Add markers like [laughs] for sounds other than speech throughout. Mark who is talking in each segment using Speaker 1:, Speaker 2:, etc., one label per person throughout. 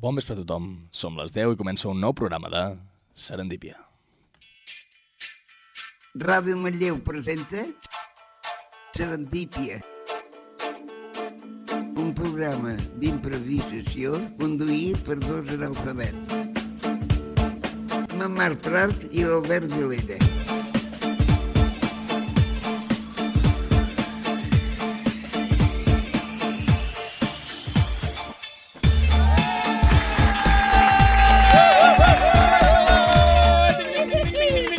Speaker 1: Bon vespre a tothom. Som les 10 i comença un nou programa de Serendípia.
Speaker 2: Ràdio Manlleu presenta Serendípia. Un programa d'improvisació conduït per dos analfabets. La Mar Prat i l'Albert Vilera.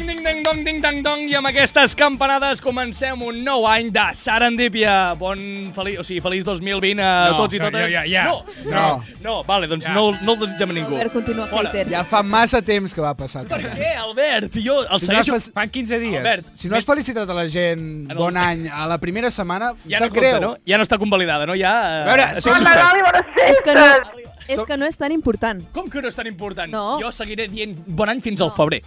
Speaker 1: Ding, ding, ding, dong, ding, dang, dong. I amb aquestes campanades comencem un nou any de Serendípia. Bon feliç, o sigui, feliç 2020 a
Speaker 3: No,
Speaker 1: tots i
Speaker 3: no,
Speaker 1: totes.
Speaker 3: ja, ja, ja.
Speaker 1: No, no,
Speaker 4: No.
Speaker 1: no, vale, doncs
Speaker 3: Ja.
Speaker 1: no, el- no el desitgem a ningú.
Speaker 5: Albert continua
Speaker 1: Fora.
Speaker 5: hater.
Speaker 4: Ja fa massa temps que va passar el
Speaker 1: Per
Speaker 4: canvi.
Speaker 1: què, Albert? Jo el
Speaker 4: Si no
Speaker 1: segueixo...
Speaker 4: fas-
Speaker 3: Fan 15 dies.
Speaker 1: Albert,
Speaker 4: Si no has felicitat a la gent
Speaker 1: el-
Speaker 4: bon any a la primera setmana, em
Speaker 1: Ah, ja no
Speaker 4: sap
Speaker 1: compta,
Speaker 4: greu.
Speaker 1: no? Ja no està convalidada, no? Ja... eh,
Speaker 4: A veure,
Speaker 1: ha
Speaker 4: som-
Speaker 1: sigut suspès.
Speaker 5: És que
Speaker 4: [laughs]
Speaker 5: no, és que no és tan important.
Speaker 1: Com que no és tan important?
Speaker 5: No.
Speaker 1: Jo seguiré dient bon any fins al febrer.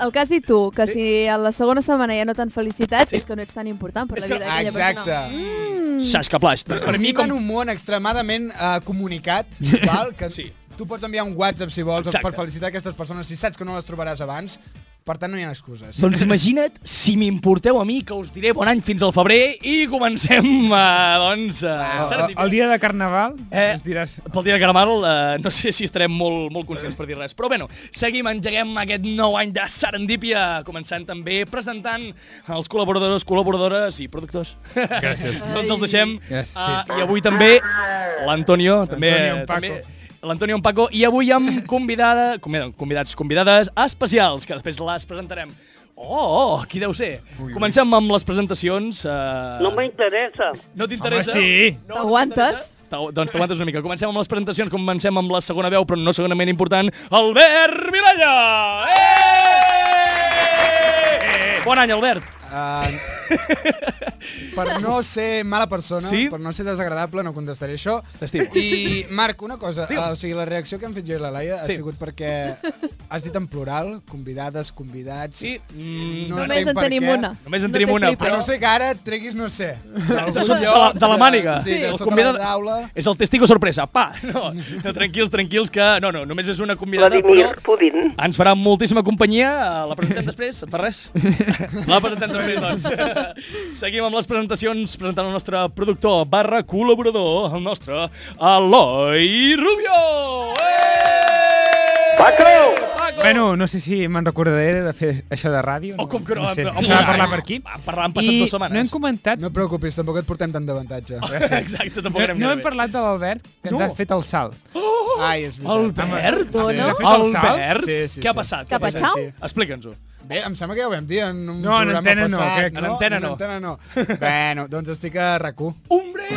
Speaker 5: El que has dit tu, que si a la segona setmana ja no t'han felicitat, és que no ets tan important per
Speaker 1: És
Speaker 5: la
Speaker 1: que-
Speaker 5: vida d'aquella
Speaker 4: Exacte.
Speaker 5: persona. Mm.
Speaker 1: Xasca plaix. Per
Speaker 4: A mi
Speaker 1: mi
Speaker 4: com...
Speaker 1: com...
Speaker 4: un món extremadament eh, comunicat, val? que
Speaker 1: [laughs] Sí.
Speaker 4: tu pots enviar un WhatsApp si vols
Speaker 1: Exacte.
Speaker 4: per felicitar aquestes persones si saps que no les trobaràs abans. Per tant, no hi ha excuses.
Speaker 1: Doncs imagina't si m'importeu a mi que us diré bon any fins al febrer i comencem, eh, doncs, a
Speaker 3: El, el dia de Carnaval
Speaker 1: Eh,
Speaker 3: eh. ens diràs...
Speaker 1: Pel dia de Caramel eh, no sé si estarem molt, molt conscients per dir res, però bueno, seguim, engeguem aquest nou any de Serendípia, començant també presentant els col·laboradors, col·laboradores i productors.
Speaker 3: Gràcies.
Speaker 1: [laughs] doncs els deixem.
Speaker 3: Gràcies.
Speaker 1: Eh, I avui també l'Antonio, també...
Speaker 3: L'Antonio, en Paco.
Speaker 1: també L'Antonio en Paco, i avui amb convidada, convida- convidats, convidades especials, que després les presentarem. Oh, oh qui deu ser? Comencem amb les presentacions. Eh...
Speaker 6: No me interesa.
Speaker 1: No t'interessa?
Speaker 3: Home, sí.
Speaker 1: No,
Speaker 5: T'aguantes?
Speaker 1: t'interessa? T'au- Doncs t'aguantes una mica. Comencem amb les presentacions, comencem amb la segona veu, però no segurament important, Albert Vilalla! Eh! Bon any, Albert!
Speaker 4: Uh, per no ser mala persona,
Speaker 1: Sí?
Speaker 4: per no ser desagradable, no contestaré això.
Speaker 1: T'estimo.
Speaker 4: I, Marc, una cosa,
Speaker 1: Digue'm.
Speaker 4: uh, o sigui, la reacció que hem fet jo i la
Speaker 1: Sí.
Speaker 4: Laia ha sigut perquè has dit en plural, convidades, convidats...
Speaker 1: Sí, mm,
Speaker 4: No,
Speaker 5: Només en
Speaker 4: per
Speaker 5: tenim
Speaker 4: què.
Speaker 5: una.
Speaker 1: Només en
Speaker 5: No
Speaker 1: tenim
Speaker 5: té eh?
Speaker 1: una,
Speaker 5: flipa.
Speaker 4: A no sé que ara et treguis, no sé.
Speaker 1: de,
Speaker 4: d'algun
Speaker 1: sota, de, la,
Speaker 4: lloc,
Speaker 1: de la màniga.
Speaker 4: Sí, de
Speaker 1: El
Speaker 4: sota
Speaker 1: convidat-
Speaker 4: la taula.
Speaker 1: És el testigo sorpresa. Pa! No, no, tranquils, tranquils, que... No, no, només és una convidada,
Speaker 6: Vladimir
Speaker 1: però...
Speaker 6: Putin.
Speaker 1: Ens farà moltíssima companyia, eh, la presentem després, et fa res? La presentem després, doncs. Seguim amb les presentacions, presentant el nostre productor barra col·laborador, el nostre Eloi Rubio! Eh!
Speaker 6: Paco!
Speaker 1: Paco!
Speaker 3: Bueno, no sé si me'n recordaré de fer això de ràdio.
Speaker 1: O com que no,
Speaker 3: no sé.
Speaker 1: amb- amb-
Speaker 3: S'ha de parlar per aquí.
Speaker 1: Vam parlar, han passat
Speaker 3: I
Speaker 1: dues setmanes.
Speaker 3: no hem comentat...
Speaker 4: No et preocupis, tampoc et portem tant d'avantatge.
Speaker 1: [laughs] Exacte, tampoc
Speaker 3: no,
Speaker 1: anem
Speaker 3: no
Speaker 1: gaire
Speaker 3: hem
Speaker 1: bé.
Speaker 3: parlat de l'Albert, que ens
Speaker 1: No.
Speaker 3: ha fet el salt.
Speaker 4: Ai, és veritat.
Speaker 1: oh, Albert?
Speaker 5: Sí, no?
Speaker 1: Albert?
Speaker 4: Sí, sí,
Speaker 1: Què ha
Speaker 4: sí.
Speaker 1: passat?
Speaker 5: Cap a
Speaker 1: Què ha
Speaker 5: xau?
Speaker 1: passat? Explica'ns-ho.
Speaker 4: Bé, em sembla que ja ho vam dir en un
Speaker 3: No, en
Speaker 4: programa
Speaker 3: antena no,
Speaker 4: passat.
Speaker 3: crec.
Speaker 1: En antena no.
Speaker 4: En antena no. bueno, doncs estic a RAC1.
Speaker 1: Hombre!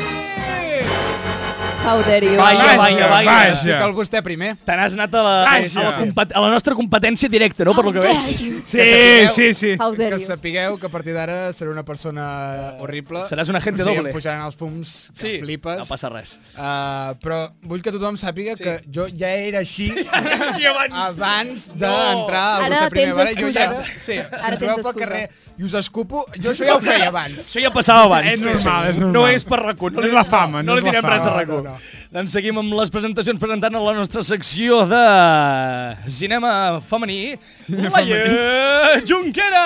Speaker 5: How dare you.
Speaker 1: Vaja, vaja, vaja.
Speaker 3: vaja.
Speaker 4: Estic al vostè primer.
Speaker 1: Te n'has anat a la, a,
Speaker 3: Vaja.
Speaker 1: la compet- a la nostra competència directa, no? Per lo que veig.
Speaker 3: Sí,
Speaker 4: sapigueu.
Speaker 3: sí, sí.
Speaker 5: How
Speaker 4: Que
Speaker 5: dare you.
Speaker 4: sapigueu que a partir d'ara seré una persona horrible.
Speaker 1: Eh, seràs un agente
Speaker 4: o sigui,
Speaker 1: doble.
Speaker 4: Em pujaran els fums que
Speaker 1: Sí,
Speaker 4: flipes.
Speaker 1: no passa res.
Speaker 4: Uh, però vull que tothom sàpiga
Speaker 1: Sí.
Speaker 4: que jo ja
Speaker 1: [laughs]
Speaker 4: era així
Speaker 1: Sí, abans.
Speaker 4: abans
Speaker 1: No.
Speaker 4: d'entrar al
Speaker 5: Ara
Speaker 4: vostè primer.
Speaker 5: tens
Speaker 4: vale? Jo ja
Speaker 5: excusa.
Speaker 4: era, sí, si
Speaker 5: Ara
Speaker 4: em trobeu
Speaker 5: tens
Speaker 4: pel
Speaker 5: excusa.
Speaker 4: carrer i us escupo, jo això ja ho feia abans.
Speaker 1: Això ja passava abans.
Speaker 3: És normal, és normal.
Speaker 1: No és per rac No,
Speaker 3: No és la fama,
Speaker 1: No,
Speaker 3: no
Speaker 1: li
Speaker 3: és la
Speaker 1: direm
Speaker 3: fama.
Speaker 1: res a rac
Speaker 4: No, no, no.
Speaker 1: Doncs seguim amb les presentacions presentant a la nostra secció de cinema femení, Laia Junquera!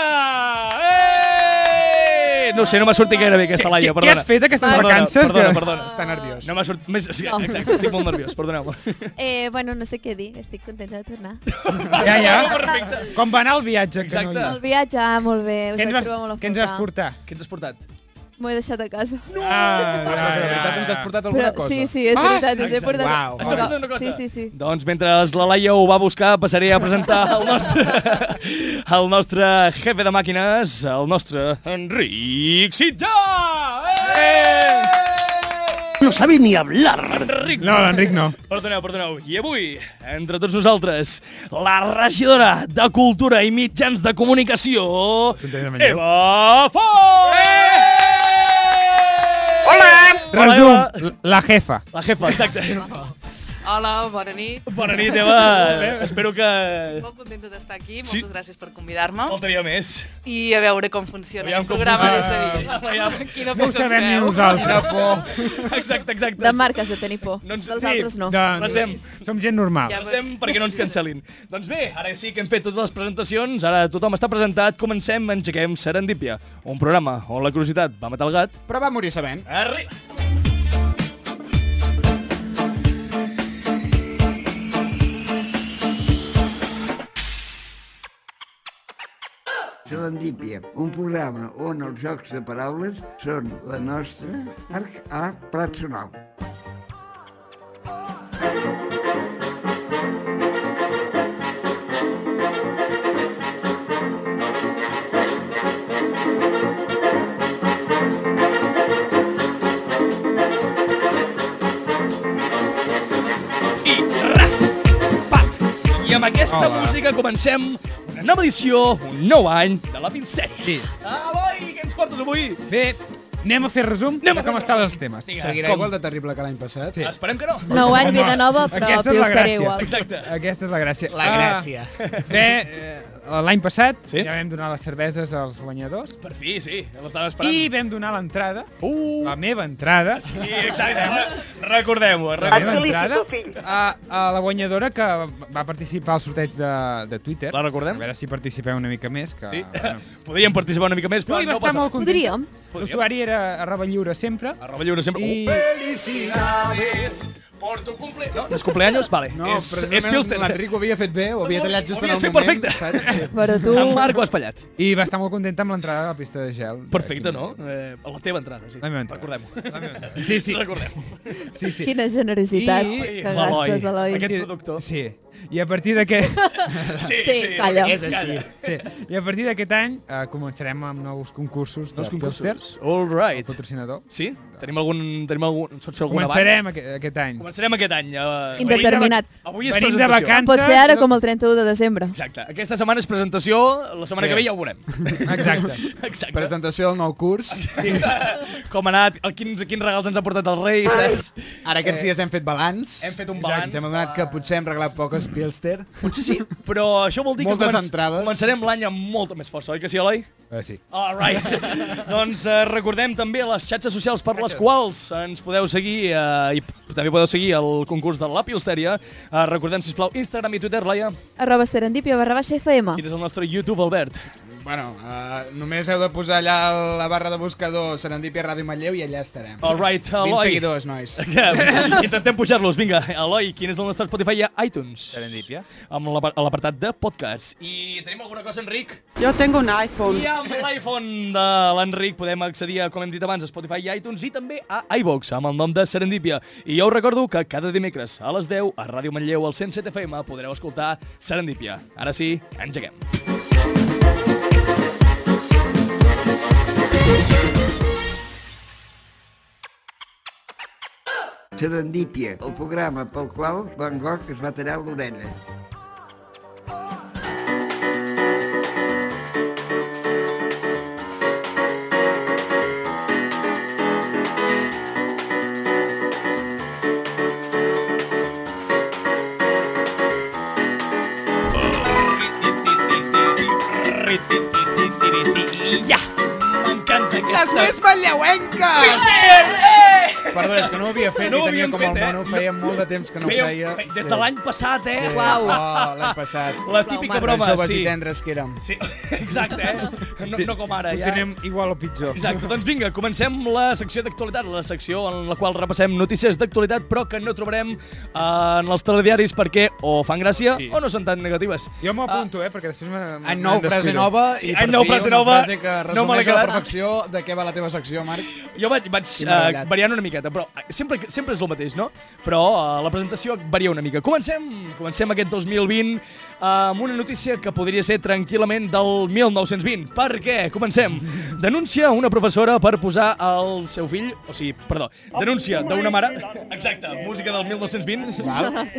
Speaker 1: Eh! No ho sé, no m'ha sortit gaire bé aquesta Laia,
Speaker 3: Què-
Speaker 1: perdona.
Speaker 3: Què has fet aquestes
Speaker 1: Perdona,
Speaker 3: vacances?
Speaker 1: Perdona,
Speaker 3: que-
Speaker 1: perdona.
Speaker 4: Està nerviós.
Speaker 1: No m'ha sortit... Més... sí, Exacte, estic molt nerviós, perdoneu.
Speaker 5: Eh, bueno, no sé què dir, estic contenta de tornar.
Speaker 1: [laughs] No,
Speaker 3: Ja, ja.
Speaker 1: perfecte.
Speaker 3: Com va anar el viatge? Que
Speaker 1: Exacte.
Speaker 3: no hi ha?
Speaker 5: El viatge, ah, molt bé, us
Speaker 3: Què ens,
Speaker 5: vaig trobar molt
Speaker 3: vas,
Speaker 5: a
Speaker 3: què ens vas portar?
Speaker 1: Què ens has portat?
Speaker 5: M'ho he deixat a casa.
Speaker 3: No! Ah,
Speaker 4: Però que de veritat ens has portat alguna
Speaker 5: Però,
Speaker 4: cosa.
Speaker 5: sí, sí, és
Speaker 3: Ah,
Speaker 5: veritat, us he
Speaker 1: exacte.
Speaker 5: portat...
Speaker 1: Ens
Speaker 4: Uau,
Speaker 1: has
Speaker 4: Hola.
Speaker 1: portat una cosa?
Speaker 5: Sí, sí, sí.
Speaker 1: Doncs mentre la Laia ho va buscar, passaré
Speaker 5: [laughs]
Speaker 1: a presentar el nostre, el nostre jefe de màquines, el nostre Enric Sitjà!
Speaker 5: Eh!
Speaker 1: Eh!
Speaker 6: No sabe ni hablar.
Speaker 1: Enric!
Speaker 3: No, l'Enric no.
Speaker 1: Perdoneu, perdoneu. I avui, entre tots nosaltres, la regidora de Cultura i Mitjans de Comunicació,
Speaker 3: Ajuntament de Manlleu.
Speaker 1: Eva Font! Eh!
Speaker 6: Hola!
Speaker 1: Hola,
Speaker 3: Resum,
Speaker 1: Eva.
Speaker 3: eh? la jefa.
Speaker 1: La jefa, exacte.
Speaker 7: Hola, bona nit.
Speaker 1: Bona nit, Eva. Espero que...
Speaker 7: Molt contenta d'estar aquí, moltes
Speaker 1: Sí.
Speaker 7: gràcies per convidar-me.
Speaker 1: Faltaria més.
Speaker 7: I a veure com funciona
Speaker 1: Aviam
Speaker 7: aquest
Speaker 1: com
Speaker 7: programa des
Speaker 1: funciona.
Speaker 7: de dins. [laughs]
Speaker 1: Aviam.
Speaker 7: Quina
Speaker 3: No ho
Speaker 7: poca
Speaker 3: sabem ni
Speaker 7: veu.
Speaker 3: nosaltres.
Speaker 1: Exacte, exacte.
Speaker 5: De marques de tenir por.
Speaker 1: No ens-
Speaker 5: Dels
Speaker 1: sí,
Speaker 5: altres no.
Speaker 3: Doncs,
Speaker 1: Passem.
Speaker 3: som gent normal.
Speaker 7: Ja.
Speaker 1: Passem perquè no ens cancel·lin. doncs bé, ara sí que hem fet totes les presentacions, ara tothom està presentat, comencem, engeguem Serendípia, un programa on la curiositat va matar el gat.
Speaker 4: Però va morir sabent.
Speaker 1: Arri!
Speaker 2: Serendípia, un programa on els jocs de paraules són la nostra arc a plat sonor.
Speaker 1: I ra! Pa! I amb aquesta Hola. música comencem una nova edició, un nou any de la Pincet. Sí. Eloi, què ens portes avui?
Speaker 3: Bé, anem a fer resum
Speaker 1: Anem a
Speaker 3: de com
Speaker 1: fer
Speaker 3: estan els temes.
Speaker 1: Vinga.
Speaker 4: Seguirà
Speaker 1: Com?
Speaker 4: igual de terrible que l'any passat.
Speaker 3: Sí.
Speaker 1: Esperem que no.
Speaker 5: Nou any, vida nova, però
Speaker 3: Aquesta és la
Speaker 5: pius per
Speaker 3: gràcia.
Speaker 5: igual.
Speaker 1: Exacte.
Speaker 3: Aquesta és la gràcia.
Speaker 4: La gràcia.
Speaker 3: Ah, bé, eh, l'any passat
Speaker 1: Sí?
Speaker 3: sí? ja vam donar les cerveses als guanyadors
Speaker 1: Per fi, sí, l'estava esperant.
Speaker 3: i vam donar l'entrada,
Speaker 1: Uh!
Speaker 3: la meva entrada,
Speaker 1: Sí, exacte. Recordem-ho,
Speaker 3: la meva
Speaker 1: recordem-ho.
Speaker 6: Felicito,
Speaker 3: entrada
Speaker 6: fill.
Speaker 3: a, a la guanyadora que va participar al sorteig de, de Twitter.
Speaker 1: La recordem?
Speaker 3: A veure si participeu una mica més. Que,
Speaker 1: Sí.
Speaker 3: Bueno.
Speaker 1: Podríem participar una mica més,
Speaker 3: Tu
Speaker 1: però
Speaker 3: hi va
Speaker 1: no
Speaker 3: estar
Speaker 1: passa
Speaker 3: molt
Speaker 1: res.
Speaker 3: content.
Speaker 5: Podríem.
Speaker 3: L'usuari era arroba lliure sempre.
Speaker 1: Arroba lliure sempre.
Speaker 3: I-
Speaker 1: Uh, felicidades por tu cumple... No, no és cumpleaños? Vale.
Speaker 4: No,
Speaker 1: és, és
Speaker 4: precisament
Speaker 1: Pilsen.
Speaker 4: l'Enric ho havia fet bé, ho havia tallat just en
Speaker 1: Ho
Speaker 4: el
Speaker 1: havies fet
Speaker 4: moment.
Speaker 1: perfecte.
Speaker 4: Saps? Sí.
Speaker 5: Però tu...
Speaker 1: En Marc ho has pallat.
Speaker 3: I va estar molt contenta amb l'entrada de la pista de gel.
Speaker 1: Perfecte,
Speaker 3: Aquí.
Speaker 1: no? Eh, a la teva entrada, sí.
Speaker 3: La meva entrada.
Speaker 1: Recordem-ho.
Speaker 3: La meva
Speaker 1: [laughs]
Speaker 3: entrada. Sí, sí.
Speaker 1: Recordem-ho.
Speaker 3: Sí, sí.
Speaker 5: Quina generositat
Speaker 3: I-
Speaker 5: que
Speaker 1: l'Eloi,
Speaker 5: gastes, Eloi.
Speaker 1: aquest productor.
Speaker 3: Sí. I a partir d'aquest...
Speaker 1: Sí,
Speaker 5: Sí, calla.
Speaker 4: És així.
Speaker 3: sí. I a partir d'aquest any eh, començarem amb nous concursos de
Speaker 1: Dos concursos.
Speaker 3: Pilsters,
Speaker 1: All
Speaker 3: el
Speaker 1: right.
Speaker 3: patrocinador.
Speaker 1: Sí? Tenim algun... Tenim algun... Sots algun
Speaker 3: Començarem
Speaker 1: abans?
Speaker 3: aquest, aquest any.
Speaker 1: Començarem aquest any. Uh,
Speaker 5: Indeterminat.
Speaker 1: Avui és
Speaker 3: Venim de
Speaker 1: presentació.
Speaker 3: vacances.
Speaker 5: Pot ser ara com el 31 de desembre.
Speaker 1: Exacte. Aquesta setmana és presentació, la setmana
Speaker 4: Sí.
Speaker 1: que ve ja ho veurem. [laughs]
Speaker 3: Exacte.
Speaker 1: Exacte.
Speaker 4: Presentació del nou [laughs] curs.
Speaker 1: Com ha anat, el- quins, quins regals ens ha portat el rei, saps?
Speaker 4: Ara aquests dies Eh, hem fet balanç.
Speaker 1: Hem fet un balanç.
Speaker 4: Ens hem adonat que potser hem regalat poques Pilster.
Speaker 1: Potser sí, però això vol dir
Speaker 4: Moltes
Speaker 1: que començ-
Speaker 4: entrades.
Speaker 1: començarem l'any amb molta més força, oi que sí, Eloi?
Speaker 4: Eh,
Speaker 3: Uh, sí.
Speaker 1: All right. doncs eh, recordem també les xatxes socials per les quals ens podeu seguir eh, i p- també podeu seguir el concurs de la Pilsteria. Eh, recordem, si plau Instagram i Twitter, Laia.
Speaker 5: Arroba serendipia barra baixa FM.
Speaker 1: Quin és el nostre YouTube, Albert?
Speaker 4: Bueno, uh, només heu de posar allà a la barra de buscador Serendipia Ràdio Matlleu i allà estarem.
Speaker 1: All right,
Speaker 4: 20
Speaker 1: Eloi. [laughs]
Speaker 4: seguidors, nois.
Speaker 1: Que- Intentem pujar-los. Vinga, Eloi, quin és el nostre Spotify i iTunes? Serendipia. Amb l'apa- a l'apartat de podcast. I tenim alguna cosa, Enric?
Speaker 8: Yo tengo un iPhone.
Speaker 1: I amb l'iPhone de l'Enric podem accedir, a, com hem dit abans, a Spotify i iTunes i també a iVox amb el nom de Serendipia. I ja us recordo que cada dimecres a les 10 a Ràdio Manlleu al 107 FM podreu escoltar Serendipia. Ara sí, engeguem.
Speaker 2: Serendípia, el programa pel qual Van Gogh es va tallar l'orella.
Speaker 1: Ja! M'encanta
Speaker 4: Les
Speaker 1: aquesta...
Speaker 4: més matlleuenques!
Speaker 1: Eh!
Speaker 4: Perdó, és que no ho havia fet
Speaker 1: No ho
Speaker 4: i tenia
Speaker 1: havíem
Speaker 4: com
Speaker 1: fet,
Speaker 4: el
Speaker 1: eh?
Speaker 4: mono, feia molt de temps que no ho
Speaker 1: Feia-
Speaker 4: feia.
Speaker 1: fe- Des de l'any passat, eh?
Speaker 4: Sí,
Speaker 5: Uau.
Speaker 4: oh, l'any passat.
Speaker 1: La típica
Speaker 5: Marc,
Speaker 1: broma,
Speaker 4: Joves
Speaker 1: sí.
Speaker 4: i tendres que érem.
Speaker 1: Sí, [laughs] exacte, eh? No, no com ara,
Speaker 3: Ho
Speaker 1: ja.
Speaker 3: tenim igual o pitjor.
Speaker 1: Exacte, doncs vinga, comencem la secció d'actualitat, la secció en la qual repassem notícies d'actualitat, però que no trobarem eh, en els telediaris perquè o fan gràcia sí.
Speaker 3: Sí.
Speaker 1: o no són tan negatives.
Speaker 3: Jo m'ho apunto, eh, perquè després... me- me-
Speaker 4: Any nou,
Speaker 3: me'n
Speaker 4: frase
Speaker 3: descuido.
Speaker 4: nova, i
Speaker 1: Sí,
Speaker 4: per
Speaker 1: any nou,
Speaker 4: fi
Speaker 1: frase
Speaker 4: una
Speaker 1: nova,
Speaker 4: frase que
Speaker 1: no me l'he
Speaker 4: resumeix a la
Speaker 1: quedat.
Speaker 4: perfecció de què va la teva secció, Marc.
Speaker 1: Jo vaig, vaig
Speaker 4: Sí, m'ha
Speaker 1: eh,
Speaker 4: agradat.
Speaker 1: variant una miqueta, però eh, sempre, sempre és el mateix, no? Però eh, la presentació varia una mica. Comencem, comencem aquest 2020 eh, amb una notícia que podria ser tranquil·lament del 1920. Per què? Comencem. Denuncia una professora per posar el seu fill... O sigui, perdó, denuncia d'una mare... Exacte, música del 1920.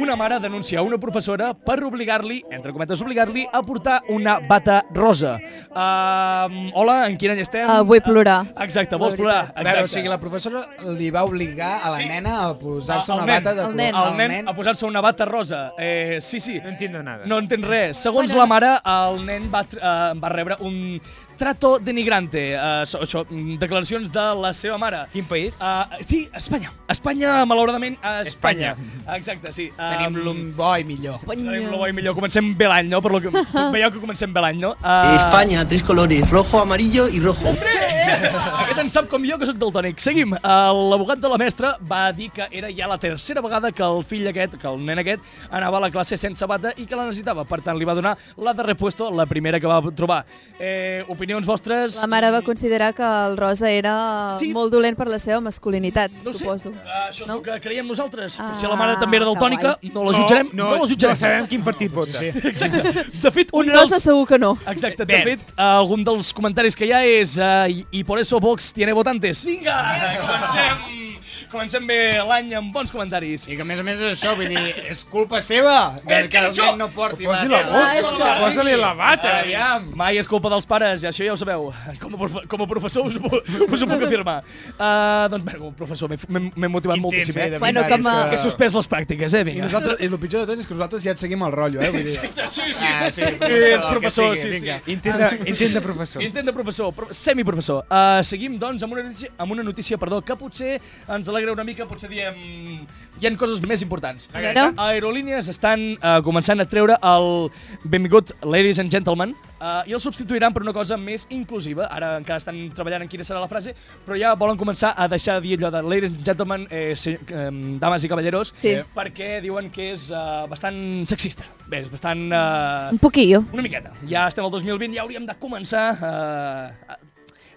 Speaker 1: Una mare denuncia una professora per obligar-li, entre cometes, obligar-li a portar una bata rosa. Uh, hola, en quin any estem?
Speaker 5: Ah, vull plorar.
Speaker 1: Exacte, vols
Speaker 5: La veritat.
Speaker 1: plorar?
Speaker 4: A veure, o
Speaker 1: Exacte.
Speaker 4: sigui, la professora li va obligar a la
Speaker 1: Sí.
Speaker 4: nena a posar-se
Speaker 1: Ah, el
Speaker 4: una
Speaker 1: nen.
Speaker 4: bata de
Speaker 5: El
Speaker 4: color.
Speaker 5: nen.
Speaker 1: El nen a posar-se una bata rosa. Eh, sí, sí.
Speaker 3: No entiendo nada.
Speaker 1: No entén res. Segons
Speaker 5: Bueno,
Speaker 1: la mare, el nen va, tr- eh, va rebre un trato denigrante. Eh, so- això, mm, declaracions de la seva mare.
Speaker 3: Quin país?
Speaker 1: Uh, sí, Espanya. Espanya, malauradament, a Espanya.
Speaker 3: Espanya.
Speaker 1: Exacte, sí.
Speaker 4: Tenim
Speaker 1: Em,
Speaker 4: l'un bo i millor.
Speaker 1: Tenim lo bo i millor. Comencem bé l'any, no? Per
Speaker 5: [laughs]
Speaker 1: lo que... Veieu que comencem bé l'any, no? Uh,
Speaker 8: España, tres colores, rojo, amarillo y rojo.
Speaker 1: Aquest en sap com jo, que sóc daltònic. Seguim. Eh, L'abogat de la mestra va dir que era ja la tercera vegada que el fill aquest, que el nen aquest, anava a la classe sense bata i que la necessitava. Per tant, li va donar la de repuesto, la primera que va trobar. Eh, opinions vostres?
Speaker 5: La mare va considerar que el rosa era
Speaker 1: Sí.
Speaker 5: molt dolent per la seva masculinitat,
Speaker 1: No ho sé,
Speaker 5: suposo.
Speaker 1: eh, això és
Speaker 5: No?
Speaker 1: el que creiem nosaltres.
Speaker 5: Ah,
Speaker 1: Potser la mare també era
Speaker 5: que
Speaker 1: daltònica,
Speaker 5: guai.
Speaker 1: no la jutjarem, no,
Speaker 3: no,
Speaker 1: la jutjarem.
Speaker 3: No sabem quin partit vota.
Speaker 4: Sí.
Speaker 1: Exacte. De fet, un,
Speaker 5: El
Speaker 1: dels...
Speaker 5: rosa segur que no.
Speaker 1: Exacte, de fet, algun dels comentaris que hi ha és uh, i por eso Vox tiene votantes. Vinga, comencem, comencem bé l'any amb bons comentaris.
Speaker 4: I que a més a més és això, vull dir, és culpa seva
Speaker 1: És
Speaker 4: és
Speaker 1: que
Speaker 4: que el
Speaker 1: això-
Speaker 4: nen no porti
Speaker 3: Posi
Speaker 4: bata.
Speaker 3: la
Speaker 4: És
Speaker 5: bota,
Speaker 4: culpa
Speaker 5: és
Speaker 4: del
Speaker 5: que-
Speaker 4: Martí.
Speaker 3: posa-li la bata.
Speaker 4: Aviam.
Speaker 1: Mai és culpa dels pares, i això ja ho sabeu. Com a, profe com a professor us ho, pu- us ho puc afirmar. Uh, doncs, bé, com a professor, m'he- m'he m'he motivat
Speaker 4: Intens,
Speaker 1: moltíssim,
Speaker 4: eh, de
Speaker 1: eh?
Speaker 5: Bueno,
Speaker 4: veritat,
Speaker 5: com a-
Speaker 4: és que-
Speaker 1: He suspès les pràctiques, eh?
Speaker 4: I,
Speaker 1: Vinga.
Speaker 4: nosaltres, I el pitjor de tot és que nosaltres ja et seguim el rotllo, eh? Vull dir,
Speaker 1: Sí, sí.
Speaker 4: Ah,
Speaker 1: Sí,
Speaker 4: sí, professor,
Speaker 1: professor,
Speaker 4: el que
Speaker 1: sí,
Speaker 4: sigui,
Speaker 1: sí.
Speaker 4: vinga.
Speaker 3: Intent de, intent de professor.
Speaker 1: Intent de professor, pro semiprofessor. Uh, seguim, doncs, amb una, notícia, amb una notícia perdó, que potser ens alegra una mica, potser diem... Hi han coses més importants.
Speaker 5: A veure.
Speaker 1: Aerolínies estan uh, començant a treure el benvingut Ladies and Gentlemen uh, i el substituiran per una cosa més inclusiva. Ara encara estan treballant en quina serà la frase, però ja volen començar a deixar de dir allò de Ladies and Gentlemen, eh, se, eh, dames i cavalleros,
Speaker 5: Sí.
Speaker 1: perquè diuen que és uh, bastant sexista. Bé, és bastant... Uh,
Speaker 5: Un poquillo.
Speaker 1: una miqueta. Ja estem al 2020, ja hauríem de començar eh, a,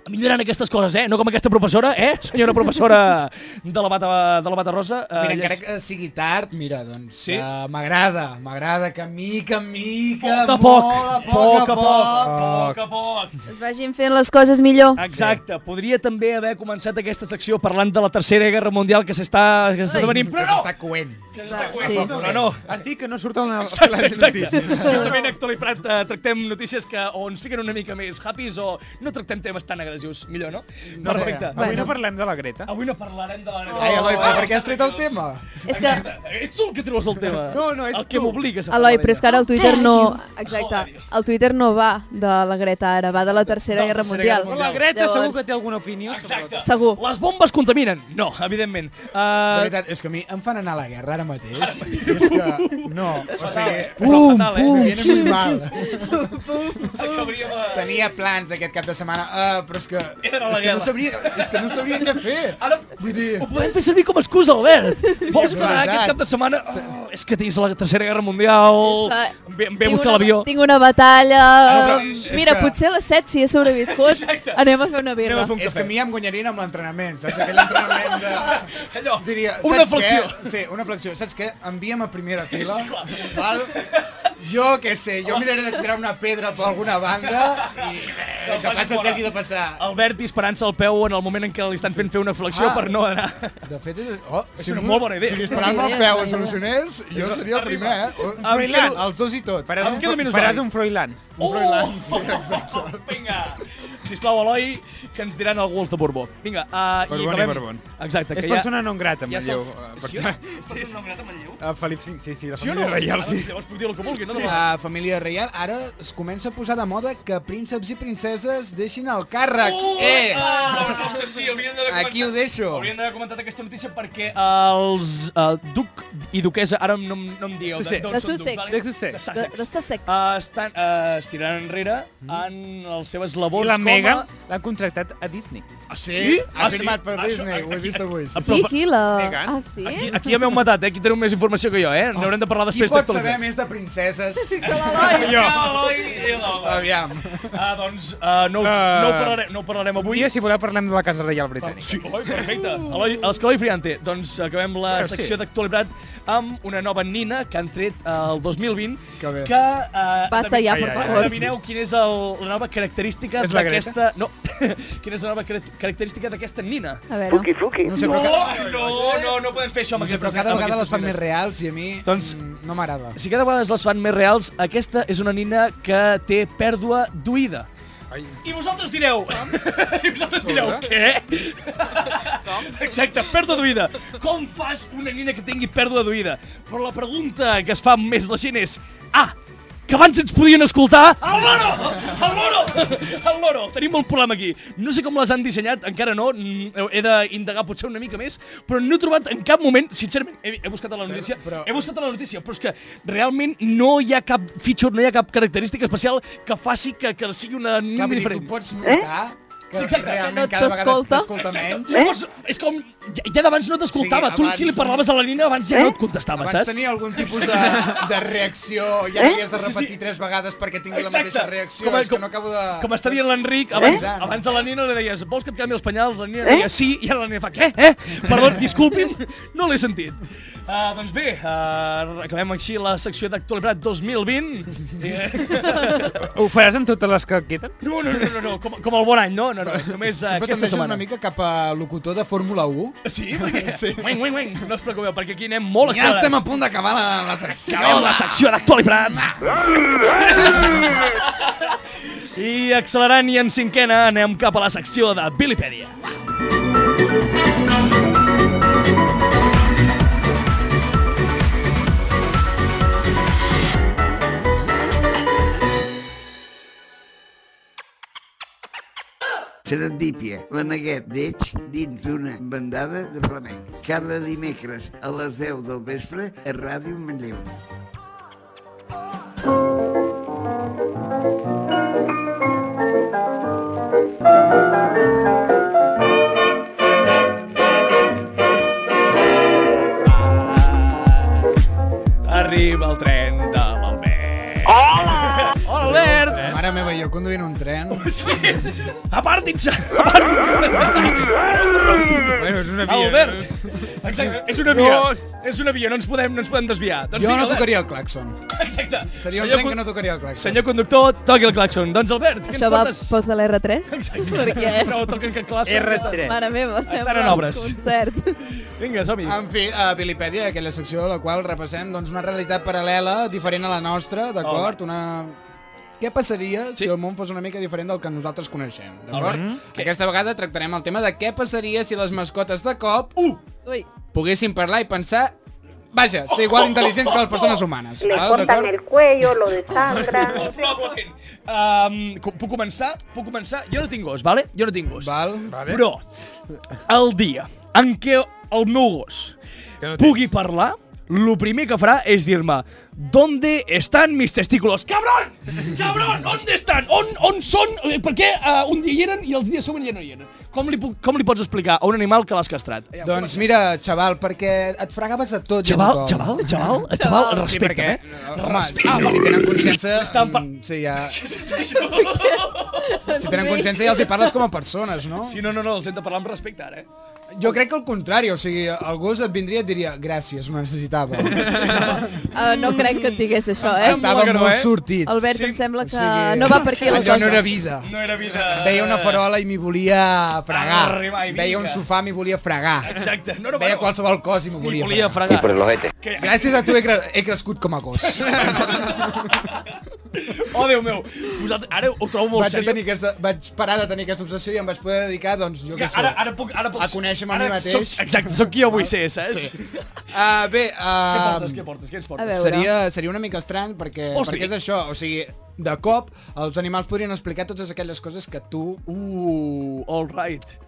Speaker 1: a millorar en aquestes coses, eh? No com aquesta professora, eh? Senyora professora de la bata, de la bata rosa. eh,
Speaker 4: Ah, Mira, encara
Speaker 1: lles-
Speaker 4: que sigui tard, mira, doncs
Speaker 1: Sí?
Speaker 4: sí? uh, m'agrada, m'agrada que mica en mica,
Speaker 1: Poc a poc,
Speaker 4: molt a poc, a poc,
Speaker 1: poc a poc.
Speaker 5: Es vagin fent les coses millor.
Speaker 1: Ah, Exacte, podria també haver començat aquesta secció parlant de la Tercera Guerra Mundial que s'està que s'està venint, però no!
Speaker 4: S'està coent.
Speaker 5: Sí.
Speaker 1: No, no, no.
Speaker 3: Artic Oh, que no surt a la a
Speaker 1: Exacte,
Speaker 3: les
Speaker 1: exacte.
Speaker 3: notícies.
Speaker 1: Justament, Héctor i Prat, eh, tractem notícies que o ens fiquen una mica més happys o no tractem temes tan agressius. Millor, no?
Speaker 4: No sé.
Speaker 3: Avui
Speaker 5: Bueno.
Speaker 3: no parlem de la Greta.
Speaker 1: Avui no parlarem de la...
Speaker 4: Ai, Eloi, però per què has tret el tema?
Speaker 5: Oh. És que,
Speaker 1: Ets tu el que treus el tema.
Speaker 3: No, no, ets
Speaker 1: El que
Speaker 3: tu.
Speaker 1: m'obligues a parlar
Speaker 5: Eloi, però és que ara el Twitter no...
Speaker 1: Joder.
Speaker 5: Exacte, el Twitter no va de la Greta ara, va de la Tercera
Speaker 1: De la
Speaker 5: Guerra
Speaker 1: Tercera Guerra
Speaker 5: Mundial.
Speaker 1: Mundial. La
Speaker 5: Llavors,
Speaker 3: alguna opinió.
Speaker 1: Exacte.
Speaker 5: Segur.
Speaker 1: Les bombes contaminen? No, evidentment.
Speaker 4: De
Speaker 1: Uh,
Speaker 4: veritat, és que a mi em fan anar a la guerra ara mateix. I és que,
Speaker 1: [laughs]
Speaker 4: no, o sigui,
Speaker 1: Pum, pum.
Speaker 4: em viene molt mal.
Speaker 1: Acabaríem a...
Speaker 4: Tenia plans aquest cap de setmana, uh, però és que,
Speaker 1: He
Speaker 4: és
Speaker 1: d'anar a la
Speaker 4: que, no
Speaker 1: guerra.
Speaker 4: sabria, és que no sabria què fer.
Speaker 1: Ara-
Speaker 4: Vull dir,
Speaker 1: Ho podem fer servir com a excusa,
Speaker 4: [laughs]
Speaker 1: Albert. Vols
Speaker 4: de
Speaker 1: que anar aquest
Speaker 4: veritat.
Speaker 1: cap de setmana... Oh, és que tens la Tercera Guerra Mundial...
Speaker 5: clar,
Speaker 1: Em ve, em ve a
Speaker 5: tinc
Speaker 1: buscar
Speaker 5: una-
Speaker 1: l'avió. Ah,
Speaker 5: Tinc una batalla... um,
Speaker 4: però és
Speaker 5: Mira,
Speaker 4: que-
Speaker 5: potser a les 7, si he sobreviscut, anem a fer una
Speaker 1: Anem
Speaker 5: birra.
Speaker 1: a fer un
Speaker 4: és que
Speaker 1: cafè.
Speaker 4: a mi ja em guanyarien amb l'entrenament, saps? Aquell entrenament de...
Speaker 1: [laughs] Allò,
Speaker 4: Diria,
Speaker 1: una
Speaker 4: saps
Speaker 1: flexió.
Speaker 4: Què? Sí, una flexió. Saps què? Envia'm a primera fila, val? Jo què sé, jo miraré de tirar una pedra per alguna banda i el que
Speaker 1: passi
Speaker 4: passa el
Speaker 1: fora.
Speaker 4: que hagi de passar.
Speaker 1: Albert disparant-se al peu en el moment en què li estan fent fer una flexió
Speaker 4: Ah.
Speaker 1: per no anar...
Speaker 4: De fet, és... Oh,
Speaker 1: És una molt bona idea.
Speaker 4: Si disparar-me al
Speaker 1: [laughs]
Speaker 4: peu es solucionés, jo seria el primer, eh? Oh,
Speaker 1: Em quedo-
Speaker 4: Els dos i tot. Ah.
Speaker 3: Faràs
Speaker 1: Em quedo
Speaker 3: un,
Speaker 1: minus
Speaker 3: faràs
Speaker 1: barri.
Speaker 3: un Froilán.
Speaker 1: Oh!
Speaker 4: Un Froilán, sí, exacte.
Speaker 1: Vinga. Sisplau, Eloi, que ens diran alguns de Borbó. Vinga, uh,
Speaker 3: Borbón i
Speaker 1: i acabem...
Speaker 3: Borbón.
Speaker 1: Exacte,
Speaker 3: És
Speaker 1: que
Speaker 3: persona non grata,
Speaker 1: ja...
Speaker 3: Manlleu. eh, per
Speaker 1: Sí,
Speaker 3: tant.
Speaker 1: sí, sí.
Speaker 3: A Felip V, sí, sí, la
Speaker 1: Sí o
Speaker 3: família
Speaker 1: no?
Speaker 3: reial,
Speaker 1: Ara,
Speaker 3: sí.
Speaker 1: Llavors puc dir el que vulgui, no?
Speaker 4: Sí.
Speaker 5: Ah,
Speaker 4: La família reial ara es comença a posar de moda que prínceps i princeses deixin el càrrec.
Speaker 1: Oh,
Speaker 4: eh!
Speaker 1: Ah, ostres, sí, hauríem d'haver
Speaker 4: Aquí
Speaker 1: comentat-
Speaker 4: ho deixo.
Speaker 1: Hauríem d'haver comentat aquesta notícia perquè els eh, duc i duquesa, ara no, em- no em digueu,
Speaker 3: Sussex.
Speaker 1: d'on
Speaker 5: De
Speaker 1: són
Speaker 5: Sussex.
Speaker 1: ducs, vale?
Speaker 3: De Sussex.
Speaker 1: De
Speaker 5: De, de
Speaker 1: Sussex.
Speaker 5: Sussex.
Speaker 1: Eh, estan, eh, es tiraran enrere en els seus labors
Speaker 3: Mm. I la
Speaker 1: com a-
Speaker 3: Mega l'han contractat a Disney.
Speaker 1: Ah,
Speaker 4: Sí, ha
Speaker 1: Ah, sí?
Speaker 4: firmat per
Speaker 1: Ah, això-
Speaker 4: Disney, ho he vist avui.
Speaker 1: eh,
Speaker 4: Sí,
Speaker 5: Sí, aquí la...
Speaker 3: Meghan.
Speaker 5: Ah, sí?
Speaker 1: Aquí, aquí ja m'heu matat, eh? Aquí teniu més informació que jo, eh? N'haurem de parlar després.
Speaker 4: Qui pot
Speaker 1: de tot.
Speaker 4: saber més de princeses?
Speaker 1: Eloi, Eloi i l'home.
Speaker 4: Aviam.
Speaker 1: Ah, doncs, eh, no, ho-
Speaker 3: Eh,
Speaker 4: Ah.
Speaker 1: no, ho parlarem, no ho parlarem
Speaker 3: Un
Speaker 1: avui. Ah,
Speaker 3: dia, si voleu, parlem de la Casa Reial Britànica.
Speaker 1: Sí, Eloi, perfecte. Eloi, els Caloi Friante. Doncs acabem la
Speaker 3: Però sí.
Speaker 1: secció d'actualitat amb una nova nina que han tret eh, el 2020.
Speaker 4: Que bé.
Speaker 1: Que, eh,
Speaker 5: Basta ja,
Speaker 3: per favor.
Speaker 1: Endevineu quina és el, la nova característica
Speaker 3: És la
Speaker 1: d'aquesta... No, [laughs] quina és la nova carac- característica d'aquesta nina?
Speaker 5: A veure.
Speaker 4: No sé,
Speaker 1: No,
Speaker 4: però cada,
Speaker 1: no, no, no podem fer això amb
Speaker 4: no sé, però
Speaker 1: aquestes
Speaker 4: cada
Speaker 1: amb
Speaker 4: vegada les
Speaker 1: aquestes
Speaker 4: fan
Speaker 1: nines.
Speaker 4: més reals i a mi
Speaker 1: Doncs-
Speaker 4: doncs, no m'agrada.
Speaker 1: Si cada vegada les fan més reals, aquesta és una nina que té pèrdua d'oïda.
Speaker 3: Ai.
Speaker 1: I vosaltres direu... [laughs] I vosaltres direu,
Speaker 3: Sobre.
Speaker 1: què? Com? [laughs] Exacte, pèrdua d'oïda. Com fas una nina que tingui pèrdua d'oïda? Però la pregunta que es fa més la gent és... Ah, que abans ens podien escoltar... El loro! El loro! El loro! Tenim molt problema aquí. No sé com les han dissenyat, encara no. mm, He d'indagar potser una mica més, però no he trobat en cap moment, sincerament, he, he buscat a la notícia,
Speaker 4: però-
Speaker 1: he buscat a la notícia, però és que realment no hi ha cap feature, no hi ha cap característica especial que faci que, que sigui una
Speaker 4: Clar,
Speaker 1: nina
Speaker 4: vull dir,
Speaker 1: diferent.
Speaker 4: tu pots notar que
Speaker 1: Sí, exacte.
Speaker 5: Eh? No
Speaker 4: realment cada vegada
Speaker 5: t'escolta.
Speaker 4: t'escolta menys.
Speaker 1: Llavors, és com... Ja, ja d'abans no t'escoltava.
Speaker 4: Sí,
Speaker 1: Sí, tu, si li
Speaker 4: abans-
Speaker 1: parlaves a la nina, abans ja no et contestava,
Speaker 4: Abans
Speaker 1: saps? Eh?
Speaker 4: tenia algun tipus de, de reacció, ja l'havies
Speaker 1: Sí, sí.
Speaker 4: de repetir tres vegades perquè tingui la
Speaker 1: Exacte.
Speaker 4: mateixa reacció,
Speaker 1: Com-
Speaker 4: és que
Speaker 1: com-
Speaker 4: no acabo de...
Speaker 1: Com està dient l'Enric, abans,
Speaker 4: Eh?
Speaker 1: abans a la nina li deies vols que et canvi els penyals? La nina deia sí, i ara la nina fa què? Eh? Perdó, disculpi'm, no l'he sentit. Uh, doncs bé, uh, acabem així la secció d'actualitat 2020.
Speaker 3: Ho faràs amb totes les que queden?
Speaker 1: No, no, no, no, no. Com, com el bon any, no? No, no, només uh,
Speaker 4: Sempre
Speaker 1: aquesta
Speaker 4: tendeixes
Speaker 1: setmana.
Speaker 4: una mica cap a locutor de Fórmula 1.
Speaker 1: Sí, perquè...
Speaker 4: [laughs] Sí.
Speaker 1: Uing, uing, uing. No us preocupeu, perquè aquí anem molt
Speaker 4: Ja estem
Speaker 1: accelerats.
Speaker 4: a punt d'acabar la, la secció.
Speaker 1: Acabem la secció
Speaker 4: [laughs]
Speaker 1: d'actualitat. I accelerant i en cinquena anem cap a la secció de Bilipèdia.
Speaker 2: Serendípia, la neguet d'Eix dins d'una bandada de flamenc. Cada dimecres a les 10 del vespre a Ràdio Manlleu.
Speaker 1: Arriba el tren de l'Albert. Hola! Hola, Albert!
Speaker 4: Mare meva, jo conduint un tren.
Speaker 1: Sí. Aparti'ns! Aparti'ns!
Speaker 3: Bueno, és una via.
Speaker 1: Albert! Exacte, és una via.
Speaker 3: No.
Speaker 1: És una via, no ens podem, no ens podem desviar. Doncs
Speaker 4: Jo
Speaker 1: vinga,
Speaker 4: no
Speaker 1: Albert.
Speaker 4: tocaria el claxon.
Speaker 1: Exacte.
Speaker 4: Seria
Speaker 1: Senyor
Speaker 4: un tren que
Speaker 1: con-
Speaker 4: no tocaria el claxon.
Speaker 1: Senyor conductor, toqui el claxon. Doncs Albert, què ens
Speaker 5: Això va
Speaker 1: portes?
Speaker 5: pels de l'R3?
Speaker 1: [laughs]
Speaker 5: [laughs]
Speaker 1: Exacte.
Speaker 5: Perquè,
Speaker 1: Però toquen que classe.
Speaker 6: R3.
Speaker 5: mare meva, sembla
Speaker 1: en obres.
Speaker 5: un concert.
Speaker 1: Vinga, som-hi.
Speaker 4: En fi, a Bilipèdia, aquella secció a la qual repassem doncs, una realitat paral·lela, diferent a la nostra, d'acord? Una... Què passaria sí. si el món fos una mica diferent del que nosaltres coneixem, d'acord? Aquesta vegada tractarem el tema de què passaria si les mascotes de cop uh,
Speaker 5: Ui,
Speaker 4: poguessin parlar i pensar... Vaja, ser igual d'intel·ligents que les persones humanes,
Speaker 6: Me
Speaker 9: Ah,
Speaker 4: val?
Speaker 6: cortan el
Speaker 4: d'acord?
Speaker 6: cuello, lo desangran.
Speaker 1: Oh, però, aguantin. Um, com- puc començar? Puc començar? Jo no tinc gos, vale? Jo no tinc gos.
Speaker 4: Val?
Speaker 3: Vale.
Speaker 1: Però el dia en què el meu gos
Speaker 3: Que no tens.
Speaker 1: pugui parlar, lo primer que farà és dir-me ¿Dónde están mis testículos? ¡Cabrón! ¡Cabrón! ¿Dónde están? On, on són? Eh, Per què uh, un dia hi eren i els dies següents ja no hi eren? Com li, puc, com li pots explicar a un animal que l'has castrat? Ja,
Speaker 4: Doncs mira, xaval, perquè et fregaves a tot i a
Speaker 1: Xaval,
Speaker 4: tothom.
Speaker 1: xaval, xaval, xaval,
Speaker 4: Sí,
Speaker 1: respecta,
Speaker 4: perquè...
Speaker 1: eh?
Speaker 4: No, home, ah, si tenen consciència...
Speaker 1: Estan pa-
Speaker 4: mm, Sí, ja...
Speaker 1: [laughs]
Speaker 4: Si tenen consciència ja els hi parles com a persones, no?
Speaker 1: Si no, no, no, els hem de parlar amb respecte ara, eh?
Speaker 4: Jo crec que al contrari, o sigui, el gos et vindria i et diria gràcies, ho
Speaker 1: [laughs]
Speaker 4: necessitava.
Speaker 5: eh, no crec que et digués això, eh?
Speaker 4: Estava
Speaker 1: que no,
Speaker 4: molt
Speaker 1: eh?
Speaker 4: sortit.
Speaker 5: Albert,
Speaker 1: Sí,
Speaker 5: em sembla que
Speaker 4: o sigui,
Speaker 5: no va per aquí la
Speaker 4: Allò
Speaker 5: cosa.
Speaker 4: no era vida.
Speaker 1: No era vida...
Speaker 4: Veia una farola i m'hi volia fregar.
Speaker 1: Arribar i vinga.
Speaker 4: Veia un sofà i m'hi volia fregar.
Speaker 1: Exacte, no era
Speaker 4: Veia
Speaker 1: farola.
Speaker 4: qualsevol cosa i m'ho
Speaker 1: Ni
Speaker 4: volia,
Speaker 1: volia
Speaker 4: fregar.
Speaker 1: fregar. Que-
Speaker 4: Gràcies a tu he, cre- he crescut com a
Speaker 1: [laughs]
Speaker 4: gos.
Speaker 1: Oh, Déu meu. Vosaltres, ara ho trobo molt
Speaker 4: vaig, a
Speaker 1: seriós.
Speaker 4: tenir aquesta, vaig parar de tenir aquesta obsessió i em vaig poder dedicar, doncs, jo
Speaker 1: Que
Speaker 4: què sé.
Speaker 1: ara, ara puc... Ara puc
Speaker 4: A conèixer-me a mi
Speaker 1: ara
Speaker 4: mateix.
Speaker 1: Soc, exacte, sóc qui jo vull ser, saps?
Speaker 4: Sí. Ah, bé,
Speaker 1: Què
Speaker 4: ah,
Speaker 1: portes, què portes, què ens
Speaker 5: A
Speaker 1: portes?
Speaker 5: veure.
Speaker 4: Seria, seria una mica estrany perquè,
Speaker 1: Hosti.
Speaker 4: perquè és això, o sigui, de cop els animals podrien explicar totes aquelles coses que tu
Speaker 1: Uh, all right.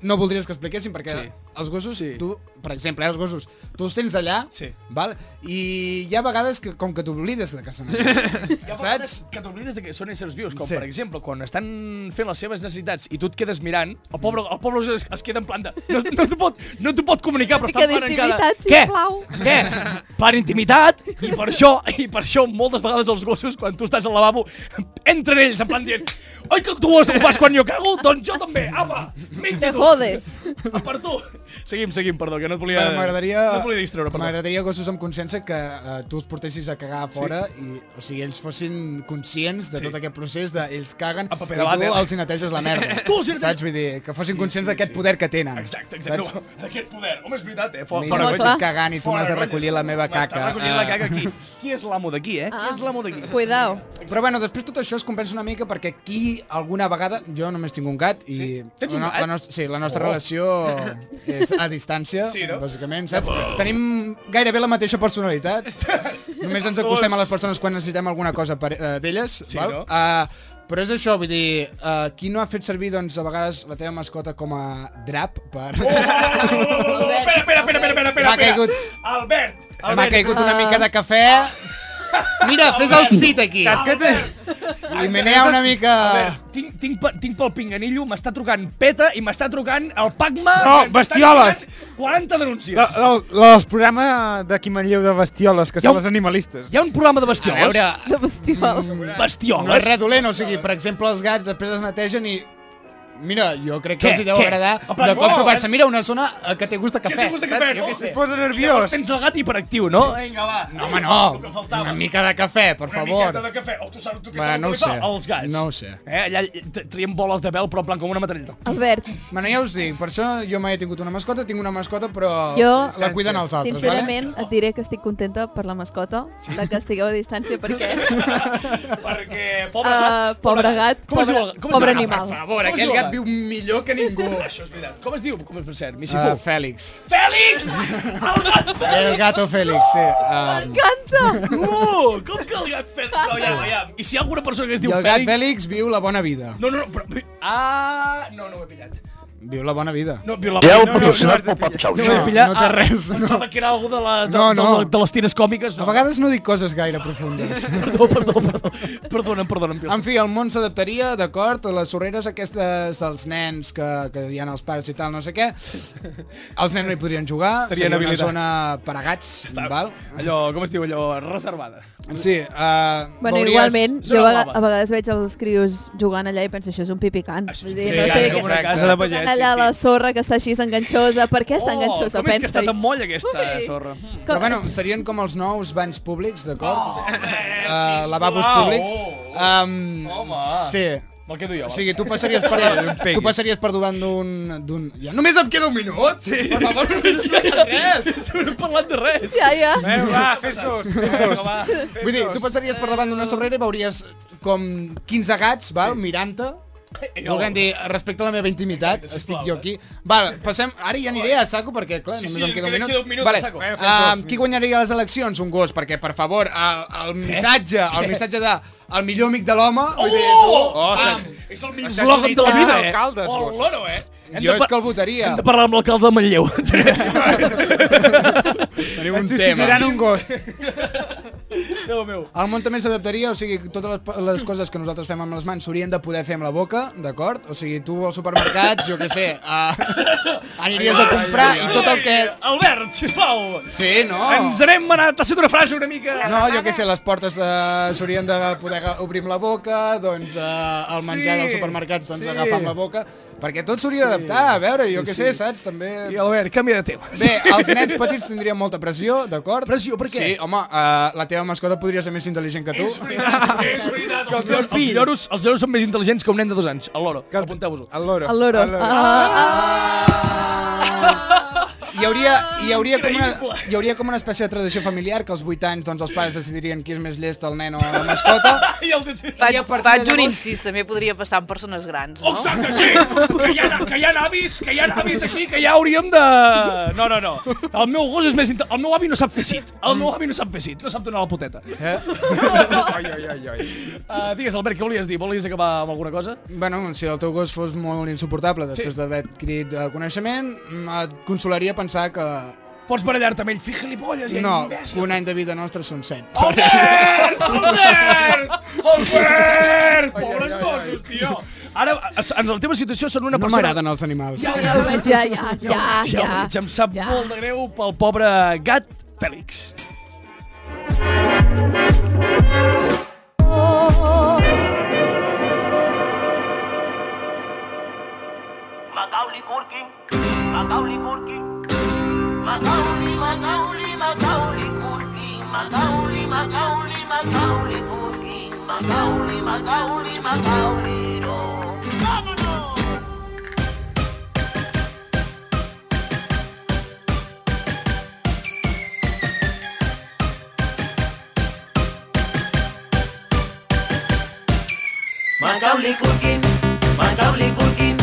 Speaker 4: no voldries que expliquessin perquè
Speaker 1: Sí.
Speaker 4: sí. els gossos,
Speaker 1: Sí.
Speaker 4: sí. tu, per exemple, eh, els gossos, tu els tens allà,
Speaker 1: Sí.
Speaker 4: val? i hi ha vegades que com que t'oblides de
Speaker 1: [laughs]
Speaker 4: que són allà,
Speaker 1: Hi ha vegades
Speaker 4: saps?
Speaker 1: que t'oblides de que són éssers vius, com
Speaker 4: Sí.
Speaker 1: per exemple, quan estan fent les seves necessitats i tu et quedes mirant, el pobre, el pobre es, es queda en plan de... No, no t'ho pot, no t'ho pot comunicar, però
Speaker 5: Una
Speaker 1: està
Speaker 5: mica
Speaker 1: en plan encara...
Speaker 5: d'intimitat, sisplau.
Speaker 1: Què? Per intimitat, i per això, i per això moltes vegades els gossos, quan tu estàs al lavabo, entren ells en plan dient Oi que tu ho fas quan jo cago? Doncs jo també, apa! Menja
Speaker 5: Te
Speaker 1: tu."
Speaker 5: jodes.
Speaker 1: A per tu! Seguim, seguim, perdó, que no et volia...
Speaker 4: Però m'agradaria
Speaker 1: No et volia distreure, perdó.
Speaker 4: m'agradaria gossos amb consciència que eh, tu els portessis a cagar a fora i o sigui, ells fossin conscients de
Speaker 1: Sí.
Speaker 4: tot aquest procés de ells caguen
Speaker 1: A paper
Speaker 4: i
Speaker 1: de
Speaker 4: tu
Speaker 1: vàter.
Speaker 4: els hi neteges la merda.
Speaker 1: [laughs] Tu els hi neteges-
Speaker 4: Saps? Vull dir, que fossin conscients d'aquest poder que tenen.
Speaker 1: Exacte, exacte.
Speaker 4: Saps?
Speaker 1: No, aquest poder. Home, és veritat, eh? Fora,
Speaker 4: Mira,
Speaker 1: fora
Speaker 5: no,
Speaker 1: conya.
Speaker 4: jo
Speaker 5: clar.
Speaker 4: estic cagant i tu m'has de
Speaker 1: Fora,
Speaker 4: recollir
Speaker 1: conya.
Speaker 4: la meva caca.
Speaker 1: M'està recollint la
Speaker 4: Ah.
Speaker 1: caca aquí. Qui és l'amo d'aquí, eh? Qui és l'amo d'aquí? [laughs]
Speaker 5: Cuidao.
Speaker 4: Però bueno, després tot això es compensa una mica perquè qui i alguna vegada, jo només tinc un gat i
Speaker 1: Sí? Tens un
Speaker 4: la,
Speaker 1: gat?
Speaker 4: la, nostra, sí, la nostra
Speaker 1: Oh.
Speaker 4: oh. relació
Speaker 1: [laughs]
Speaker 4: és a distància,
Speaker 1: Sí, no? Oh.
Speaker 4: bàsicament, saps? Tenim gairebé la mateixa
Speaker 1: [laughs]
Speaker 4: personalitat, només ens acostem a les persones quan necessitem alguna cosa per- eh, d'elles,
Speaker 1: Sí,
Speaker 4: val?
Speaker 1: no?
Speaker 4: Uh, però és això, vull dir, uh, qui no ha fet servir, doncs, a vegades la teva mascota com a drap per...
Speaker 1: Oh,
Speaker 4: [laughs]
Speaker 1: Espera, espera, espera, espera, espera.
Speaker 4: M'ha caigut.
Speaker 1: Albert, Albert. Ah.
Speaker 4: M'ha caigut una mica de cafè. Mira, fes el sit aquí. I menea una mica...
Speaker 5: Ah.
Speaker 1: Albert, tinc, tinc, pe- tinc pel pinganillo, m'està trucant PETA i m'està trucant el PACMA.
Speaker 3: No,
Speaker 1: ens estan
Speaker 3: bestioles.
Speaker 1: trucant 40 denúncies.
Speaker 3: La, la, la, el programa d'aquí Manlleu de bestioles, que
Speaker 1: Ja ho-
Speaker 3: són les animalistes.
Speaker 1: Hi ha un programa de
Speaker 4: A
Speaker 1: bestioles?
Speaker 4: veure,
Speaker 5: De bestiol.
Speaker 4: Mm.
Speaker 1: Bestioles?
Speaker 4: no és res dolent, o sigui, per exemple, els gats després es netegen i... Mira, jo crec que
Speaker 1: Què?
Speaker 4: els hi deu
Speaker 1: Què?
Speaker 4: agradar
Speaker 1: En plan,
Speaker 4: de cop
Speaker 1: oh,
Speaker 4: trobar-se.
Speaker 1: eh?
Speaker 4: Mira, una zona eh, que té gust a
Speaker 1: té
Speaker 4: cafè,
Speaker 1: gust a
Speaker 4: saps?
Speaker 1: cafè,
Speaker 4: Jo
Speaker 1: oh,
Speaker 4: què sé.
Speaker 3: Es posa nerviós.
Speaker 1: Tens el gat hiperactiu, no? Vinga, va.
Speaker 4: No, home,
Speaker 1: El que
Speaker 4: no.
Speaker 1: faltava.
Speaker 4: Una mica de cafè, per
Speaker 1: Una
Speaker 4: favor.
Speaker 1: miqueta de cafè. O tu saps tu què
Speaker 4: Va,
Speaker 1: saps
Speaker 4: no ho
Speaker 1: què fa?
Speaker 4: sé.
Speaker 1: Els gats.
Speaker 4: No ho sé.
Speaker 1: Eh, allà t- trien boles de vel, però en plan com una
Speaker 4: [laughs]
Speaker 1: metralleta.
Speaker 5: Albert,
Speaker 4: Bueno, ja us dic, per això jo mai he tingut una mascota, tinc una mascota, però
Speaker 5: Jo,
Speaker 4: la cuiden els altres,
Speaker 5: sincerament, et diré que estic contenta per la mascota, sí? de que estigueu a [laughs] distància, perquè...
Speaker 1: Perquè, pobre
Speaker 5: Uh,
Speaker 1: gat.
Speaker 5: pobre gat,
Speaker 1: Com es
Speaker 5: pobre,
Speaker 1: diu el- com es
Speaker 5: pobre
Speaker 1: diu el gat?
Speaker 5: animal.
Speaker 4: vale? Per favor,
Speaker 1: Com es diu
Speaker 4: aquell
Speaker 1: el
Speaker 4: gat
Speaker 1: gat?
Speaker 4: viu millor que [laughs] ningú.
Speaker 1: Això és veritat. Com es diu? Com es per cert? Missy
Speaker 4: Uh,
Speaker 1: Fu.
Speaker 4: Fèlix.
Speaker 5: [laughs]
Speaker 1: Fèlix! El gat
Speaker 4: El
Speaker 1: Fèlix!
Speaker 4: gato Félix, sí. Um,
Speaker 5: Canta!
Speaker 1: Uh, com que el
Speaker 5: [laughs]
Speaker 1: gat Fèlix? No, ja, ja. I si hi ha alguna persona que es
Speaker 4: I
Speaker 1: diu
Speaker 4: el gat Félix viu la bona vida.
Speaker 1: No, no, no, però... Ah, no, no ho he pillat.
Speaker 4: Viu la bona vida.
Speaker 1: No, viola... Ja heu patrocinat pel Pap Xau. No, no,
Speaker 4: No,
Speaker 1: pillat.
Speaker 4: no té res,
Speaker 1: Ah,
Speaker 4: no.
Speaker 1: pensava que era algú de, la, de,
Speaker 4: No, no.
Speaker 1: de, de, les tines còmiques. No.
Speaker 4: A vegades no dic coses gaire
Speaker 1: [laughs]
Speaker 4: profundes.
Speaker 1: Perdó, perdó, perdó. Perdona'm, perdona'm. Pil.
Speaker 4: En fi, el món s'adaptaria, d'acord, a les sorreres aquestes dels nens que, que hi ha els pares i tal, no sé
Speaker 1: [laughs]
Speaker 4: què. Els nens no hi podrien jugar,
Speaker 1: Serien
Speaker 4: seria una
Speaker 1: habilitats.
Speaker 4: zona per a gats, val?
Speaker 1: Allò, com es diu allò, reservada.
Speaker 4: Sí, uh,
Speaker 5: Bueno, igualment,
Speaker 1: Zona
Speaker 5: jo a,
Speaker 1: blava.
Speaker 5: a vegades veig els crios jugant allà i penso, això és un pipicant. Vull dir, no
Speaker 4: sí,
Speaker 5: sé,
Speaker 4: ja,
Speaker 5: què
Speaker 1: com una
Speaker 4: exacte.
Speaker 1: casa de pagès.
Speaker 5: Tocant allà la sorra que està així enganxosa. Per què està enganxosa?
Speaker 1: Oh, com és que
Speaker 5: Pensa.
Speaker 1: està tan moll aquesta
Speaker 5: Ui.
Speaker 1: sorra. Mm.
Speaker 4: Però bueno, serien com els nous banys públics,
Speaker 1: Oh,
Speaker 4: d'acord?
Speaker 1: eh,
Speaker 4: Eh, lavabos
Speaker 1: sisplau.
Speaker 4: públics. Um,
Speaker 1: Home.
Speaker 4: Sí.
Speaker 1: Me'l quedo jo.
Speaker 4: O
Speaker 1: va.
Speaker 4: sigui, tu passaries
Speaker 1: [laughs]
Speaker 4: per,
Speaker 1: pegui.
Speaker 4: tu passaries per davant d'un... d'un- Ja, només em queda un minut? Sí. Per favor, no sé si
Speaker 1: [laughs]
Speaker 4: res.
Speaker 1: No hem parlat de res.
Speaker 5: Ja, ja.
Speaker 3: Eh, va, fes dos, fes dos.
Speaker 1: Vinga, va.
Speaker 4: Vull dir, tu passaries per davant
Speaker 1: Eh,
Speaker 4: d'una sorrera i veuries com 15 gats, val, sí. mirant-te,
Speaker 1: Eh, jo.
Speaker 4: volguem dir, respecte a la meva intimitat,
Speaker 1: Exacte,
Speaker 4: estic
Speaker 1: sisplau,
Speaker 4: jo
Speaker 1: eh?
Speaker 4: aquí. Val, passem, ara ja aniré a saco perquè, clar,
Speaker 1: Sí, sí,
Speaker 4: només em queda un
Speaker 1: queda-
Speaker 4: minut.
Speaker 1: queda un minut
Speaker 4: vale.
Speaker 1: a saco.
Speaker 3: Eh, fem
Speaker 4: ah,
Speaker 3: dos,
Speaker 4: qui guanyaria les eleccions? Un gos, perquè, per favor, el,
Speaker 1: Eh?
Speaker 4: el missatge, el missatge de el millor amic de l'home,
Speaker 1: Oh!
Speaker 4: vull dir,
Speaker 1: Ah,
Speaker 4: am,
Speaker 1: és el millor eslògan de la vida, eh?
Speaker 3: Alcaldes,
Speaker 1: Oh,
Speaker 3: vos.
Speaker 1: l'oro, eh? Hem
Speaker 4: jo
Speaker 1: de
Speaker 4: és
Speaker 1: par-
Speaker 4: que el votaria.
Speaker 1: Hem de parlar amb l'alcalde de
Speaker 4: [laughs]
Speaker 1: Manlleu.
Speaker 4: Tenim un
Speaker 3: Suicidaran un gos.
Speaker 1: Déu meu.
Speaker 4: El món també s'adaptaria, o sigui, totes les, les coses que nosaltres fem amb les mans s'haurien de poder fer amb la boca, d'acord? O sigui, tu als supermercats, jo què sé, uh, aniries a comprar i tot el que...
Speaker 1: Albert, sisplau!
Speaker 4: Sí, no?
Speaker 1: Ens n'hem anat, ha set una frase una mica...
Speaker 4: No, jo què sé, les portes eh, s'haurien de poder aga- obrir amb la boca, doncs eh, el menjar
Speaker 1: Sí,
Speaker 4: dels supermercats doncs
Speaker 1: sí.
Speaker 4: agafar amb la boca, perquè tot s'hauria d'adaptar, a veure, jo què sé, saps? També...
Speaker 1: I Albert, canvia de tema.
Speaker 4: Bé, els nens petits tindrien molta pressió, d'acord?
Speaker 1: Pressió, per què?
Speaker 4: Sí, home, eh, la teva mascota podria ser més intel·ligent que tu.
Speaker 1: És veritat, és veritat. Els lloros, els, lloros, els lloros són més intel·ligents que un nen de dos anys. A l'oro, apunteu-vos-ho.
Speaker 3: El loro.
Speaker 5: El loro.
Speaker 3: El
Speaker 5: Ah, ah,
Speaker 4: Hi hauria,
Speaker 1: Ah,
Speaker 4: hi, hauria com una, hi hauria com una espècie de tradició familiar que als 8 anys doncs, els pares decidirien qui és més llest, el nen o la mascota.
Speaker 1: [laughs] I el de...
Speaker 7: Faig,
Speaker 4: a partir
Speaker 7: faig
Speaker 4: de
Speaker 7: un
Speaker 4: llavors-
Speaker 7: incís, també podria passar amb persones grans, no?
Speaker 1: Exacte, sí! Que hi, ha, que hi ha avis, que hi ha avis aquí, que ja hauríem de... No, no, no. El meu gos és més... inte- El meu avi no sap fer sit. El meu avi no sap fer sit. No sap donar la poteta.
Speaker 4: Mm. Eh?
Speaker 3: Ai, ai, ai, ai.
Speaker 1: Uh, digues, Albert, què volies dir? Volies acabar amb alguna cosa?
Speaker 4: Bueno, si el teu gos fos molt insuportable després d'haver adquirit eh, coneixement, mm, et consolaria pensar que...
Speaker 1: Pots barallar-te amb ell, fica-li polles, i
Speaker 4: No,
Speaker 1: imbècil. Ah,
Speaker 4: un any de vida nostra són 7.
Speaker 1: Albert! Albert! Albert! Pobres gossos, tio! Ara, en la teva situació, són una
Speaker 4: No
Speaker 1: persona...
Speaker 4: m'agraden els animals.
Speaker 5: ah. Ja ho veig, ja,
Speaker 1: Ja,
Speaker 5: ja, ja,
Speaker 1: ja,
Speaker 5: ja.
Speaker 1: ja, em sap
Speaker 5: ja.
Speaker 1: molt de greu pel pobre gat Fèlix.
Speaker 9: [laughs] Macaulay Culkin, Macaulay Culkin, Macaulay, Macaulay, Macaulay Culkin, Macaulay, Macaulay, Macaulay Culkin, Macaulay, Macaulay, Macaulay, no. ¡Vámonos!
Speaker 1: Macaulay,
Speaker 9: Macaulay Culkin, Macaulay Culkin,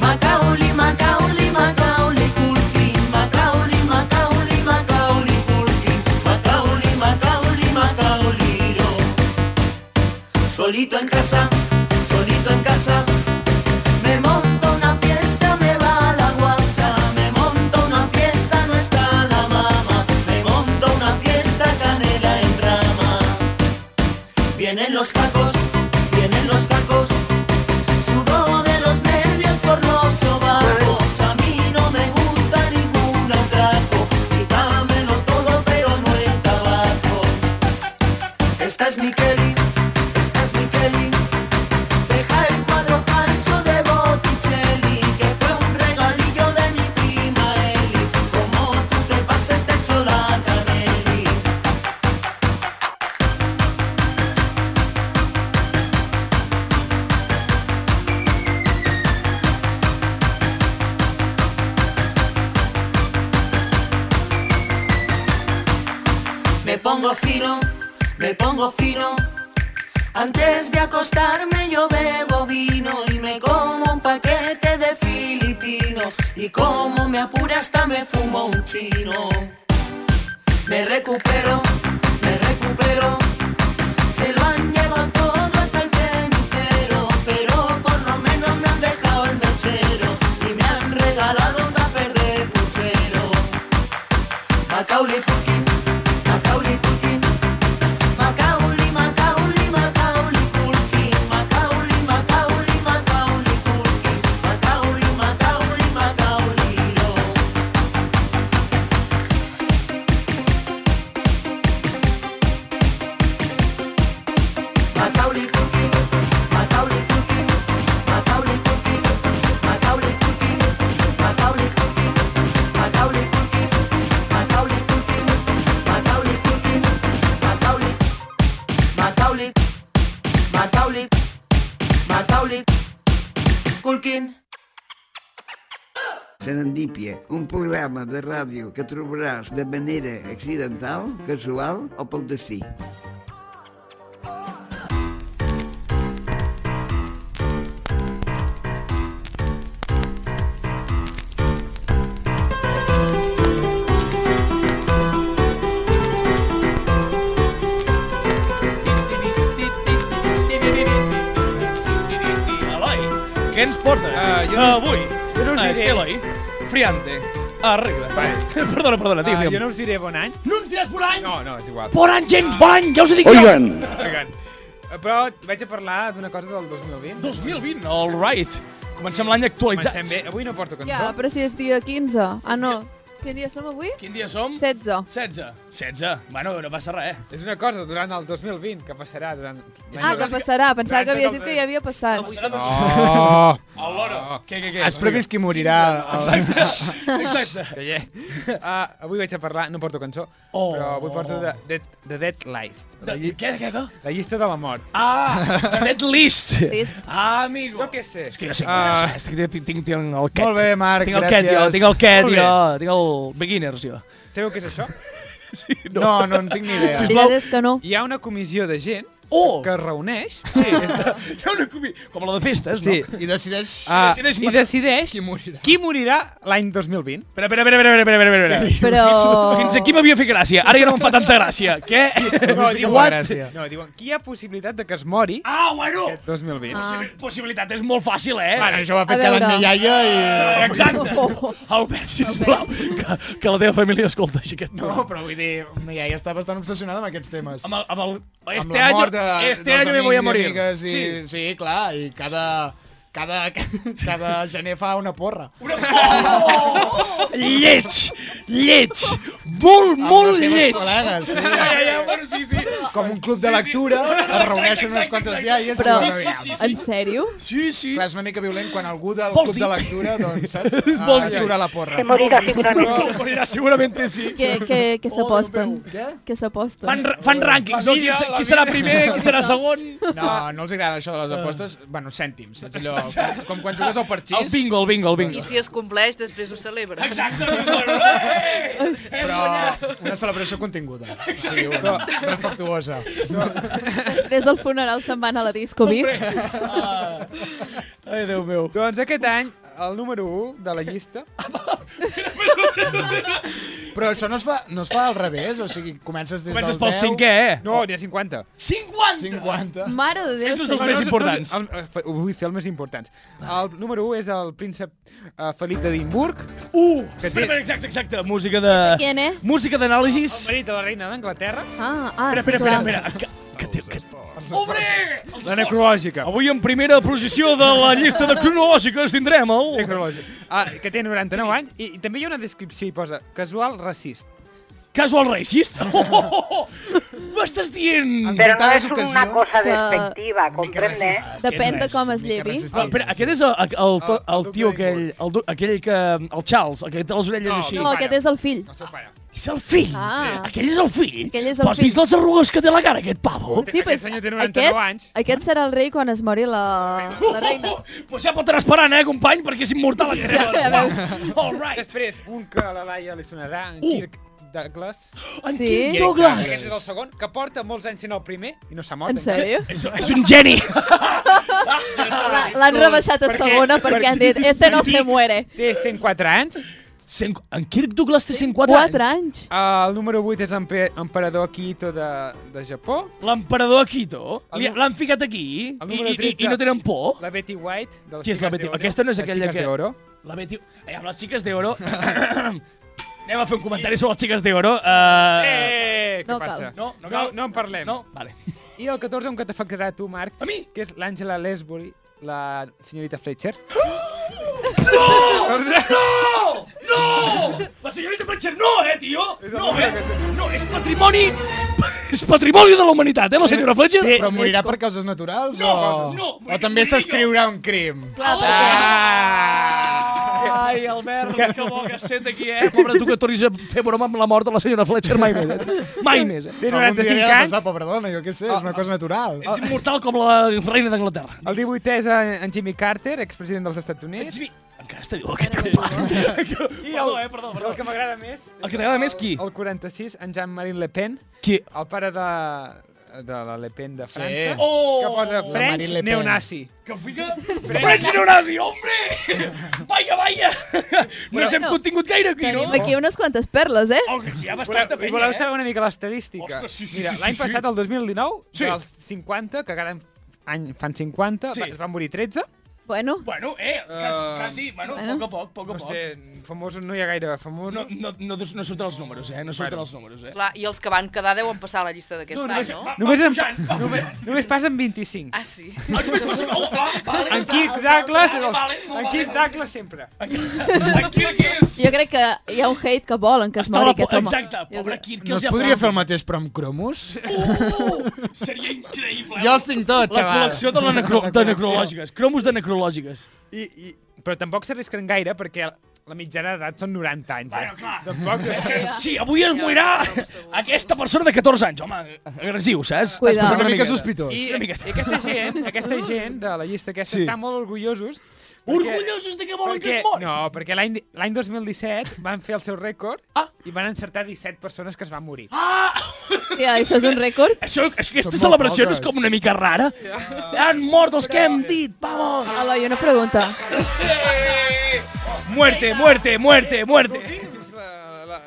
Speaker 9: Macaulay, Macaulay, Macaulay Culkin, Macaulay, Macaulay, Macaulay Culkin, Macaulay, Macaulay, Macaulay, no. Solito en casa, solito en casa, me monto una fiesta, me va la guasa, me monto una fiesta, no está la mama, me monto una fiesta, canela en rama. Vienen los tacos, vienen los tacos, sudo de los nervios por los sobacos. A mí no me gusta ningún atraco, quítamelo todo pero no el tabaco. Esta es mi Kelly, esta es mi Kelly, deja el cuadro falso de Botticelli, que fue un regalillo de mi prima Eli. Como tú te pases te echo la caneli. Me pongo fino, me pongo fino. Antes de acostarme yo bebo vino y me como un paquete de filipinos. Y como me apura hasta me fumo un chino. Me recupero, me recupero. Se lo han llevado todo hasta el cenicero, pero por lo menos me han dejado el mechero y me han regalado un tupper de puchero. Macaulay Culkin, Macaulay Culkin, Macaulay, Macaulay, Macaulay Culkin, Macaulay, Macaulay, Macaulay Culkin, Macaulay, Macaulay, Macaulay, no. Macaulay Culkin, Macaulay Culkin, Macaulay Culkin, Macaulay Culkin, Macaulay Culkin, Macaulay Culkin, Macaulay Culkin, Macaulay Culkin, Macaulay, Macaulay, Macaulay, Macaulay Culkin.
Speaker 2: Serendípia, un programa de ràdio que trobaràs de manera accidental, casual o pel destí.
Speaker 1: Eloi, què ens portes
Speaker 3: Ah, jo no-
Speaker 1: avui?
Speaker 10: jo no us
Speaker 1: ah, és
Speaker 10: diré.
Speaker 1: que Eloi,
Speaker 3: Friante.
Speaker 1: arregla.
Speaker 3: Vale.
Speaker 1: [laughs] Perdona, perdona, tio.
Speaker 3: Ah,
Speaker 1: Uh,
Speaker 3: jo no us diré bon any.
Speaker 1: no ens diràs por any?
Speaker 3: No, no, és igual.
Speaker 10: Bon any, James, bon any, ja us ho dic
Speaker 11: Oigan,
Speaker 3: Vinga. Però vaig a parlar d'una cosa del 2020.
Speaker 1: 2020, all right. Comencem l'any actualitzats.
Speaker 3: Comencem bé. Avui no porto cançó.
Speaker 5: Ja, però si és dia 15. Ah, no. Quin dia som avui?
Speaker 1: Quin dia som?
Speaker 5: 16.
Speaker 1: 16. 16. Bueno, no passa res.
Speaker 3: És una cosa durant el 2020 que passarà durant...
Speaker 5: Ah, que passarà. Pensava que havies
Speaker 3: Durant tot el
Speaker 5: dit que hi havia passat.
Speaker 3: Oh!
Speaker 1: El loro. Què, què, què?
Speaker 4: Has previst qui morirà. El...
Speaker 1: Exacte.
Speaker 3: Que ja. [laughs] Ah, avui vaig a parlar, no porto cançó,
Speaker 1: Oh.
Speaker 3: però avui porto de, de, de Dead List. La, lli
Speaker 1: Què, què, què?
Speaker 3: la llista de la mort.
Speaker 1: Ah, Dead List.
Speaker 5: List.
Speaker 1: Ah, amigo.
Speaker 3: Jo què sé.
Speaker 1: És que jo sé
Speaker 3: Ah.
Speaker 1: uh, és. que Tinc, tinc, tinc el cat.
Speaker 4: Molt bé, Marc,
Speaker 1: tinc el cat, jo.
Speaker 4: gràcies.
Speaker 1: Tinc el cat,
Speaker 3: Molt bé.
Speaker 1: jo. Tinc el beginners, jo.
Speaker 3: Sabeu què és això?
Speaker 4: No, no en tinc ni
Speaker 5: La
Speaker 4: idea.
Speaker 5: veritat és que no.
Speaker 3: Hi ha una comissió de gent
Speaker 1: Oh!
Speaker 3: que es reuneix
Speaker 4: [laughs]
Speaker 1: Sí. [laughs] Hi ha una comi... Com la de festes,
Speaker 3: Sí.
Speaker 1: no?
Speaker 4: I decideix...
Speaker 3: ah,
Speaker 1: decideix
Speaker 3: i
Speaker 1: matar-
Speaker 3: decideix
Speaker 4: Qui morirà.
Speaker 3: qui morirà l'any
Speaker 4: [laughs]
Speaker 3: 2020.
Speaker 1: Espera, espera, espera, espera, espera, espera, espera.
Speaker 5: Però...
Speaker 1: Fins aquí m'havia fet gràcia. Ara ja no em fa tanta gràcia. Què?
Speaker 4: [laughs] No, diu
Speaker 3: diuen-
Speaker 4: gràcia.
Speaker 3: no, diuen que hi ha possibilitat de que es mori
Speaker 1: Ah, bueno.
Speaker 3: aquest 2020.
Speaker 5: Ah.
Speaker 1: Possibilitat és molt fàcil, eh?
Speaker 4: Bueno, això ho ha
Speaker 5: A
Speaker 4: fet
Speaker 5: veure.
Speaker 4: calant la iaia i... [laughs]
Speaker 1: Exacte.
Speaker 5: Oh.
Speaker 1: Albert, sisplau, que, que la teva família escolta així aquest
Speaker 4: eh, No, però vull dir, ma iaia està bastant obsessionada amb aquests temes.
Speaker 1: Amb el, amb el,
Speaker 4: Amb
Speaker 1: este
Speaker 4: la
Speaker 1: año,
Speaker 4: mort de,
Speaker 1: este
Speaker 4: dels
Speaker 1: año me
Speaker 4: amics
Speaker 1: voy a
Speaker 4: i
Speaker 1: morir.
Speaker 4: amigues
Speaker 1: Sí.
Speaker 4: I, sí. sí, clar, i cada, cada, [laughs] cada gener fa una porra.
Speaker 1: Una... Oh! Lleig, lleig, molt,
Speaker 4: Amb
Speaker 1: molt
Speaker 4: les seves
Speaker 1: lleig. [laughs]
Speaker 4: col·legues, sí.
Speaker 1: Ja, ja, ja, bueno, sí, sí.
Speaker 4: Com un club de lectura, es reuneixen unes quantes iaies i
Speaker 5: Però-
Speaker 4: diuen,
Speaker 1: Sí, sí,
Speaker 5: En sèrio?
Speaker 1: Sí, sí.
Speaker 4: Clar, és una mica violent quan algú del
Speaker 1: Vols
Speaker 4: club
Speaker 1: dir?
Speaker 4: de lectura, doncs, saps?
Speaker 1: [laughs] vols
Speaker 4: Uh,
Speaker 1: dir?
Speaker 4: surt a la porra.
Speaker 6: Te morirás seguramente.
Speaker 1: [laughs] Però morirà segurament sí.
Speaker 5: Què, què, què s'aposten?
Speaker 4: Què?
Speaker 5: Què s'aposten?
Speaker 1: Fan, fan rànquings, no? Qui, se- qui serà primer, qui serà segon? [laughs]
Speaker 4: No, no els agrada això de les apostes. Bueno, cèntims, saps allò? Com, com quan jugues al parxís.
Speaker 1: El bingo, el bingo, el
Speaker 7: I
Speaker 1: bingo.
Speaker 7: si es compleix, després ho celebra.
Speaker 1: [laughs] Exacte, doncs, eh, eh, eh, [laughs]
Speaker 4: Però una celebració continguda. Sí, una, respectuosa. passar.
Speaker 5: Des del funeral se'n van a la disco VIP.
Speaker 1: Ah. Ai, Déu [laughs] meu.
Speaker 3: Doncs aquest any, el número 1 de la llista...
Speaker 4: Però això no es, fa, no es fa al revés, o sigui, comences des
Speaker 1: Comences
Speaker 4: del
Speaker 1: pel
Speaker 4: 10...
Speaker 1: cinquè, eh?
Speaker 3: No, n'hi ha 50.
Speaker 1: 50!
Speaker 4: 50.
Speaker 5: Mare de Déu,
Speaker 1: És un dels
Speaker 5: senyor.
Speaker 1: més importants.
Speaker 3: El, eh, el, el, vull fer els més importants. El número 1 és el príncep uh, Felip d'Edimburg,
Speaker 1: Uh!
Speaker 3: Que té-
Speaker 1: Espera, exacte, exacte. Música de...
Speaker 5: Quién, eh?
Speaker 1: Música
Speaker 3: el
Speaker 1: d'anàlisis.
Speaker 3: marit de la reina d'Anglaterra,
Speaker 5: Ah, ah,
Speaker 1: Espera,
Speaker 5: sí,
Speaker 1: espera,
Speaker 5: clar.
Speaker 1: espera. espera. Que, que té... Que... Obre!
Speaker 3: la necrològica.
Speaker 1: Avui en primera posició de la llista de cronològiques tindrem el...
Speaker 3: necrològica. Ah, que té 99 anys i, i també hi ha una descripció i posa casual racista.
Speaker 1: Casual racist.
Speaker 5: Ah.
Speaker 1: Oh, oh, oh, oh. M'estàs dient...
Speaker 6: Pero no
Speaker 4: Contadas
Speaker 6: es una
Speaker 4: ocasiones.
Speaker 6: cosa
Speaker 5: O sea,
Speaker 6: despectiva, comprende. eh?
Speaker 5: Depèn de com es
Speaker 4: Mica
Speaker 5: llevi.
Speaker 4: racista.
Speaker 1: Ah, espera, aquest és el, el, el, to-
Speaker 5: Ah,
Speaker 3: El- el
Speaker 1: el
Speaker 3: duc
Speaker 1: tio
Speaker 3: d'Edimburg.
Speaker 1: aquell, el, du- aquell que... El Charles, el que té les orelles
Speaker 3: No,
Speaker 1: així.
Speaker 5: No, aquest és el fill.
Speaker 3: El seu pare.
Speaker 1: És el fill.
Speaker 5: Ah.
Speaker 1: Aquell és el fill.
Speaker 5: Aquell és el
Speaker 1: Però has
Speaker 5: fill.
Speaker 1: vist les arrugues que té la cara, aquest pavo?
Speaker 5: Sí,
Speaker 3: Aquest
Speaker 5: pues,
Speaker 3: senyor té 99
Speaker 5: aquest,
Speaker 3: anys.
Speaker 5: aquest serà el rei quan es mori la, la reina.
Speaker 1: Oh, oh, oh. Pues ja pot anar esperant, eh, company, perquè és immortal aquest
Speaker 5: Ja, ja
Speaker 1: home.
Speaker 5: veus.
Speaker 1: All right.
Speaker 3: Després, un que a la Laia li sonarà, en
Speaker 1: Uh.
Speaker 3: Kirk Douglas.
Speaker 1: En
Speaker 5: Sí?
Speaker 1: Kirk
Speaker 3: Aquest
Speaker 1: Douglas.
Speaker 3: és el segon, que porta molts anys sent el primer i no s'ha mort.
Speaker 5: En
Speaker 3: encara.
Speaker 5: sèrio?
Speaker 1: És, és un geni.
Speaker 5: L'han rebaixat a segona perquè han dit este no se muere.
Speaker 3: Té 104 anys.
Speaker 1: Cent, en Kirk Douglas té 104
Speaker 5: 4
Speaker 1: anys.
Speaker 5: anys.
Speaker 3: Ah, El número 8 és l'empe- emperador Akihito de, de Japó.
Speaker 1: L'emperador Akito.
Speaker 3: El
Speaker 1: li-
Speaker 3: nu-
Speaker 1: L'han ficat aquí
Speaker 3: El
Speaker 1: i,
Speaker 3: número
Speaker 1: i, i,
Speaker 3: 13.
Speaker 1: i no tenen por.
Speaker 3: La Betty White. De les
Speaker 1: Qui és la
Speaker 3: Chicas
Speaker 1: Betty?
Speaker 3: de Oro.
Speaker 1: Aquesta no és
Speaker 3: Les
Speaker 1: aquella
Speaker 3: Chicas
Speaker 1: que-
Speaker 3: de Oro.
Speaker 1: La Betty... Eh, amb les xiques d'oro...
Speaker 3: [laughs]
Speaker 1: Anem a fer un comentari sobre les xiques d'oro. Uh...
Speaker 3: Eh, què
Speaker 5: No cal.
Speaker 3: passa?
Speaker 1: No, no
Speaker 3: no,
Speaker 1: cal.
Speaker 3: no en parlem.
Speaker 1: No? Vale.
Speaker 3: I el 14, un que t'afectarà a tu, Marc,
Speaker 1: A mi?
Speaker 3: que és l'Àngela Lesbury, la senyorita
Speaker 1: [laughs]
Speaker 3: Fletcher.
Speaker 1: No! Oh! No! No! La senyorita Fletcher no, eh, tio? No, eh? No, és patrimoni... És patrimoni de la humanitat, eh, la senyora Fletcher?
Speaker 4: Però morirà per causes naturals
Speaker 1: No,
Speaker 4: o...
Speaker 1: no,
Speaker 4: o també
Speaker 1: morirà.
Speaker 4: s'escriurà un crim?
Speaker 5: Clar,
Speaker 1: Oh! Ah, Ai, Albert, doncs que bo que has set aquí, eh? Pobre tu que tornis a fer broma amb la mort de la senyora Fletcher mai més, eh? Mai [laughs] més, eh?
Speaker 3: Té
Speaker 4: Algun dia
Speaker 3: 95
Speaker 4: li ha de
Speaker 3: anys.
Speaker 4: passar, pobra dona, jo què sé, és una cosa natural.
Speaker 1: Ah, És immortal com la reina d'Anglaterra.
Speaker 3: El 18 és eh, en Jimmy Carter, expresident dels Estats Units.
Speaker 1: Jimmy, Encara està viu aquest company. [laughs] Perdó, eh? Perdó,
Speaker 3: El
Speaker 1: perdó.
Speaker 3: que m'agrada més...
Speaker 1: El que t'agrada més, qui?
Speaker 3: El 46, en Jean-Marie Le Pen,
Speaker 1: Qui?
Speaker 3: el pare de, de la Le Pen de
Speaker 4: Sí.
Speaker 3: França,
Speaker 1: Oh!
Speaker 3: que posa
Speaker 4: Jean-Marie
Speaker 3: French
Speaker 4: Le Pen.
Speaker 3: neonazi.
Speaker 1: Que fica... Frens Neurasi, hombre! Vaya, vaya! No ens hem
Speaker 5: Bueno,
Speaker 1: contingut gaire aquí, no?
Speaker 5: Tenim aquí unes quantes perles, eh?
Speaker 1: Oh, que sí, hi ha
Speaker 3: Voleu,
Speaker 1: bastanta penya,
Speaker 3: voleu
Speaker 1: eh?
Speaker 3: saber una mica l'estadística?
Speaker 1: Ostres, sí, sí,
Speaker 3: Mira,
Speaker 1: sí, sí,
Speaker 3: l'any
Speaker 1: sí.
Speaker 3: passat, el 2019,
Speaker 1: Sí.
Speaker 3: dels 50, que cada any fan 50,
Speaker 1: Sí.
Speaker 3: va- es van morir 13.
Speaker 5: Bueno,
Speaker 1: Bueno, eh, quasi,
Speaker 3: Eh,
Speaker 1: quasi bueno,
Speaker 5: bueno.
Speaker 1: poc a poc, poc a
Speaker 3: No
Speaker 1: poc.
Speaker 3: sé, famosos no hi ha gaire famosos.
Speaker 1: No, no, no, no surten els números, eh? No surten els números, eh?
Speaker 7: Clar, i els que van quedar deuen passar a la llista d'aquest
Speaker 3: No,
Speaker 7: any,
Speaker 3: només,
Speaker 7: no?
Speaker 3: només, en,
Speaker 1: pujant, va
Speaker 3: només,
Speaker 1: [laughs]
Speaker 3: només passen 25.
Speaker 7: Ah, sí.
Speaker 1: Ah, només passa- oh, ah, vale.
Speaker 3: En Kirk Douglas,
Speaker 1: Vale,
Speaker 3: és el,
Speaker 1: vale, no,
Speaker 3: en
Speaker 1: vale.
Speaker 3: Kirk Douglas sempre.
Speaker 1: En Kirk és...
Speaker 5: jo crec que hi ha un hate que volen que es
Speaker 1: Està a
Speaker 5: mori
Speaker 1: la
Speaker 5: aquest
Speaker 1: po-
Speaker 5: home.
Speaker 1: Exacte,
Speaker 5: Jo
Speaker 1: pobre
Speaker 5: crec-
Speaker 1: Kirk.
Speaker 4: No
Speaker 1: els
Speaker 4: es
Speaker 1: hi ha
Speaker 4: podria fer el
Speaker 1: faltat?
Speaker 4: mateix però amb cromos?
Speaker 1: Uh, seria increïble.
Speaker 4: Jo els tinc tots,
Speaker 1: La
Speaker 4: xaval.
Speaker 1: col·lecció de, la necro de necrològiques, cromos de necrològiques.
Speaker 3: I, i, però tampoc s'arrisquen gaire perquè la mitjana d'edat són 90 anys. Eh?
Speaker 1: Bueno, clar.
Speaker 3: Tampoc...
Speaker 1: Sí, avui es morirà aquesta persona de 14 anys, home, agressiu, saps?
Speaker 4: És
Speaker 5: Cuidao.
Speaker 4: una mica
Speaker 3: miqueta.
Speaker 4: sospitós.
Speaker 3: I,
Speaker 1: Una
Speaker 3: i
Speaker 1: miqueta. [laughs]
Speaker 3: aquesta gent, aquesta gent de la llista aquesta
Speaker 1: Sí.
Speaker 3: sí. està molt orgullosos.
Speaker 1: Orgullosos de que volen que
Speaker 3: perquè,
Speaker 1: es mori.
Speaker 3: no, perquè l'any l'any 2017 van fer el seu rècord
Speaker 1: Ah.
Speaker 3: i van encertar 17 persones que es van morir.
Speaker 1: Ah!
Speaker 5: Hòstia, això és un rècord.
Speaker 1: Això, és que aquesta
Speaker 4: molt
Speaker 1: celebració no és
Speaker 4: poques.
Speaker 1: com una mica rara. Han mort els que hem dit, vamos!
Speaker 5: Eloi, una pregunta.
Speaker 1: Eh! Muerte, muerte, muerte, muerte.
Speaker 3: Últims, la, la,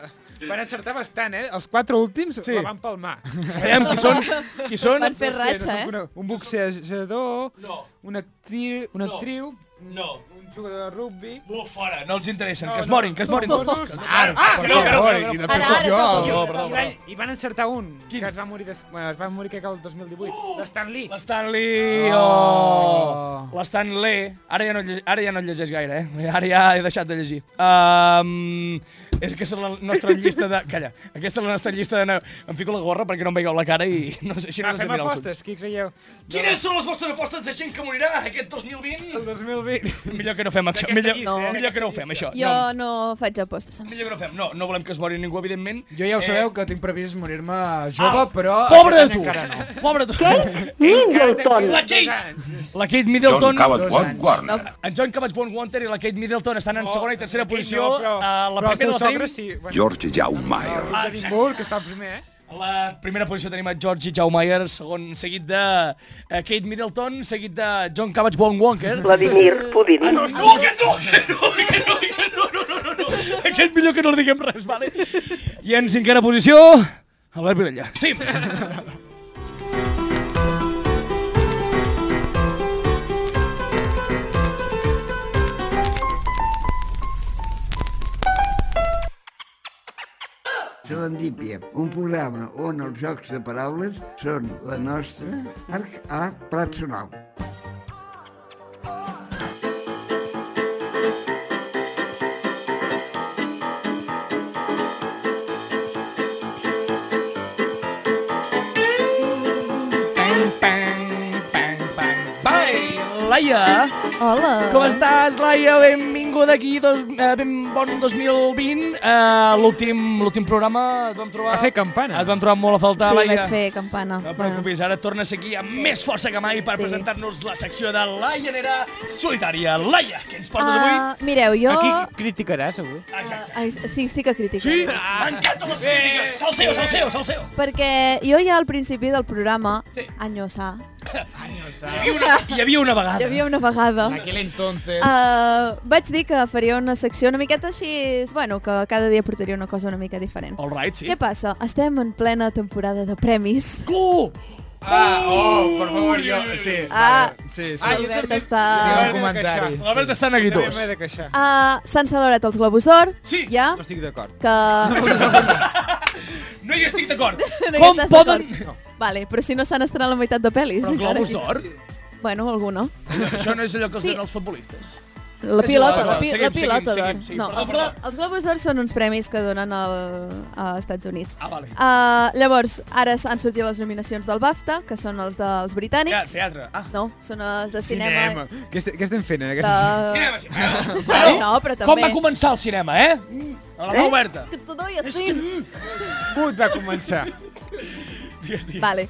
Speaker 3: van encertar bastant, eh? Els quatre últims
Speaker 1: Sí.
Speaker 3: sí. la van palmar.
Speaker 1: [laughs] Veiem qui són, qui són.
Speaker 5: Van fer ratxa, eh?
Speaker 3: Un, un boxejador,
Speaker 1: No.
Speaker 3: una, actriu, una
Speaker 1: No.
Speaker 3: actriu,
Speaker 1: No,
Speaker 3: un jugador de rugby...
Speaker 1: bu, fora, no els interessen, que es morin, que es morin
Speaker 3: Són
Speaker 1: tots.
Speaker 3: gossos.
Speaker 4: Marc,
Speaker 3: Ah,
Speaker 4: per
Speaker 3: que no, que no,
Speaker 4: favor,
Speaker 3: que no.
Speaker 4: i de
Speaker 5: Ara,
Speaker 4: fet sóc
Speaker 5: ara,
Speaker 4: jo.
Speaker 5: tot, tot.
Speaker 1: Jo,
Speaker 5: Jo,
Speaker 1: perdó,
Speaker 3: I, van, I van encertar un,
Speaker 1: Quin?
Speaker 3: que es va morir, des... bueno, es va morir crec que el 2018, l'Stanley.
Speaker 1: L'Stanley, oh.
Speaker 3: Ah,
Speaker 1: L'Stanley. Ara ja, no, lle- ara ja no el llegeix gaire, eh? Ara ja he deixat de llegir. Um, és que és la nostra llista de... Calla, aquesta és la nostra llista de... ne- Em fico la gorra perquè no em veieu la cara i no sé, així
Speaker 3: Va,
Speaker 1: no sé
Speaker 3: Ah, fem
Speaker 1: mirar els
Speaker 3: apostes,
Speaker 1: ulls.
Speaker 3: qui creieu?
Speaker 1: Quines són les vostres apostes de gent que morirà aquest 2020?
Speaker 3: El 2020.
Speaker 1: Millor que no fem això.
Speaker 3: D'aquesta
Speaker 1: Millor,
Speaker 3: llista,
Speaker 1: no.
Speaker 3: eh?
Speaker 1: millor que no ho fem, això.
Speaker 5: Jo
Speaker 1: No,
Speaker 5: no faig apostes.
Speaker 1: millor que no ho fem. No, no volem que es mori ningú, evidentment. Ah,
Speaker 4: Jo ja ho sabeu, que tinc previst morir-me jove, però...
Speaker 1: Eh. Pobre de
Speaker 4: aquest any
Speaker 1: tu!
Speaker 4: Encara no.
Speaker 1: Pobre de tu!
Speaker 6: Middleton.
Speaker 1: La Kate! La Kate Middleton...
Speaker 10: Warner.
Speaker 1: En John Cabot Bon Wanter i la Kate Middleton estan en segona i tercera
Speaker 3: Aquí
Speaker 1: posició.
Speaker 3: No, però,
Speaker 1: a Ah, la
Speaker 3: però
Speaker 1: primera
Speaker 3: el
Speaker 1: la
Speaker 3: seu sogre
Speaker 1: tenim...
Speaker 3: sí. Bueno,
Speaker 10: George Jaumeyer.
Speaker 3: el Edimburg, que està el primer, eh?
Speaker 1: A la primera posició tenim a Georgie Jaumeyer, segon seguit de eh, Kate Middleton, seguit de John Cabbage Von Wonker.
Speaker 6: Vladimir Putin.
Speaker 1: Ah, no, no, que no, que no, que no, que no, no, no, no, no. Aquest millor que no li diguem res, vale? I en cinquena posició, Albert Vidella. Sí.
Speaker 2: Serendípia, un programa on els jocs de paraules són la nostra arc a plat sonal.
Speaker 1: Pam, pam, pam, pam. Vai, Laia!
Speaker 5: Hola.
Speaker 1: Com estàs, Laia? Benvinguda aquí, dos, eh, ben bon 2020. Eh, L'últim l'últim programa et vam trobar...
Speaker 3: Va fer campana.
Speaker 1: Et vam trobar molt a faltar,
Speaker 5: Sí,
Speaker 1: Laia.
Speaker 5: vaig fer campana.
Speaker 1: No et
Speaker 5: Bueno.
Speaker 1: preocupis, ara tornes aquí amb més força que mai per
Speaker 5: Sí.
Speaker 1: presentar-nos la secció de la llanera solitària. Laia, què ens portes
Speaker 5: Ah, mireu, jo...
Speaker 3: Aquí criticaràs, avui.
Speaker 1: avui? Exacte.
Speaker 5: Ah, Sí, sí que critico.
Speaker 1: Sí? M'encanta les
Speaker 5: Eh.
Speaker 1: crítiques. Salseo, salseo, salseo.
Speaker 5: Perquè jo ja al principi del programa,
Speaker 1: Sí.
Speaker 5: anys
Speaker 1: [laughs]
Speaker 5: A,
Speaker 1: Hi havia una, hi havia una vegada.
Speaker 5: hi havia una vegada...
Speaker 4: En aquel entonces...
Speaker 5: Uh, vaig dir que faria una secció una miqueta així, bueno, que cada dia portaria una cosa una mica diferent.
Speaker 1: All right, sí.
Speaker 5: Què passa? Estem en plena temporada de premis.
Speaker 1: Uh!
Speaker 4: Ah, oh, por favor, jo... Sí,
Speaker 5: Ah.
Speaker 4: vale, sí, sí.
Speaker 3: Ah, jo
Speaker 5: Albert
Speaker 3: també-
Speaker 5: està...
Speaker 4: Tinc
Speaker 3: m'he
Speaker 4: un
Speaker 3: de
Speaker 4: comentari.
Speaker 3: queixar.
Speaker 1: L'Albert està
Speaker 3: També
Speaker 1: neguitós.
Speaker 3: m'he de queixar.
Speaker 5: Uh, S'han celebrat els Globus d'Or,
Speaker 1: Sí.
Speaker 5: ja,
Speaker 3: No estic d'acord.
Speaker 5: que... [laughs]
Speaker 1: No hi estic d'acord.
Speaker 5: No hi
Speaker 1: Com
Speaker 5: estàs
Speaker 1: poden...
Speaker 5: d'acord. Vale, però si no s'han estrenat la meitat de pel·lis.
Speaker 1: Però
Speaker 5: encara
Speaker 1: globus
Speaker 5: aquí.
Speaker 1: d'or?
Speaker 5: Bueno, alguna.
Speaker 1: Això no és allò que els
Speaker 5: Sí.
Speaker 1: donen els futbolistes.
Speaker 5: La
Speaker 1: És
Speaker 5: pilota,
Speaker 1: igual,
Speaker 5: la,
Speaker 1: va,
Speaker 5: pi la
Speaker 1: seguim,
Speaker 5: pilota
Speaker 1: seguim,
Speaker 5: d'or.
Speaker 1: seguim, seguim.
Speaker 5: No,
Speaker 1: Perdó,
Speaker 5: els, glo
Speaker 1: perdó.
Speaker 5: els Globus d'Or són uns premis que donen al, a Estats Units.
Speaker 1: Ah, vale.
Speaker 5: Uh, llavors, ara han sortit les nominacions del BAFTA, que són els dels
Speaker 1: Ja,
Speaker 5: britànics.
Speaker 1: teatre. Ah.
Speaker 5: No, són els de cinema.
Speaker 3: Cinema. Què, est què estem fent eh, en aquesta...
Speaker 5: De...
Speaker 1: Cinema, sí. Bueno,
Speaker 5: Eh. Ah. No, però
Speaker 1: Com
Speaker 5: també-
Speaker 1: va començar el cinema, eh? Mm, A la mà oberta.
Speaker 5: Que te doy a
Speaker 1: És
Speaker 5: ti.
Speaker 1: que... mm.
Speaker 3: Put va començar.
Speaker 1: Digues, digues.
Speaker 5: Vale.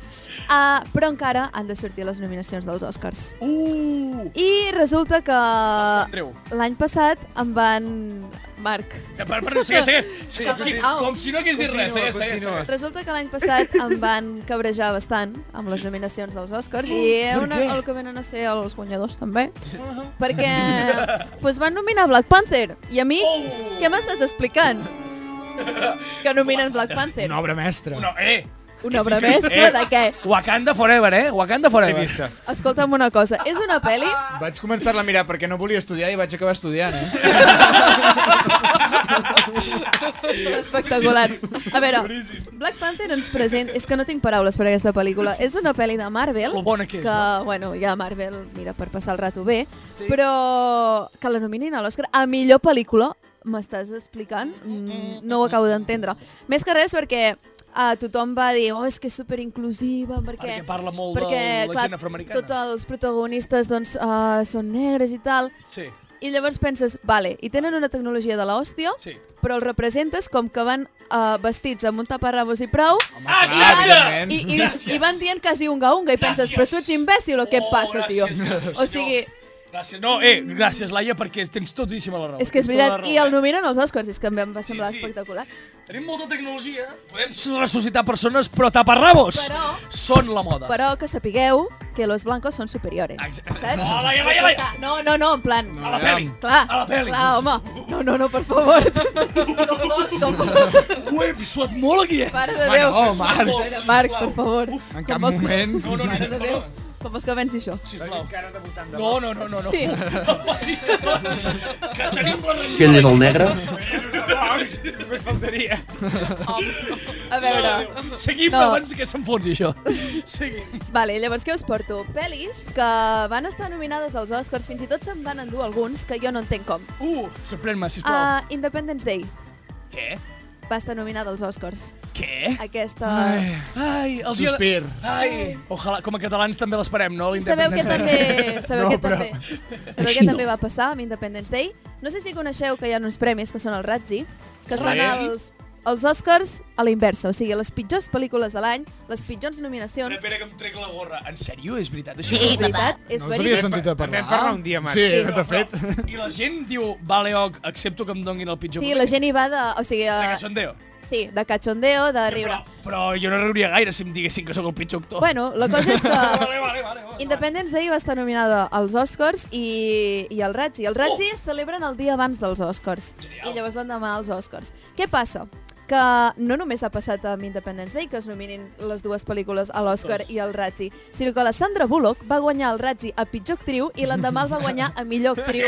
Speaker 5: Uh, però encara han de sortir les nominacions dels Oscars.
Speaker 1: Uh!
Speaker 5: I resulta que
Speaker 1: Andreu.
Speaker 5: l'any passat em van... Marc.
Speaker 1: Per, per, per, segueix, segueix. Sí, com, si,
Speaker 5: continua.
Speaker 1: com si no hagués dit res, segueix, segueix.
Speaker 3: continua.
Speaker 1: segueix.
Speaker 5: Resulta que l'any passat em van cabrejar bastant amb les nominacions dels Oscars i
Speaker 1: Oh,
Speaker 5: una, el que venen a ser els guanyadors també,
Speaker 1: Uh-huh.
Speaker 5: perquè
Speaker 1: [laughs]
Speaker 5: pues, van nominar Black Panther i a mi,
Speaker 1: Oh!
Speaker 5: què m'estàs explicant? Que nominen
Speaker 1: [laughs]
Speaker 5: Black Panther.
Speaker 4: Una obra mestra.
Speaker 1: No, eh!
Speaker 5: Una obra mestra de què?
Speaker 1: Wakanda forever, eh? Wakanda forever. Vista.
Speaker 5: Escolta'm una cosa, és una pel·li...
Speaker 4: Vaig començar-la a mirar perquè no volia estudiar i vaig acabar estudiant, eh?
Speaker 5: Espectacular. A veure,
Speaker 1: Boníssim.
Speaker 5: Black Panther ens present... És que no tinc paraules per a aquesta pel·lícula. És una pel·li de Marvel.
Speaker 1: Lo bona que és,
Speaker 5: bueno, ja Marvel, mira, per passar el rato bé. Però que la nominin a l'Oscar a millor pel·lícula, m'estàs explicant? Mm, no ho acabo d'entendre. Més que res perquè a tothom va dir, oh, és que és superinclusiva, perquè...
Speaker 1: Perquè parla molt de la gent afroamericana.
Speaker 5: Tots els protagonistes, doncs, uh, són negres i tal.
Speaker 1: Sí,
Speaker 5: I llavors penses, vale, i tenen una tecnologia de l'hòstia,
Speaker 1: sí.
Speaker 5: però els representes com que van uh, vestits amb un taparrabos i prou
Speaker 1: Ah,
Speaker 4: clar,
Speaker 1: clar,
Speaker 4: evidentment.
Speaker 5: i, i,
Speaker 1: Gràcies.
Speaker 5: i van dient quasi unga unga i penses,
Speaker 1: Gràcies.
Speaker 5: però tu ets imbècil o què et
Speaker 1: Oh,
Speaker 5: passa, tio?
Speaker 1: gràcies, gràcies,
Speaker 5: o sigui,
Speaker 1: Gràcies. No, eh, gràcies, Laia, perquè tens totíssima la raó.
Speaker 5: és que és
Speaker 1: Tens tota la
Speaker 5: veritat,
Speaker 1: raó,
Speaker 5: i el
Speaker 1: eh?
Speaker 5: nominen als Oscars, és que em va semblar
Speaker 1: sí.
Speaker 5: espectacular.
Speaker 1: Tenim molta tecnologia, podem ressuscitar persones, però taparrabos
Speaker 5: Però-
Speaker 1: són la moda.
Speaker 5: Però que sapigueu que los blancos són superiores,
Speaker 1: Exacte.
Speaker 5: saps?
Speaker 1: Oh, Laia, Laia, Laia!
Speaker 5: No, no, no, en plan...
Speaker 1: A la pel·li.
Speaker 5: Clar,
Speaker 1: A la pel·li.
Speaker 5: clar, home. No, no, no, per favor.
Speaker 1: [laughs]
Speaker 5: Dolors, com-
Speaker 1: Ho he suat molt aquí, eh?
Speaker 5: Pare de
Speaker 4: Bueno,
Speaker 5: Déu.
Speaker 4: oh, Marc.
Speaker 5: Espera, Marc, per
Speaker 1: Sisplau.
Speaker 5: favor.
Speaker 1: Uf,
Speaker 4: En
Speaker 5: Com
Speaker 4: cap
Speaker 5: vols que-
Speaker 4: moment...
Speaker 1: No, no,
Speaker 5: Mare de
Speaker 1: no,
Speaker 5: Déu.
Speaker 1: no.
Speaker 5: Com vols que venci això?
Speaker 1: Sisplau. No, no, no, no. no.
Speaker 5: Sí.
Speaker 1: que tenim la
Speaker 8: Que ell és el negre.
Speaker 1: Només faltaria.
Speaker 5: A veure,
Speaker 1: Seguim
Speaker 5: No.
Speaker 1: abans que s'enfonsi això. Seguim.
Speaker 5: vale, llavors què us porto? Pel·lis que van estar nominades als Oscars, fins i tot se'n van endur alguns que jo no entenc com.
Speaker 1: Uh, sorprèn-me, sisplau.
Speaker 5: Uh, Independence Day
Speaker 1: Uh, Què?
Speaker 5: va estar nominada als Oscars.
Speaker 1: Què?
Speaker 5: Aquesta...
Speaker 1: Ai, el dia...
Speaker 4: Sospir.
Speaker 1: De... Ai, ojalà, com a catalans també l'esperem, no?
Speaker 5: I sabeu que també, sabeu
Speaker 4: No,
Speaker 5: que
Speaker 4: però-
Speaker 5: també, sabeu que també va passar amb Independence Day. No sé si coneixeu que hi ha uns premis que són el Razzie, que
Speaker 1: Sí.
Speaker 5: són els, els Oscars a la inversa, o sigui, les pitjors pel·lícules de l'any, les pitjors nominacions,
Speaker 1: Espera que em trec la gorra. En sèrio? És veritat això?
Speaker 5: és doncs- veritat, és
Speaker 4: No us havia
Speaker 5: verídic.
Speaker 4: sentit a parlar.
Speaker 3: en vam parlar un dia, Marc.
Speaker 4: Sí,
Speaker 5: Sí.
Speaker 4: de fet.
Speaker 1: I la gent diu, vale, ok, accepto que em donguin el pitjor.
Speaker 5: Sí, la gent hi va de... O sigui,
Speaker 1: De que
Speaker 5: uh,
Speaker 1: són Déu.
Speaker 5: Sí, de cachondeo, de riure.
Speaker 1: Però, però jo no riuria gaire si em diguessin que sóc el pitjor actor.
Speaker 5: [laughs]
Speaker 1: Ah,
Speaker 5: Bueno, la cosa és que
Speaker 1: Vale, vale, vale, vale.
Speaker 5: Independence Day va estar nominada als Oscars i, i al Razzie. Els Razzie oh. celebren el dia abans dels Oscars. I llavors l'endemà als Oscars. Què passa? que no només ha passat amb Independence Day, que es nominin les dues pel·lícules a l'Oscar i al Razzie, sinó que la Sandra Bullock va guanyar el Razzie a pitjor actriu i l'endemà el va guanyar a
Speaker 1: [laughs]
Speaker 5: millor actriu.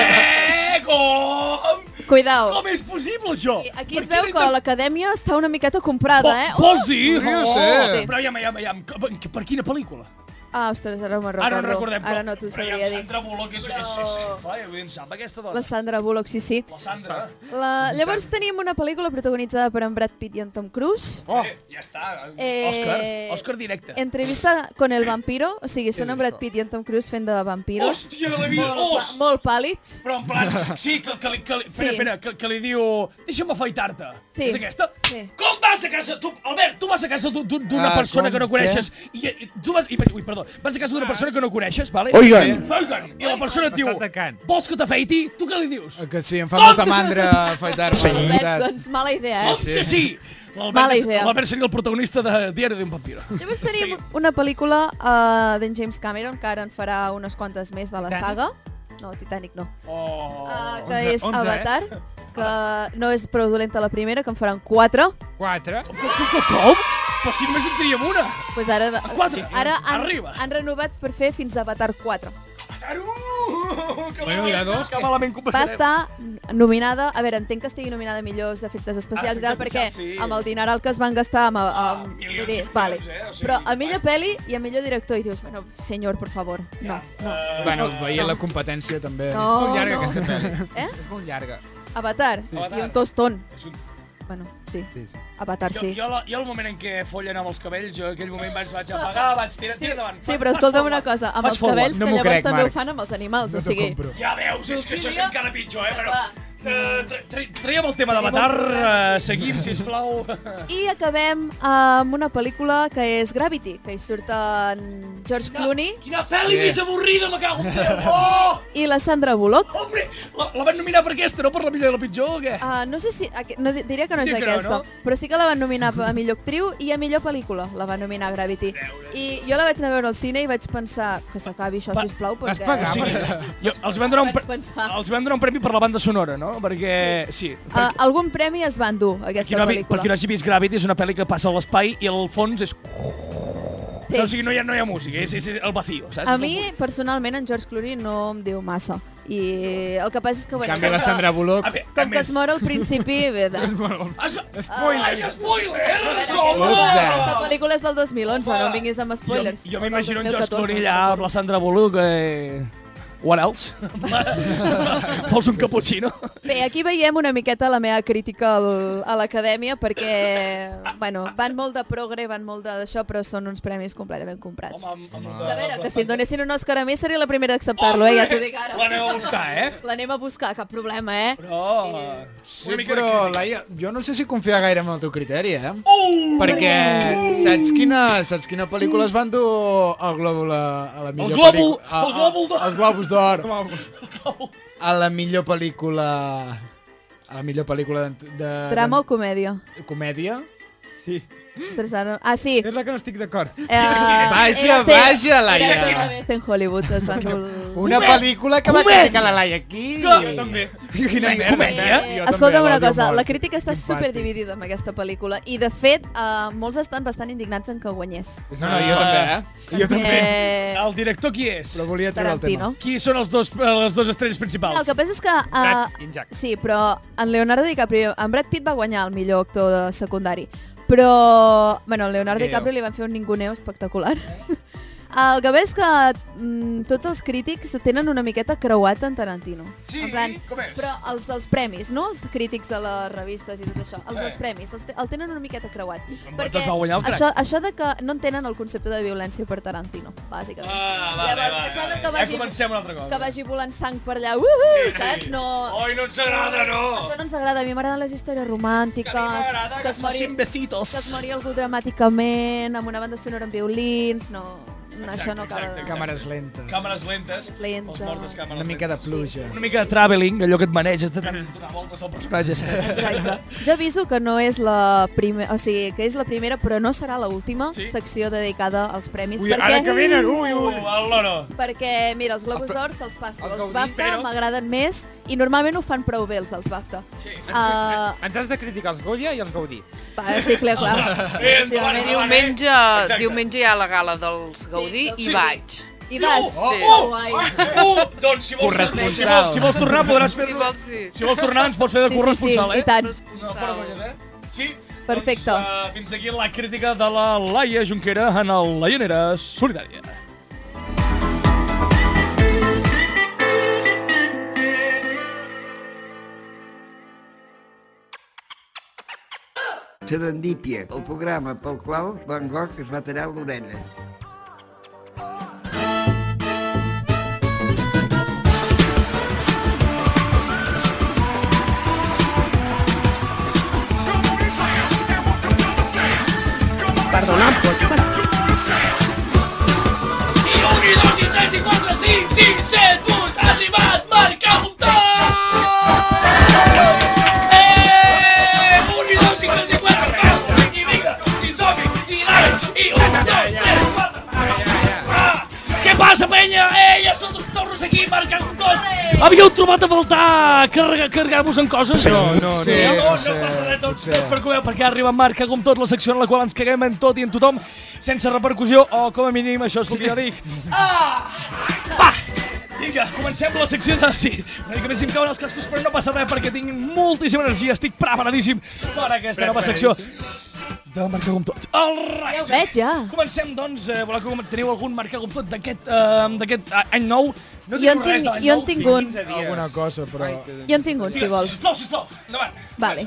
Speaker 1: Eh, com?
Speaker 5: Cuidao.
Speaker 1: Com és possible, això?
Speaker 5: I Aquí es veu que l'acadèmia està una miqueta comprada, eh?
Speaker 1: Oh, vols dir?
Speaker 4: Podria
Speaker 1: Oh,
Speaker 4: ser.
Speaker 1: Però ja, ja, ja, ja, per quina pel·lícula?
Speaker 5: Ah, ostres, ara no me'n recordo.
Speaker 1: Ara no recordem, però...
Speaker 5: Ara no t'ho
Speaker 1: però ja
Speaker 5: sabria
Speaker 1: em
Speaker 5: dir.
Speaker 1: Sandra Bullock és... és, és, és fa, em sap aquesta dona.
Speaker 5: La Sandra Bullock, sí, sí.
Speaker 1: La Sandra.
Speaker 5: La... Llavors tenim una pel·lícula protagonitzada per en Brad Pitt i en Tom Cruise.
Speaker 1: Oh. Eh, ja està.
Speaker 5: Eh,
Speaker 1: Òscar. Òscar directe.
Speaker 5: Entrevista con el vampiro, o sigui, són en Brad Pitt i en Tom Cruise fent de vampiros.
Speaker 1: Hòstia de la vida,
Speaker 5: Pa-
Speaker 1: os!
Speaker 5: Molt pàl·lids.
Speaker 1: Però en
Speaker 5: [laughs]
Speaker 1: plan, sí, que, que, li- que, li- espera,
Speaker 5: Sí.
Speaker 1: espera, que, que li diu... Deixa'm afaitar-te.
Speaker 5: Sí.
Speaker 1: És aquesta?
Speaker 5: Sí.
Speaker 1: Com vas a casa? Tu, Albert, tu vas a casa d'u- d'u- d'una
Speaker 4: Ah,
Speaker 1: persona
Speaker 4: com
Speaker 1: que no
Speaker 4: què?
Speaker 1: coneixes i, i tu vas... I, ui, perdó. Vas a casa d'una persona que no coneixes, vale?
Speaker 2: Oigan.
Speaker 1: Sí. Oigan. I la persona et diu...
Speaker 3: M'està atacant.
Speaker 1: Vols que t'afeiti? Tu què li dius?
Speaker 4: Que sí, em fa molta mandra afaitar-me, la
Speaker 5: Albert,
Speaker 4: veritat.
Speaker 5: doncs mala idea, eh?
Speaker 1: Oh, que sí!
Speaker 5: Mala
Speaker 1: L'Albert és-
Speaker 5: idea.
Speaker 1: L'Albert seria el protagonista de Diari d'un vampiro.
Speaker 5: Llavors tenim una pel·lícula uh, d'en James Cameron, que ara en farà unes quantes més de la
Speaker 3: Titanic?
Speaker 5: saga. No, Titanic no.
Speaker 1: Oh.
Speaker 5: Uh,
Speaker 3: 11,
Speaker 5: que és
Speaker 3: 11, eh?
Speaker 5: Avatar, que no és prou dolenta la primera, que en faran quatre.
Speaker 3: 4.
Speaker 1: Com, com, com, com? Però si només en tríem una.
Speaker 5: Pues ara,
Speaker 1: quatre?
Speaker 5: ara han,
Speaker 1: Arriba.
Speaker 5: han renovat per fer fins a Avatar 4.
Speaker 1: Que
Speaker 3: Bueno, hi ha dos,
Speaker 1: Que
Speaker 3: que-
Speaker 1: malament que ho
Speaker 5: Va
Speaker 1: passarem.
Speaker 5: estar nominada, a veure, entenc que estigui nominada a millors efectes especials i
Speaker 1: Ah,
Speaker 5: tal,
Speaker 1: efectes
Speaker 5: perquè
Speaker 1: especials, sí.
Speaker 5: amb el dineral que es van gastar amb...
Speaker 1: Ah,
Speaker 5: amb
Speaker 1: milions i
Speaker 5: vull
Speaker 1: milions,
Speaker 5: vale.
Speaker 1: eh, o sigui,
Speaker 5: Però a millor peli i a millor director i dius, bueno, senyor, por favor, no, no.
Speaker 4: Bueno, veia la competència, també.
Speaker 5: doncs- No,
Speaker 3: molt llarga,
Speaker 5: no.
Speaker 3: aquesta pel·li.
Speaker 5: [laughs] Eh?
Speaker 3: És molt llarga.
Speaker 5: Avatar i
Speaker 1: Avatar.
Speaker 5: un tostón.
Speaker 1: És un...
Speaker 5: Bueno, sí,
Speaker 3: Sí, sí.
Speaker 5: Avatar
Speaker 1: Jo,
Speaker 5: sí.
Speaker 1: jo, la, jo el moment en què follen amb els cabells, jo en aquell moment vaig, vaig apagar, vaig tirar,
Speaker 5: Sí,
Speaker 1: tirar davant.
Speaker 5: sí però escolta'm una cosa, amb els cabells
Speaker 4: No
Speaker 5: que
Speaker 4: m'ho
Speaker 5: llavors
Speaker 4: crec,
Speaker 5: també ho
Speaker 4: Marc.
Speaker 5: fan amb els animals, o
Speaker 4: No t'ho
Speaker 5: sigui...
Speaker 4: compro.
Speaker 1: Ja veus, és que això és
Speaker 5: Zoofilia.
Speaker 1: encara pitjor, eh? Però,
Speaker 5: Clar.
Speaker 1: eh, tra- tra- traiem el tema d'Avatar, eh, seguim, sisplau.
Speaker 5: I acabem amb una pel·lícula que és Gravity, que hi surten George Clooney
Speaker 1: Quina pel·li més avorrida, me cago en Déu. Oh!
Speaker 5: i la Sandra Bullock.
Speaker 1: Hombre, la, la van nominar per aquesta, no per la millor i la pitjor, o què?
Speaker 5: Uh, no sé si... aqu- No, di- diria que no és
Speaker 1: Diu que no,
Speaker 5: aquesta,
Speaker 1: no?
Speaker 5: però sí que la van nominar a millor actriu i a millor pel·lícula, la van nominar Gravity. I jo la vaig anar a veure al cine i vaig pensar que s'acabi això,
Speaker 1: Va-
Speaker 5: sisplau,
Speaker 3: Vas
Speaker 5: perquè...
Speaker 3: pagar?
Speaker 1: O sigui,
Speaker 3: per-
Speaker 1: [laughs] jo, els van donar un,
Speaker 5: [laughs] Vaig
Speaker 1: pre-
Speaker 5: pensar.
Speaker 1: els van donar un premi per la banda sonora, no? Perquè, sí.
Speaker 5: Uh, algun premi es van dur,
Speaker 1: Qui
Speaker 5: aquesta
Speaker 1: no, ha vi- per qui no
Speaker 5: pel·lícula.
Speaker 1: hagi vist Gravity, és una pel·li que passa a l'espai i al fons és...
Speaker 5: Sí.
Speaker 1: O sigui, no hi ha, no hi ha música, és, és, és el vacío, saps?
Speaker 5: A
Speaker 1: És el
Speaker 5: mi,
Speaker 1: vacío.
Speaker 5: personalment, en George Clooney no em diu massa. I el que passa és que...
Speaker 4: En
Speaker 5: Bueno,
Speaker 4: canvi,
Speaker 5: com
Speaker 4: la
Speaker 5: que-
Speaker 4: Sandra Bullock...
Speaker 1: A veure, a
Speaker 5: Com que
Speaker 1: més-
Speaker 5: es mor al
Speaker 1: [laughs]
Speaker 5: principi, bé, de...
Speaker 1: Es... Spoiler! Ai, spoiler! eh,
Speaker 4: Ups, eh.
Speaker 5: Aquesta pel·lícula és del 2011, no em vinguis amb spoilers.
Speaker 1: Jo, jo
Speaker 5: O del
Speaker 1: m'imagino en Josh
Speaker 5: 2014,
Speaker 1: Clooney
Speaker 5: no
Speaker 1: allà amb
Speaker 5: recordo.
Speaker 1: la Sandra Bullock... Eh... What
Speaker 5: [laughs]
Speaker 1: else? Vols un cappuccino?
Speaker 5: Bé, aquí veiem una miqueta la meva crítica al, a l'acadèmia, perquè, bueno, van molt de progre, van molt de- d'això, però són uns premis completament comprats. Home,
Speaker 1: amb, amb,
Speaker 5: a veure, que si em donessin un Òscar a mi seria la primera d'acceptar-lo, eh? Ja t'ho dic ara.
Speaker 1: L'aneu a buscar, eh?
Speaker 5: L'anem a buscar, cap problema, eh?
Speaker 1: Però...
Speaker 4: Sí, però, Laia, jo no sé si confiar gaire en el teu criteri, eh?
Speaker 1: Oh!
Speaker 4: Perquè saps quina, saps quina pel·lícula es van dur al glòbul a, a la millor
Speaker 1: glòbul-
Speaker 4: pel·lícula? a-
Speaker 1: el glòbul d'or.
Speaker 4: a- Els glòbuls d'or. A la millor pel·lícula... A la millor pel·lícula de... de
Speaker 5: Drama o comèdia?
Speaker 4: de comèdia?
Speaker 3: Sí.
Speaker 5: Interessant. Ah, sí.
Speaker 3: És la que no estic d'acord.
Speaker 5: Eh,
Speaker 4: [laughs] Vaja,
Speaker 5: era tot-
Speaker 4: vaja, Laia.
Speaker 5: Era tota vez en Hollywood, es van dur...
Speaker 4: Una
Speaker 1: Comet-
Speaker 4: pel·lícula que va
Speaker 1: Comet-
Speaker 4: criticar la Laia aquí.
Speaker 1: Jo també.
Speaker 4: [laughs] Quina merda.
Speaker 1: comèdia?
Speaker 4: eh? Jo també
Speaker 5: Escolta'm una
Speaker 4: l'odio
Speaker 5: cosa,
Speaker 4: molt.
Speaker 5: la crítica està
Speaker 4: Quin fàstic.
Speaker 5: superdividida amb aquesta pel·lícula i, de fet, eh, molts estan bastant indignats en que guanyés.
Speaker 4: No, no, jo
Speaker 1: Ah.
Speaker 4: també, eh? Jo també.
Speaker 5: Eh,
Speaker 1: El director qui és?
Speaker 4: Però volia treure el tema.
Speaker 5: Tarantino.
Speaker 1: Qui són els dos, eh, les dos estrelles
Speaker 5: El
Speaker 1: principals?
Speaker 5: que passa és que...
Speaker 3: Brad
Speaker 5: Uh,
Speaker 3: i en Jack.
Speaker 5: sí, però en Leonardo DiCaprio... En Brad Pitt va guanyar el millor actor de secundari. Però, bueno, en Leonardo
Speaker 3: Déu.
Speaker 5: DiCaprio li van fer un ninguneu espectacular. [laughs] El que ve és que mm, tots els crítics tenen una miqueta creuat en Tarantino.
Speaker 1: Sí?
Speaker 5: en plan,
Speaker 1: Com és?
Speaker 5: Però els dels premis, no els crítics de les revistes i tot això, els dels premis, els te el tenen una miqueta creuat.
Speaker 1: Bottas Eh. va guanyar un crac.
Speaker 5: això, això de que no entenen el concepte de violència per Tarantino, bàsicament.
Speaker 1: Ah, vale,
Speaker 5: Llavors,
Speaker 1: vale,
Speaker 5: això de
Speaker 1: vale.
Speaker 5: que
Speaker 1: Ja
Speaker 5: vagi-
Speaker 1: comencem un altre cop.
Speaker 5: que vagi volant sang per allà, uh -huh,
Speaker 1: Sí, sí.
Speaker 5: saps? No...
Speaker 1: Oi, no ens agrada, no.
Speaker 5: Això no ens agrada, a mi m'agraden les històries romàntiques,
Speaker 1: m'agrada que es facin besitos.
Speaker 5: que es mori algú dramàticament, amb una banda sonora amb violins, no... això no acaba
Speaker 1: exacte,
Speaker 5: de...
Speaker 4: Càmeres lentes.
Speaker 1: Càmeres lentes, els
Speaker 5: lentes.
Speaker 1: mortes càmeres
Speaker 4: Una mica de pluja.
Speaker 1: Una mica de travelling, allò que et maneges de tant donar voltes al personatge.
Speaker 5: Exacte. Jo aviso que no és la primera, o sigui, que és la primera, però no serà l'última
Speaker 1: Sí?
Speaker 5: sí? secció dedicada als premis.
Speaker 3: Ui, ara que venen,
Speaker 1: uh!
Speaker 3: ui, ui.
Speaker 1: al loro.
Speaker 5: Perquè, mira, els Globus d'Or te'ls passo.
Speaker 3: Els Gaudí,
Speaker 5: Els, BAFTA
Speaker 1: però-
Speaker 5: m'agraden més i normalment ho fan prou bé, els
Speaker 1: [laughs]
Speaker 5: dels BAFTA. [laughs]
Speaker 1: Sí.
Speaker 5: Uh,
Speaker 3: Ens has de criticar els Goya i els Gaudí.
Speaker 5: va, sí, clar, clar.
Speaker 1: Bé, endavant,
Speaker 5: Efectivament.
Speaker 1: endavant.
Speaker 7: Diumenge,
Speaker 1: Exacte.
Speaker 7: diumenge hi ha la gala dels
Speaker 5: dels-
Speaker 7: Gaudí i
Speaker 1: Sí.
Speaker 7: vaig.
Speaker 5: I vas.
Speaker 7: Oh,
Speaker 5: Que
Speaker 7: oh,
Speaker 5: guai.
Speaker 1: Uh, doncs si vols,
Speaker 4: Corresponsal.
Speaker 1: si vols, si vols tornar podràs fer
Speaker 7: Si vols, sí.
Speaker 1: Si vols tornar ens pots fer de
Speaker 5: Sí, sí,
Speaker 1: corresponsal,
Speaker 5: sí,
Speaker 1: eh?
Speaker 5: i tant.
Speaker 1: No, fora conyes, eh? Sí,
Speaker 5: Perfecte.
Speaker 1: Doncs, uh, fins aquí la crítica de la Laia Junquera en el Laianera Solidària.
Speaker 2: Serendípia, el programa pel qual Van Gogh es va tallar l'orella.
Speaker 1: Eh, Ah, Què passa, penya? Eh, ja som tornos aquí, marcant un tot. Havíeu trobat a faltar carregar- carregar-vos en coses? No, no,
Speaker 4: Sí,
Speaker 1: no, no,
Speaker 4: potser,
Speaker 1: passa res, doncs,
Speaker 4: potser.
Speaker 1: perquè, perquè arriba en Marc, que com tot, la secció en la qual ens caguem en tot i en tothom, sense repercussió, o com a mínim això és el que jo dic. Ah! Va! Vinga, comencem la secció de... Sí, una mica més si em cauen els cascos, però no passa res perquè tinc moltíssima energia, estic preparadíssim per aquesta nova secció de marcar com tot. El raig!
Speaker 5: Ja ho veig, ja.
Speaker 1: Comencem, doncs, eh, voleu que com- teniu algun marcar com tot d'aquest eh, d'aquest eh, any nou? No
Speaker 5: Jo en
Speaker 1: teniu res
Speaker 5: tinc-
Speaker 1: de l'any
Speaker 5: jo en
Speaker 1: nou?
Speaker 5: tinc un.
Speaker 4: Alguna cosa, però...
Speaker 5: Jo en tinc un, si
Speaker 1: Digues,
Speaker 5: vols.
Speaker 1: Sisplau, sisplau, endavant.
Speaker 5: Vale.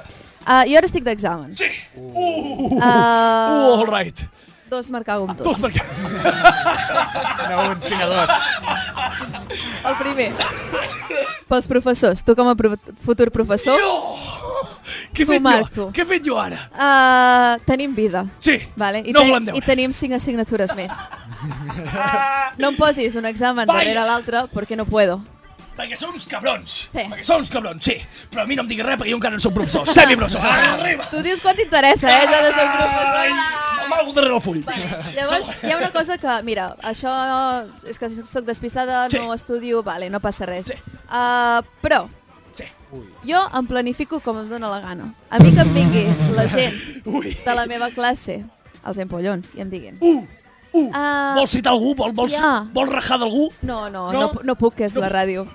Speaker 5: Uh, jo ara estic d'exàmens.
Speaker 1: Sí! Uh, uh,
Speaker 5: Uh,
Speaker 1: all right.
Speaker 5: dos marcar com
Speaker 1: Dos
Speaker 5: tots.
Speaker 1: marcar...
Speaker 4: No, un, cinc a dos.
Speaker 5: El primer. Pels professors. Tu com a pro futur professor
Speaker 1: Oh! Què he
Speaker 5: Tu,
Speaker 1: fet
Speaker 5: Marc,
Speaker 1: jo?
Speaker 5: tu.
Speaker 1: Què he fet jo ara?
Speaker 5: uh, tenim vida.
Speaker 1: Sí,
Speaker 5: Vale? I,
Speaker 1: no
Speaker 5: ten-
Speaker 1: volem deure.
Speaker 5: I tenim cinc assignatures més. No em posis un examen
Speaker 1: Vaya.
Speaker 5: darrere l'altre perquè no puedo.
Speaker 1: Perquè són uns cabrons.
Speaker 5: Sí.
Speaker 1: Perquè són uns cabrons, sí. Però a mi no em diguis res perquè jo encara no soc professor. Semi professor. Arriba!
Speaker 5: Tu dius quan t'interessa, eh? Jo de ser professor.
Speaker 1: Ai, amb algú darrere el full. [laughs]
Speaker 5: Llavors, hi ha una cosa que, mira, això és que sóc despistada,
Speaker 1: Sí.
Speaker 5: no estudio, vale, no passa res.
Speaker 1: Sí.
Speaker 5: Uh, però,
Speaker 1: Sí.
Speaker 5: jo em planifico com em dóna la gana. A mi que em vingui la gent
Speaker 1: Ui.
Speaker 5: de la meva classe, els empollons, i em diguin.
Speaker 1: Uh, uh.
Speaker 5: Ah.
Speaker 1: vols citar algú? Vol, vols,
Speaker 5: Ja. Eh?
Speaker 1: vols rajar d'algú?
Speaker 5: No, no,
Speaker 1: No?
Speaker 5: no, pu- no puc, que és
Speaker 1: No
Speaker 5: la
Speaker 1: puc. [laughs]
Speaker 5: ràdio.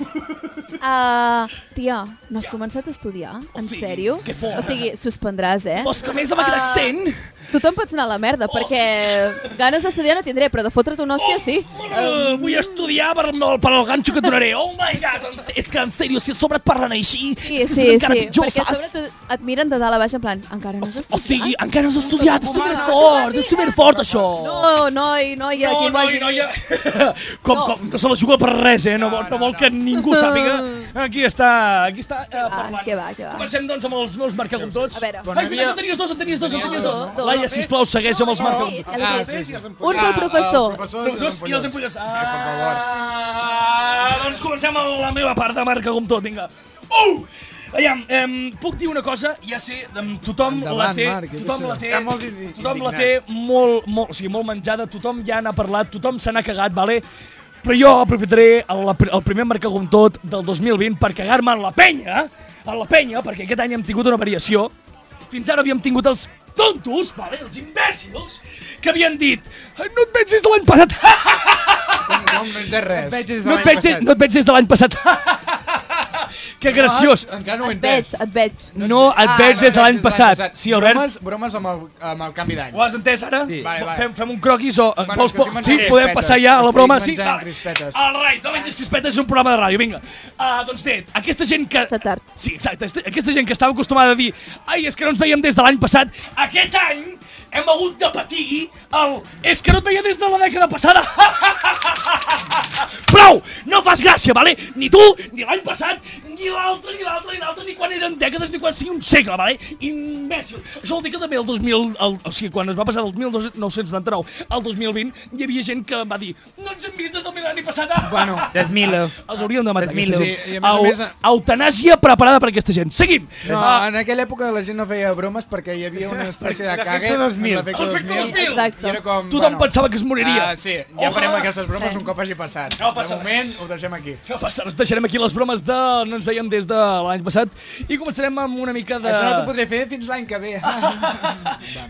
Speaker 5: Uh, tia, no has començat a estudiar? En
Speaker 1: Hosti,
Speaker 5: sèrio?
Speaker 1: que fort.
Speaker 5: O sigui, suspendràs, eh?
Speaker 1: Vols que a més amb aquest
Speaker 5: Ah.
Speaker 1: accent?
Speaker 5: Tothom pots anar a la merda,
Speaker 1: Oh.
Speaker 5: perquè ganes d'estudiar no tindré, però de fotre't una hòstia sí.
Speaker 1: Uh, vull estudiar per, per el ganxo que et donaré. Oh my god, en- és que en sèrio, si a sobre et parlen així,
Speaker 5: Sí,
Speaker 1: és
Speaker 5: sí,
Speaker 1: encara
Speaker 5: sí,
Speaker 1: pitjor,
Speaker 5: perquè a
Speaker 1: saps?
Speaker 5: sobre tu- et miren de dalt a baix en plan, encara no has
Speaker 1: O
Speaker 5: estudiat?
Speaker 1: sigui, encara no has estudiat, és superfort, és superfort això.
Speaker 5: No, noi, noia,
Speaker 1: Oh, No,
Speaker 5: qui m'ho
Speaker 1: noi,
Speaker 5: hagi
Speaker 1: noia.
Speaker 5: dit. [laughs]
Speaker 1: Com,
Speaker 5: No.
Speaker 1: com, no se la juga per res, eh? No, vol, no, vol que ningú sàpiga.
Speaker 5: [laughs]
Speaker 1: Aquí està, aquí està eh,
Speaker 5: va,
Speaker 1: parlant.
Speaker 5: que Ah, va, que va.
Speaker 1: Comencem, doncs, amb els meus marcar com tots.
Speaker 5: A veure.
Speaker 1: Ai, mira, en tenies dos, en tenies dos, en tenies dos.
Speaker 5: Dos, dos.
Speaker 1: Laia, sisplau, segueix amb els
Speaker 5: No,
Speaker 1: marcar
Speaker 5: he
Speaker 1: com
Speaker 5: dit,
Speaker 1: tots.
Speaker 5: he
Speaker 4: Ah,
Speaker 5: dit.
Speaker 4: sí, sí.
Speaker 5: Un pel professor.
Speaker 1: Professors i els empollons.
Speaker 4: Eh, favor.
Speaker 1: Ah, doncs comencem amb la meva part de marca com tot, vinga. Uh! Aviam, em, puc dir una cosa? Ja sé, em, tothom la
Speaker 4: Endavant,
Speaker 1: té,
Speaker 4: Marc, jo
Speaker 1: tothom
Speaker 4: què sé.
Speaker 1: la té,
Speaker 3: Hi ha molts indi-
Speaker 1: tothom la
Speaker 3: indignats.
Speaker 1: té molt, molt, o sigui, molt menjada, tothom ja n'ha parlat, tothom se n'ha cagat, vale? Però jo aprofitaré el, la pr- el primer marca com tot del 2020 per cagar-me en la penya, en la penya, perquè aquest any hem tingut una variació. Fins ara havíem tingut els tontos, vale? els imbècils, que havien dit "Ai, no et veig des de l'any passat,
Speaker 4: No, no entès res.
Speaker 1: [laughs] no et, veig, de- no et veig des de l'any passat. [laughs] que graciós.
Speaker 4: Encara no ho he
Speaker 5: Et veig,
Speaker 4: entès.
Speaker 5: et veig.
Speaker 1: No et veig des de l'any passat. Sí, Albert,
Speaker 4: Ah, Bromes, bromes amb el, amb el canvi d'any.
Speaker 1: ho has entès ara?
Speaker 3: Sí.
Speaker 4: Vale, vale.
Speaker 1: Fem, fem un croquis o...
Speaker 4: Bueno,
Speaker 1: vols
Speaker 4: que estic
Speaker 1: po-
Speaker 4: menjant
Speaker 1: sí, podem
Speaker 4: crispetes.
Speaker 1: passar ja a la
Speaker 4: Estic
Speaker 1: broma? Sí,
Speaker 4: menjant crispetes.
Speaker 1: El rai, no menges crispetes, és un programa de ràdio, vinga. Ah, doncs bé, aquesta gent que...
Speaker 5: Està tard.
Speaker 1: Sí, exacte, este- aquesta gent que estava acostumada a dir ai, és que no ens veiem des de l'any passat, aquest any hem hagut de patir el és que no et veia des de la dècada passada. Prou! No fas gràcia, vale? Ni tu, ni l'any passat, ni l'altre, ni l'altre, ni l'altre, ni quan eren dècades, ni quan sigui un segle, vale? Imbècil. Això vol dir que també el 2000, el, o sigui, quan es va passar del 1999 al 2020, hi havia gent que em va dir no ens invites al mil·lenni passat.
Speaker 4: [laughs] Bueno,
Speaker 3: Desmilo.
Speaker 1: Els hauríem de matar. aquesta
Speaker 3: Desmilo.
Speaker 4: Sí, i a
Speaker 1: gent.
Speaker 4: més a
Speaker 1: Au-
Speaker 4: més, a-
Speaker 1: Eutanàsia preparada per aquesta gent. Seguim!
Speaker 4: No,
Speaker 1: Ah,
Speaker 4: en aquella època la gent no feia bromes perquè hi havia una espècie de cague amb
Speaker 3: 2000.
Speaker 4: l'efecte
Speaker 1: L'efecte
Speaker 4: 2000.
Speaker 1: 2000.
Speaker 5: Exacte.
Speaker 4: I era com,
Speaker 1: Tothom pensava que es moriria.
Speaker 4: Ah, sí, ja
Speaker 1: Ojalà.
Speaker 4: farem aquestes bromes
Speaker 5: Sí.
Speaker 4: un cop hagi passat.
Speaker 1: No passa
Speaker 4: de moment ho deixem aquí.
Speaker 1: Què va passar? Us deixarem aquí les bromes de No ens veiem des de l'any passat i començarem amb una mica de...
Speaker 4: Això no t'ho podré fer fins l'any que ve.
Speaker 1: Ah.
Speaker 4: Ah,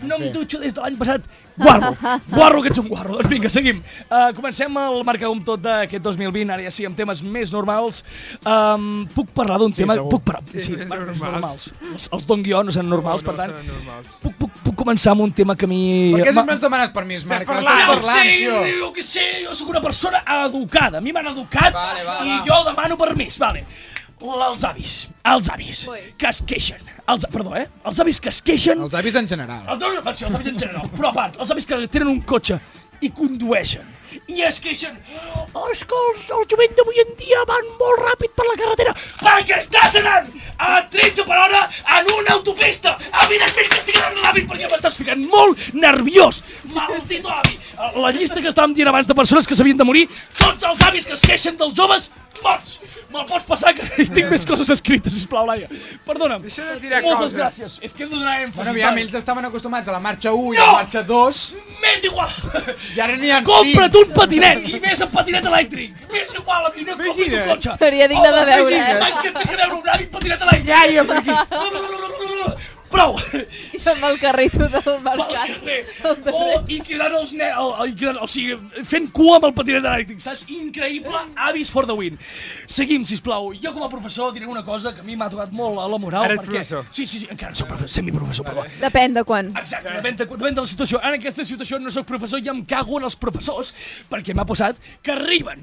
Speaker 1: No em dutxo des de l'any passat. Guarro, guarro que ets un guarro. Doncs vinga, seguim. Uh, comencem el marcar un tot d'aquest 2020, ara ja sí, amb temes més normals. Um, puc parlar d'un
Speaker 4: Sí,
Speaker 1: tema...
Speaker 4: segur.
Speaker 1: Puc parlar... Sí,
Speaker 3: Sí,
Speaker 1: sí
Speaker 3: més
Speaker 1: bueno, més normals.
Speaker 3: normals.
Speaker 1: Els, els don guió no seran normals,
Speaker 3: No, no
Speaker 1: per tant...
Speaker 3: seran normals.
Speaker 1: Puc, puc, puc començar amb un tema que a mi...
Speaker 4: Per què
Speaker 1: Ma-
Speaker 4: sempre ens demanes permís, Marc?
Speaker 1: Estàs
Speaker 4: M'estàs parlant,
Speaker 1: sí,
Speaker 4: tio.
Speaker 1: Sí, jo que sé, jo sóc una persona educada. A mi m'han educat
Speaker 4: Vale, va,
Speaker 1: i
Speaker 4: va.
Speaker 1: jo demano permís. Vale. Els avis, els avis,
Speaker 5: Ui.
Speaker 1: que es queixen. Els, perdó, eh? Els avis que es queixen...
Speaker 4: Els avis en general.
Speaker 1: El dono pensió, els avis en general, però a part, els avis que tenen un cotxe i condueixen i es queixen oh, és que els, el jovent d'avui en dia van molt ràpid per la carretera perquè estàs anant a 13 per hora en una autopista evidentment que estic anant ràpid perquè m'estàs ficant molt nerviós maldito avi la llista que estàvem dient abans de persones que s'havien de morir tots els avis que es queixen dels joves morts me'l pots passar que [laughs] tinc més coses escrites sisplau Laia perdona'm
Speaker 3: Deixa de tirar
Speaker 1: moltes
Speaker 3: coses.
Speaker 1: gràcies és que hem de donar èmfasi
Speaker 4: Bueno, aviam,
Speaker 1: vale.
Speaker 4: ells estaven acostumats a la marxa 1 i
Speaker 1: No!
Speaker 4: a la marxa 2
Speaker 1: M'és igual!
Speaker 4: i ara n'hi ha
Speaker 1: Compra't un patinet, i més amb patinet elèctric. M'és igual, a mi no et compris un
Speaker 3: Imagina't.
Speaker 1: cotxe.
Speaker 5: Seria digne de veure, eh?
Speaker 1: Imagina't que et tinc a veure un avi amb patinet elèctric. Ja, ja, per aquí. Prou!
Speaker 5: Amb el carrito del
Speaker 1: Pel
Speaker 5: mercat.
Speaker 1: carrer.
Speaker 5: Al darrere.
Speaker 1: Oh, i cridant els nens, o, o, i cridant, o sigui, fent cua amb el patinet elèctric, saps? Increïble, avis for the win. Seguim, sisplau. Jo com a professor diré una cosa que a mi m'ha tocat molt a la moral.
Speaker 3: Ara ets
Speaker 1: perquè...
Speaker 3: professor.
Speaker 1: Sí, sí, sí, encara soc professor, semiprofessor, perdó.
Speaker 5: Depèn de quan.
Speaker 1: Exacte, depèn de, depèn de la situació. En aquesta situació no sóc professor i em cago en els professors perquè m'ha posat que arriben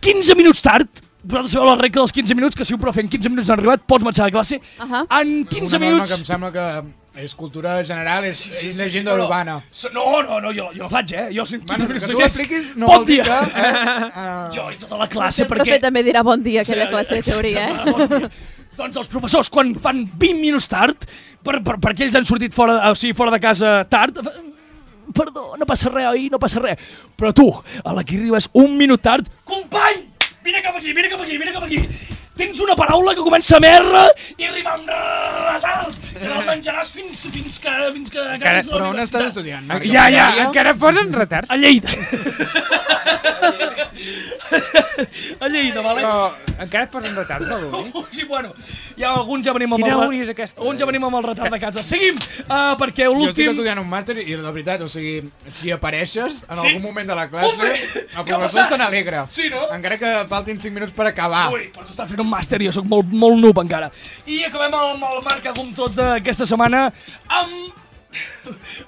Speaker 1: 15 minuts tard vosaltres sabeu la regla dels 15 minuts, que si un profe en 15 minuts no ha arribat, pots marxar de classe.
Speaker 5: Ahà.
Speaker 1: En 15
Speaker 4: Una norma
Speaker 1: minuts...
Speaker 4: que em sembla que és cultura general, és, és llegenda
Speaker 1: però-
Speaker 4: urbana.
Speaker 1: No, no, no, jo, jo la faig, eh? Jo, si en 15
Speaker 4: Bueno, que
Speaker 1: minuts
Speaker 4: tu
Speaker 1: hagués-
Speaker 4: l'apliquis no
Speaker 1: Bon
Speaker 4: vol dir
Speaker 1: dia.
Speaker 4: que...
Speaker 1: [laughs]
Speaker 4: Eh,
Speaker 1: Jo i tota la classe,
Speaker 5: El
Speaker 1: perquè...
Speaker 5: profe també dirà bon dia a aquella
Speaker 1: Sí,
Speaker 5: classe de
Speaker 1: exacte,
Speaker 5: teoria, eh?
Speaker 1: bon dia. Doncs els professors, quan fan 20 minuts tard, per, per, perquè ells han sortit fora, o sigui, fora de casa tard, fa- perdó, no passa res, oi? No passa res. Però tu, a la que arribes un minut tard, company, vine cap aquí, vine cap aquí, vine cap aquí. Tens una paraula que comença amb R i arriba amb retard. I no el menjaràs fins, fins que... Fins que acabis la
Speaker 4: però on
Speaker 1: universitat.
Speaker 4: estàs estudiant, Marc?
Speaker 3: Ja, ja,
Speaker 4: Al
Speaker 3: encara posen retards.
Speaker 1: A Lleida. [laughs] a Lleida, vale?
Speaker 3: Però encara posen retards a
Speaker 1: [laughs]
Speaker 3: l'uni.
Speaker 1: Sí, bueno, ja alguns ja venim amb
Speaker 3: Quina
Speaker 1: el... re-
Speaker 3: uni és aquesta?
Speaker 1: Alguns ja venim amb el retard de casa. Seguim, uh, perquè
Speaker 4: Jo estic
Speaker 1: l'últim...
Speaker 4: estudiant un màster i la veritat, o sigui, si apareixes
Speaker 1: Sí?
Speaker 4: en algun moment de la classe,
Speaker 1: Hombre, què ha
Speaker 4: el
Speaker 1: passat?
Speaker 4: professor se n'alegra.
Speaker 1: Sí, no?
Speaker 4: Encara que faltin 5 minuts per acabar.
Speaker 1: Ui, però tu estàs fent un màster i jo soc molt, molt noob encara. I acabem amb el marca com tot d'aquesta setmana amb...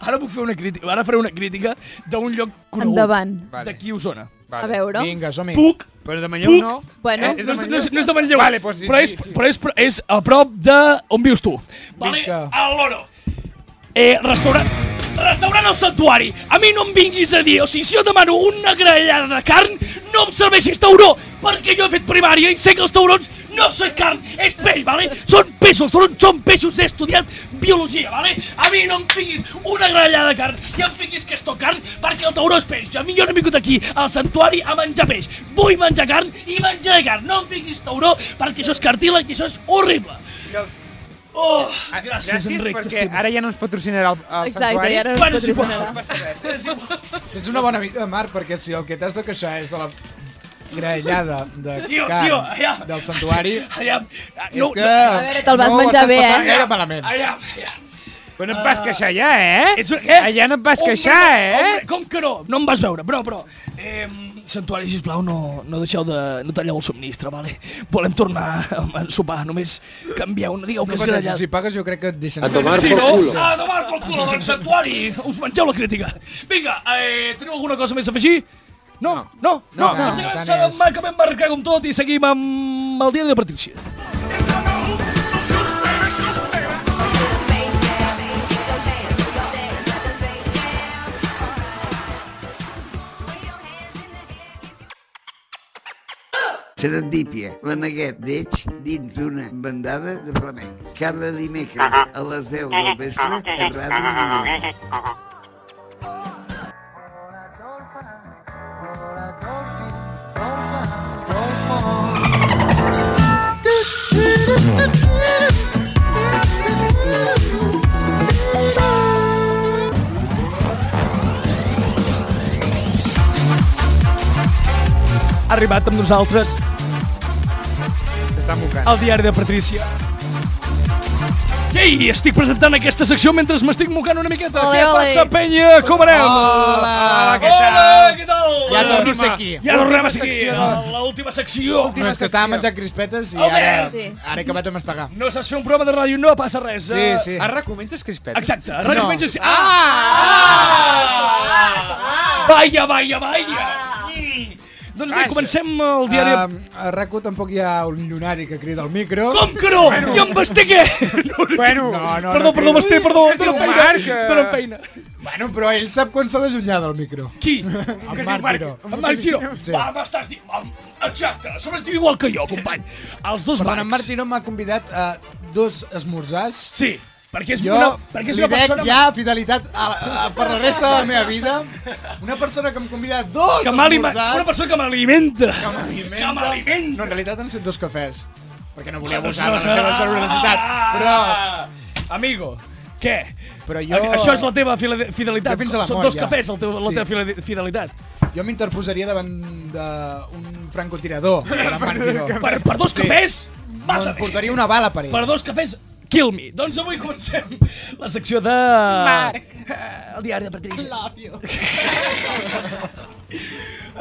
Speaker 1: Ara puc fer una crítica, ara faré una crítica d'un lloc conegut
Speaker 5: [laughs] Endavant.
Speaker 1: d'aquí a Osona.
Speaker 5: A veure.
Speaker 4: Vinga, som-hi.
Speaker 1: Puc,
Speaker 3: Però de Manlleu
Speaker 1: Puc.
Speaker 3: no.
Speaker 5: Bueno.
Speaker 3: Eh, és
Speaker 1: no,
Speaker 3: de
Speaker 1: és, no,
Speaker 3: Manlleu.
Speaker 1: és, no és de Manlleu,
Speaker 3: Vale, doncs sí,
Speaker 1: però, és,
Speaker 3: sí, sí.
Speaker 1: però és, però és a prop de on vius tu. Vale,
Speaker 4: Visca.
Speaker 1: a l'Oro. Eh, restaurant... Restaurant El Santuari. A mi no em vinguis a dir, o sigui, si jo demano una grallada de carn, no em serveixis tauró, perquè jo he fet primària i sé que els taurons no són carn, és peix, vale? Són peixos, els taurons són peixos, he estudiat biologia, vale? A mi no em fiquis una grallada de carn i em fiquis que és tot carn, perquè el tauró és peix. A mi jo no he vingut aquí al santuari a menjar peix. Vull menjar carn i menjar carn. No em fiquis tauró, perquè això és cartílag i això és horrible. Oh, gràcies, Enric.
Speaker 3: perquè
Speaker 1: t'estimo.
Speaker 3: ara ja no ens patrocinarà el, el
Speaker 5: Exacte,
Speaker 3: santuari.
Speaker 5: i ara
Speaker 1: Bueno,
Speaker 5: ens
Speaker 1: és igual.
Speaker 5: patrocinarà.
Speaker 4: Tens una bona vida, Marc, perquè si el que t'has de queixar és de la graellada de
Speaker 1: Tio,
Speaker 4: carn
Speaker 1: tio, allà.
Speaker 4: del santuari,
Speaker 1: Allà,
Speaker 4: és que
Speaker 5: A veure, te'l vas
Speaker 4: no ho
Speaker 5: menjar
Speaker 4: estàs
Speaker 5: bé,
Speaker 4: passant
Speaker 5: eh?
Speaker 4: gaire malament.
Speaker 1: Allà, allà.
Speaker 3: Però no et vas queixar ja, eh?
Speaker 1: És un- eh?
Speaker 3: Allà no et vas
Speaker 1: Hombre,
Speaker 3: queixar,
Speaker 1: no,
Speaker 3: eh?
Speaker 1: Hombre, com que no? No em vas veure, però, però... Eh, santuari, sisplau, no, no deixeu de... No talleu el subministre, vale? Volem tornar a sopar, només canvieu, no digueu
Speaker 4: No
Speaker 1: que és
Speaker 4: pateixis,
Speaker 1: grallat.
Speaker 4: si pagues jo crec que et deixen.
Speaker 1: Sí, no? Ah, no marco el culo, doncs santuari, us mengeu la crítica. Vinga, eh, teniu alguna cosa més a afegir? No, no, no. no,
Speaker 4: no,
Speaker 1: Acabem-
Speaker 4: tant
Speaker 1: acabem-
Speaker 4: és.
Speaker 1: Acabem marcar com tot i seguim amb el diari de Patricia.
Speaker 2: Serendípia, la Neguet d'Eix, dins d'una bandada de flamenc. Cada dimecres a les 10 del vespre a Ràdio Mollet.
Speaker 1: Ha arribat amb nosaltres
Speaker 3: Està embocant.
Speaker 1: el diari de Patrícia. Ei, estic presentant aquesta secció mentre m'estic mocant una miqueta.
Speaker 5: Ole,
Speaker 1: Què
Speaker 5: ole.
Speaker 1: passa, penya? Com anem?
Speaker 4: Hola,
Speaker 1: què tal? Hola, què tal?
Speaker 4: Ja torno a ser aquí.
Speaker 1: Ja tornem a ser aquí,
Speaker 3: Secció.
Speaker 1: a l'última secció.
Speaker 4: No, és que estava menjant crispetes i
Speaker 1: Home!
Speaker 4: ara,
Speaker 5: Sí.
Speaker 4: ara he acabat de mastegar.
Speaker 1: No saps fer un programa de ràdio, no passa res.
Speaker 4: Sí,
Speaker 1: eh?
Speaker 4: sí.
Speaker 3: Ara comences crispetes.
Speaker 1: Exacte, ràdio
Speaker 4: No.
Speaker 1: no. menys... Ah! Ah! ah! Vaya, vaya, vaya! Mm. Doncs bé,
Speaker 3: Vaja.
Speaker 1: comencem el diari...
Speaker 4: Ah! Um, a RAC1 tampoc hi ha un llunari que crida al micro.
Speaker 1: Com que no? Jo em vestigué! No, no,
Speaker 3: Bueno,
Speaker 4: No, no,
Speaker 1: perdó, perdó,
Speaker 4: no crida.
Speaker 1: Basté, perdó, dóna'm
Speaker 3: diu Marc,
Speaker 1: feina,
Speaker 3: eh?
Speaker 1: dóna'm feina.
Speaker 4: Bueno, però ell sap quan s'ha d'allunyar del micro. [laughs]
Speaker 1: Qui?
Speaker 4: En Marc Giró.
Speaker 1: En Marc Giró.
Speaker 4: Sí.
Speaker 1: Va, m'estàs dient... Exacte, a sobre es diu igual que jo, company. Els dos
Speaker 4: Perdona, en
Speaker 1: Marcs.
Speaker 4: Martino m'ha convidat a dos esmorzars.
Speaker 1: Sí, perquè és
Speaker 4: Jo
Speaker 1: una, perquè és
Speaker 4: li
Speaker 1: una
Speaker 4: dec
Speaker 1: persona...
Speaker 4: ja fidelitat a, a, per la resta de la meva vida. Una persona que em convida a dos
Speaker 1: Que m'alima-
Speaker 4: esmorzars.
Speaker 1: una persona que m'alimenta.
Speaker 4: que m'alimenta.
Speaker 1: Que m'alimenta.
Speaker 4: No, en realitat han set dos cafès. Perquè no volia
Speaker 1: Doncs
Speaker 4: abusar de
Speaker 1: no.
Speaker 4: la seva generositat. Però
Speaker 1: Però... Amigo, què?
Speaker 4: Però jo-
Speaker 1: A- Això és la teva fila- fidelitat.
Speaker 4: Jo fins a la
Speaker 1: Són
Speaker 4: mort,
Speaker 1: dos
Speaker 4: ja.
Speaker 1: cafès, el teu, la
Speaker 4: Sí.
Speaker 1: teva fila-
Speaker 4: [laughs]
Speaker 1: fidelitat.
Speaker 4: jo m'interposaria davant d'un
Speaker 1: [laughs]
Speaker 4: francotirador. per en Marc Giró.
Speaker 1: Per, per dos
Speaker 4: Sí.
Speaker 1: cafès?
Speaker 4: Em
Speaker 1: Mata-me.
Speaker 4: portaria una bala per ell.
Speaker 1: Per dos cafès, kill me. Doncs avui comencem la secció de...
Speaker 4: Marc.
Speaker 1: Eh, El diari de Patricia.
Speaker 4: L'àpio.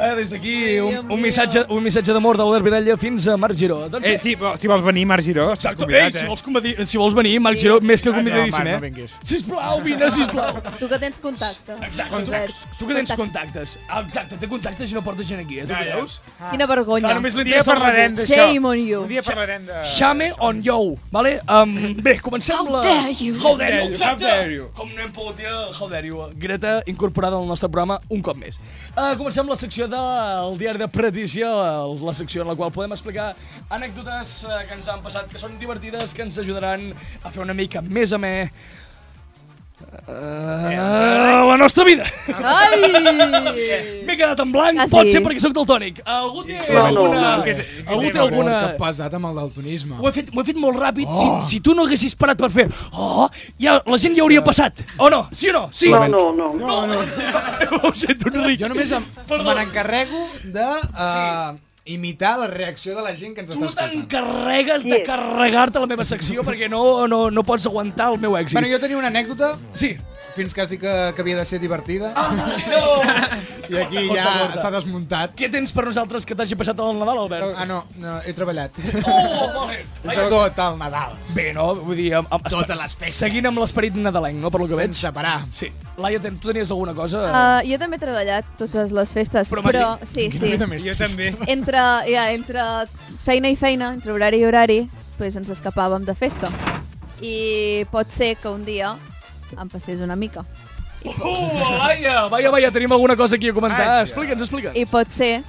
Speaker 1: Eh, des d'aquí,
Speaker 5: Ai,
Speaker 1: un,
Speaker 5: Déu
Speaker 1: un,
Speaker 5: meu.
Speaker 1: missatge, un missatge d'amor d'Albert Virella fins a Marc Giró. Doncs
Speaker 3: Eh, sí, però si vols venir, Marc Giró, estàs
Speaker 1: Exacte.
Speaker 3: convidat,
Speaker 1: Ei, si
Speaker 3: eh?
Speaker 1: vols, convidi- si vols venir, Marc Giró, més que
Speaker 4: Ah, no,
Speaker 1: convidadíssim,
Speaker 4: Marc,
Speaker 1: eh?
Speaker 4: no vinguis.
Speaker 1: Sisplau, vine, sisplau.
Speaker 5: Tu que tens contacte.
Speaker 1: Exacte.
Speaker 5: Albert.
Speaker 1: Tu que tens contactes. Ah, Exacte, té contactes i no porta gent aquí, eh? Tu
Speaker 3: Ja,
Speaker 1: què
Speaker 3: ja. Ah,
Speaker 1: veus?
Speaker 5: Quina vergonya.
Speaker 1: Clar, només li
Speaker 3: Un dia
Speaker 1: interessa el
Speaker 3: parlarem
Speaker 1: ràdio.
Speaker 3: d'això.
Speaker 5: Shame on you.
Speaker 3: Un dia parlarem de...
Speaker 1: Shame on you, vale? Um, bé, comencem
Speaker 5: How
Speaker 1: la...
Speaker 5: dare you.
Speaker 1: How dare you,
Speaker 3: How
Speaker 1: exacte.
Speaker 3: dare you.
Speaker 1: Com no hem pogut dir how dare you. Greta incorporada al nostre programa un cop més. Uh, comencem la secció del diari de Patricia, la secció en la qual podem explicar anècdotes eh, que ens han passat, que són divertides, que ens ajudaran a fer una mica més amè
Speaker 6: Eh,
Speaker 1: Uh, la nostra vida.
Speaker 5: Ai!
Speaker 1: M'he quedat en blanc,
Speaker 5: Quasi.
Speaker 1: pot ser perquè sóc daltònic. Algú té
Speaker 6: no,
Speaker 1: alguna...
Speaker 6: no.
Speaker 1: Algú té
Speaker 4: Una...
Speaker 1: alguna...
Speaker 4: Que pesat amb el daltonisme.
Speaker 1: Ho he fet, ho he fet molt ràpid. Oh. Si, si tu no haguessis parat per fer... Oh, ja, la gent ja hauria passat. O no? Sí o no? Sí.
Speaker 6: No, no, no.
Speaker 1: no.
Speaker 6: no.
Speaker 1: no. [laughs] Ho sento, Enric.
Speaker 4: Jo només em,
Speaker 1: Perdó.
Speaker 4: me n'encarrego de uh, imitar la reacció de la gent que ens
Speaker 1: Tu
Speaker 4: està escoltant.
Speaker 1: t'encarregues de
Speaker 6: Sí.
Speaker 1: carregar-te la meva secció perquè no, no, no pots aguantar el meu èxit.
Speaker 4: Bueno, jo tenia una anècdota
Speaker 1: Sí.
Speaker 4: fins que has dit que, que havia de ser divertida
Speaker 1: Ah, no.
Speaker 4: i aquí
Speaker 1: Corta,
Speaker 4: ja
Speaker 1: corta.
Speaker 4: s'ha desmuntat.
Speaker 1: Què tens per nosaltres que t'hagi passat el Nadal, Albert?
Speaker 4: Ah, no, no he treballat.
Speaker 1: Oh, vale. Vaja.
Speaker 4: Tot el Nadal.
Speaker 1: Bé, no? Vull dir... Amb, amb,
Speaker 4: Totes les festes.
Speaker 1: Seguint amb l'esperit nadalenc, no? Per lo que veig.
Speaker 4: Sense parar.
Speaker 1: Sí. Laia, ten- tu tenies alguna cosa?
Speaker 5: Uh, jo també he treballat totes les festes,
Speaker 1: Però
Speaker 5: però,
Speaker 1: m'has
Speaker 5: però sí, sí.
Speaker 3: Jo també.
Speaker 5: Entre, ja, entre feina i feina, entre horari i horari, pues ens escapàvem de festa. I pot ser que un dia em passés una mica.
Speaker 1: Uh, Laia, vaja, vaja, tenim alguna cosa aquí a comentar.
Speaker 3: Ai,
Speaker 1: explica'ns, explica'ns.
Speaker 5: I pot ser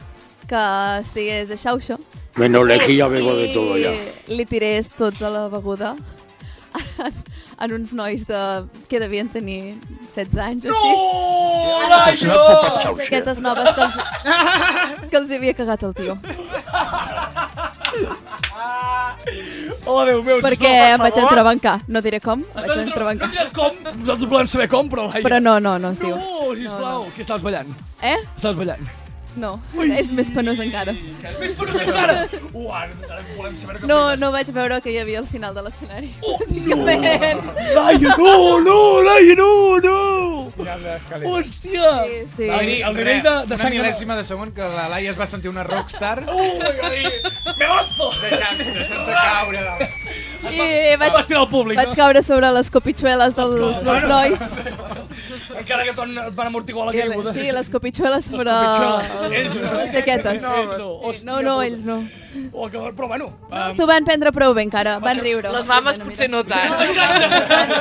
Speaker 5: que estigués a Xauxo
Speaker 10: Menos lejía bebo
Speaker 5: i
Speaker 10: de todo ya.
Speaker 5: li tirés tota la beguda [laughs] en, en uns nois de, que devien tenir 16 anys o així.
Speaker 1: No,
Speaker 5: Les
Speaker 1: Laia!
Speaker 5: jaquetes noves que els, que els hi havia cagat el tio.
Speaker 1: Oh, Déu meu,
Speaker 5: Perquè
Speaker 1: sisplau,
Speaker 5: em vaig
Speaker 1: favor.
Speaker 5: entrebancar. No diré com, vaig
Speaker 1: Entra- No
Speaker 5: entrebancar.
Speaker 1: diràs com? Nosaltres volem saber com, però Laia...
Speaker 5: Però no, no, no es diu.
Speaker 1: No, sisplau, que estàs ballant.
Speaker 5: Eh?
Speaker 1: Estàs ballant.
Speaker 5: No, és més penós encara.
Speaker 1: Més per una encara. Uah, ara ara volem saber com...
Speaker 5: No, no vaig veure que hi havia al final de l'escenari. [laughs]
Speaker 1: Oh,
Speaker 5: Que nen.
Speaker 1: Laia, no, no, Laia, no, no! Hòstia!
Speaker 5: Sí, sí.
Speaker 1: Va venir el nivell de, de
Speaker 4: una
Speaker 1: sang...
Speaker 4: mil·lèsima de segon que la Laia es va sentir una rockstar
Speaker 1: Uh, me lanzo!
Speaker 4: deixant- deixant-se caure.
Speaker 5: I
Speaker 1: Vaig
Speaker 5: vaig,
Speaker 1: tirar al públic, [laughs]
Speaker 5: vaig caure sobre les copitxueles dels, dels nois.
Speaker 1: no? Encara que ton et van amortiguar la
Speaker 5: I el-
Speaker 1: caiguda.
Speaker 5: Sí, les copitxueles, però...
Speaker 1: copitxueles. Ells no, ells no,
Speaker 5: Jaquetes.
Speaker 1: ells no, hòstia
Speaker 5: No,
Speaker 1: puta.
Speaker 5: no,
Speaker 1: Um,
Speaker 5: ells no.
Speaker 1: O que, però bueno... em-
Speaker 5: S'ho van prendre prou bé encara, van riure.
Speaker 7: Les mames potser no tant.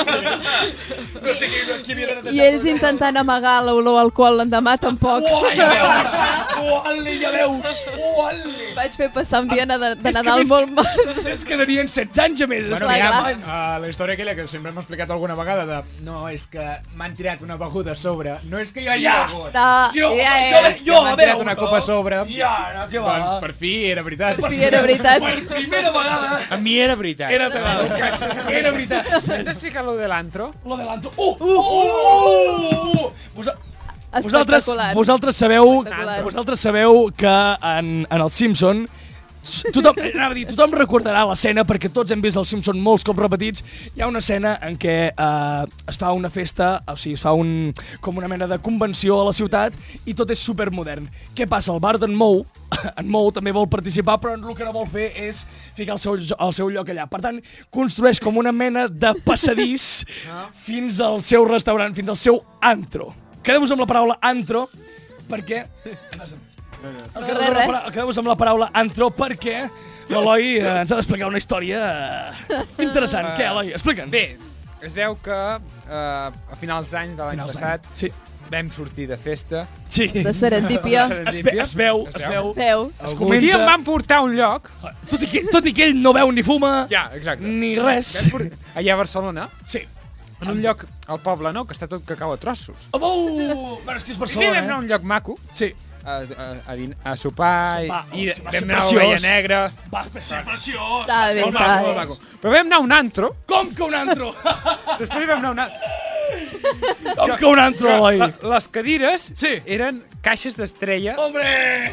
Speaker 1: No sé qui, qui havia de netejar.
Speaker 5: I ells intentant amagar l'olor al alcohol l'endemà tampoc.
Speaker 1: Uah, ja Oh, veus! Uah, ja veus! Uah,
Speaker 5: Vaig fer passar un dia de, de
Speaker 1: És que
Speaker 5: Nadal
Speaker 1: més-
Speaker 5: molt mal.
Speaker 1: És que devien 16 anys a més.
Speaker 4: Bueno,
Speaker 5: clar,
Speaker 4: mira,
Speaker 5: clar.
Speaker 4: uh, la història aquella que sempre hem explicat alguna vegada de no, és que m'han tirat una beguda a sobre, no és que jo hagi
Speaker 1: Ja. Ah.
Speaker 4: begut.
Speaker 5: No,
Speaker 1: Jo,
Speaker 5: Ah, ja,
Speaker 1: jo,
Speaker 5: ja.
Speaker 1: jo,
Speaker 4: que
Speaker 1: jo
Speaker 4: m'han
Speaker 1: adeu,
Speaker 4: tirat una
Speaker 1: no?
Speaker 4: copa a sobre.
Speaker 1: Ja, no, què va?
Speaker 4: Doncs per fi era veritat.
Speaker 5: Per fi era veritat.
Speaker 1: Per primera vegada
Speaker 3: A mi era veritat.
Speaker 1: era veritat. Era veritat.
Speaker 3: Saps explicar lo de l'antro?
Speaker 1: Lo de l'anto. Uh, uh, uh, uh, uh. Vosa- Vosaltres,
Speaker 5: Espectacular.
Speaker 1: vosaltres sabeu,
Speaker 5: Espectacular.
Speaker 1: vosaltres sabeu que en, en el Simpson s- tothom, eh, anava a dir, tothom recordarà l'escena perquè tots hem vist el Simpson molts cops repetits hi ha una escena en què eh, es fa una festa, o sigui, es fa un, com una mena de convenció a la ciutat i tot és supermodern. Què passa? El bar d'en Mou, [laughs] en Mou també vol participar però el que no vol fer és ficar el seu, jo- el seu lloc allà. Per tant, construeix com una mena de passadís fins al seu restaurant, fins al seu antro. Quedem-vos amb la paraula antro, perquè... El que
Speaker 5: res,
Speaker 1: deu la
Speaker 5: res.
Speaker 1: para- el que deu amb la paraula antro perquè l'Eloi eh, ens ha d'explicar una història eh, interessant. Què, Eloi? Explica'ns.
Speaker 3: Bé, es veu que eh, a finals d'any de l'any
Speaker 1: Finals d'any.
Speaker 3: passat
Speaker 1: Sí.
Speaker 3: vam sortir de festa.
Speaker 1: Sí.
Speaker 5: De
Speaker 1: [laughs]
Speaker 5: serendípia.
Speaker 1: Es, ve, es veu, es veu.
Speaker 5: Veu.
Speaker 1: Es
Speaker 3: Algun dia em van portar a un lloc.
Speaker 1: Tot i, que, tot i que ell no veu ni fuma,
Speaker 3: Ja, exacte.
Speaker 1: ni res.
Speaker 3: Vam por- Allà a Barcelona,
Speaker 1: Sí.
Speaker 3: en un lloc al poble, no?, que està tot cacau a trossos.
Speaker 1: Oh, bueno, és que és
Speaker 3: Primer vam anar
Speaker 1: Barcelona,
Speaker 3: a un lloc maco,
Speaker 1: eh? Sí.
Speaker 3: a, a, a, din- a sopar,
Speaker 1: Sopar.
Speaker 3: i, i
Speaker 1: Oh, va ser
Speaker 3: vam anar a
Speaker 1: preciós.
Speaker 3: Ovella Negra.
Speaker 1: Va, va ser preciós.
Speaker 5: Està bé,
Speaker 3: Molt
Speaker 5: està
Speaker 3: maco, molt
Speaker 5: bé.
Speaker 3: maco. Però vam anar a un antro,
Speaker 1: Com que un
Speaker 3: [laughs]
Speaker 1: antro?
Speaker 3: després vam anar a un antro.
Speaker 1: Com que un antro, Eloi?
Speaker 3: La- Les cadires
Speaker 1: Sí. Oh.
Speaker 3: eren caixes d'estrella
Speaker 1: Hombre!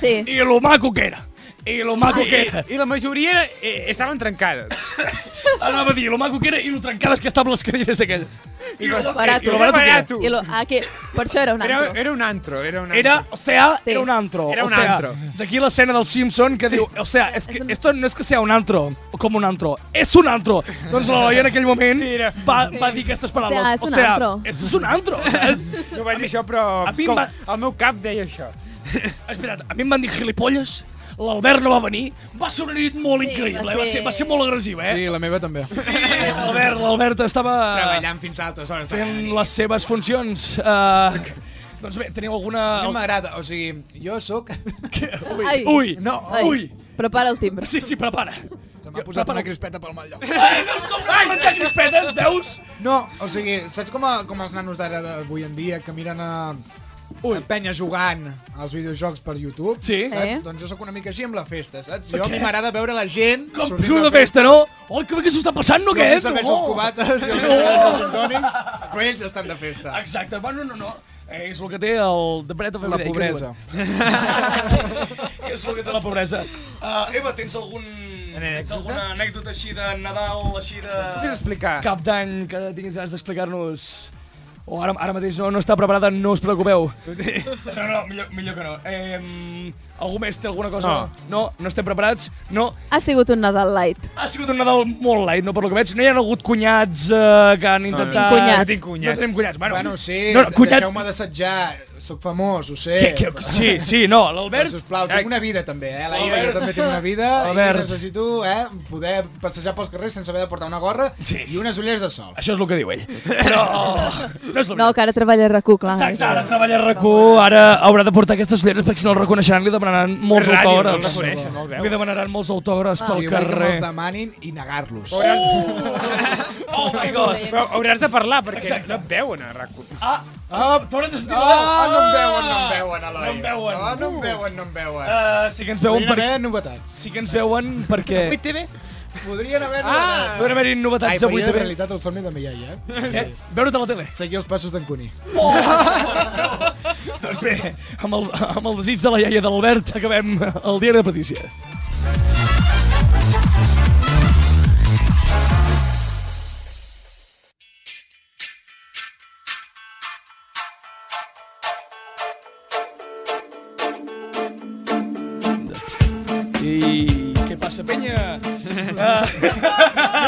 Speaker 5: Sí.
Speaker 1: I lo maco que era. I lo maco que era.
Speaker 3: i la majoria era- eh, estaven trencades.
Speaker 1: Anava a dir, lo maco que era i lo trencades que estaven les cadires aquelles. I lo,
Speaker 5: Barato.
Speaker 1: I lo barato eh, que era.
Speaker 3: Barato.
Speaker 5: I lo, aquí, per això era un
Speaker 3: Era,
Speaker 5: antro.
Speaker 3: era un antro, era un antro.
Speaker 1: Era, o sea,
Speaker 5: Sí.
Speaker 1: era un antro.
Speaker 3: Era un
Speaker 1: o sea,
Speaker 3: antro.
Speaker 1: D'aquí l'escena del Simpson que diu, o sea, es que
Speaker 5: És un-
Speaker 1: esto no es que sea un antro, com un antro, és un antro. Doncs l'Eloi en aquell moment va, va dir aquestes paraules.
Speaker 5: sea, és un
Speaker 1: o sea,
Speaker 5: antro.
Speaker 1: esto es un antro. saps?
Speaker 3: No vaig dir això, però
Speaker 1: A mi em
Speaker 3: com,
Speaker 1: va-
Speaker 3: el meu cap deia això.
Speaker 1: Espera't, a mi em van dir gilipolles, l'Albert no va venir, va ser una nit molt
Speaker 5: Sí,
Speaker 1: increïble,
Speaker 5: va
Speaker 1: eh? va, ser...
Speaker 5: ser-
Speaker 1: va ser molt agressiva, eh?
Speaker 4: Sí, la meva també.
Speaker 1: Sí, l'Albert, l'Albert estava
Speaker 4: Treballant fins a altres hores. de la
Speaker 1: Ah. fent
Speaker 4: nit.
Speaker 1: les seves funcions. Uh, doncs bé, teniu alguna...
Speaker 4: A mi m'agrada, o sigui, jo sóc...
Speaker 1: Ui,
Speaker 5: Ai.
Speaker 1: ui,
Speaker 4: No,
Speaker 5: Ai,
Speaker 1: ui.
Speaker 5: Prepara el timbre.
Speaker 1: Sí, sí, prepara.
Speaker 4: Se m'ha posat
Speaker 1: Prepara.
Speaker 4: una crispeta pel mal lloc.
Speaker 1: Ai, Eh, veus com no menjar crispetes, veus?
Speaker 4: No, o sigui, saps com, a, com els nanos d'ara d'avui en dia que miren a... Ui. a penya jugant als videojocs per YouTube?
Speaker 1: Sí.
Speaker 4: Saps?
Speaker 5: Eh?
Speaker 4: Doncs jo sóc una mica així amb la festa, saps? Jo a mi m'agrada veure la gent...
Speaker 1: Com
Speaker 4: sortint
Speaker 1: surt de festa, no? Oh, que bé que s'ho està passant, no,
Speaker 4: Jo els hi
Speaker 1: aquest?
Speaker 4: serveixo els
Speaker 1: Oh.
Speaker 4: cubates i els hi
Speaker 1: Oh.
Speaker 4: serveixo els indònics, però ells estan de festa.
Speaker 1: Exacte, bueno, no, no. Eh, És el que té el de Brett of
Speaker 4: La
Speaker 1: Everyday, que
Speaker 4: pobresa.
Speaker 1: diuen. [laughs] és el que té la pobresa. Uh, Eva, tens algun... Tens alguna anècdota així de Nadal, així de...
Speaker 3: Què explicar?
Speaker 1: Cap d'any que tinguis ganes d'explicar-nos... O oh, ara, ara mateix no, no està preparada, no us preocupeu. [laughs] No, no, millor, millor que no. Eh, algú més té alguna cosa? No. no, no estem preparats? No,
Speaker 5: Ha sigut un Nadal light.
Speaker 1: ha sigut un Nadal molt light, no per lo que veig. No hi ha hagut cunyats eh, que han intentat...
Speaker 5: cunyats.
Speaker 1: No tinc cunyats. No tenim cunyats. Bueno,
Speaker 4: Bueno, sí,
Speaker 1: No, no, cunyats...
Speaker 4: deixeu-me d'assetjar, sóc famós, ho sé.
Speaker 1: Que, que, sí, sí, no, l'Albert...
Speaker 4: Però, sisplau, tinc una vida també, eh? La Ida,
Speaker 1: Albert.
Speaker 4: jo també tinc una vida
Speaker 1: Albert.
Speaker 4: i necessito eh, poder passejar pels carrers sense haver de portar una gorra
Speaker 1: Sí.
Speaker 4: i unes ulleres de sol.
Speaker 1: Això és el que diu ell. Però... No és la
Speaker 5: No, que ara treballa a RAC1, clar.
Speaker 1: Exacte, ara treballa a RAC1, ara haurà de portar aquestes ulleres perquè si no el reconeixeran li demanaran molts
Speaker 3: Ràdio, no el
Speaker 1: autògrafs.
Speaker 3: reconeixen, no el veuen.
Speaker 1: li demanaran molts autògrafs
Speaker 4: O
Speaker 1: pel
Speaker 4: sigui, vull que
Speaker 1: carrer.
Speaker 4: me'ls demanin i negar-los.
Speaker 1: Uh! Oh [laughs] my god!
Speaker 3: Però hauràs de parlar, perquè no et veuen a rac
Speaker 1: Ah,
Speaker 4: Ah,
Speaker 1: t'hauran de sentir la veu.
Speaker 4: ah, no em veuen, no em veuen, Eloi.
Speaker 1: No em veuen.
Speaker 4: Ah, no em veuen, no em veuen.
Speaker 1: Eh, sí que ens veuen
Speaker 4: Podrien
Speaker 1: per...
Speaker 4: haver novetats.
Speaker 1: Sí que ens veuen perquè...
Speaker 3: Avui TV?
Speaker 4: Podrien haver
Speaker 1: Ah,
Speaker 4: novetats.
Speaker 1: podran haver-hi
Speaker 4: Ai,
Speaker 1: novetats
Speaker 4: però
Speaker 1: avui
Speaker 4: jo en
Speaker 1: també.
Speaker 4: realitat el somni de mi iaia, eh?
Speaker 1: Eh? Veure't a la tele. Oh!
Speaker 4: Seguir els passos d'en Cuní.
Speaker 1: [laughs] Doncs bé, amb el, amb el desig de la iaia d'Albert acabem el diari de Patícia. I què passa,
Speaker 3: [laughs]
Speaker 1: penya? Ah.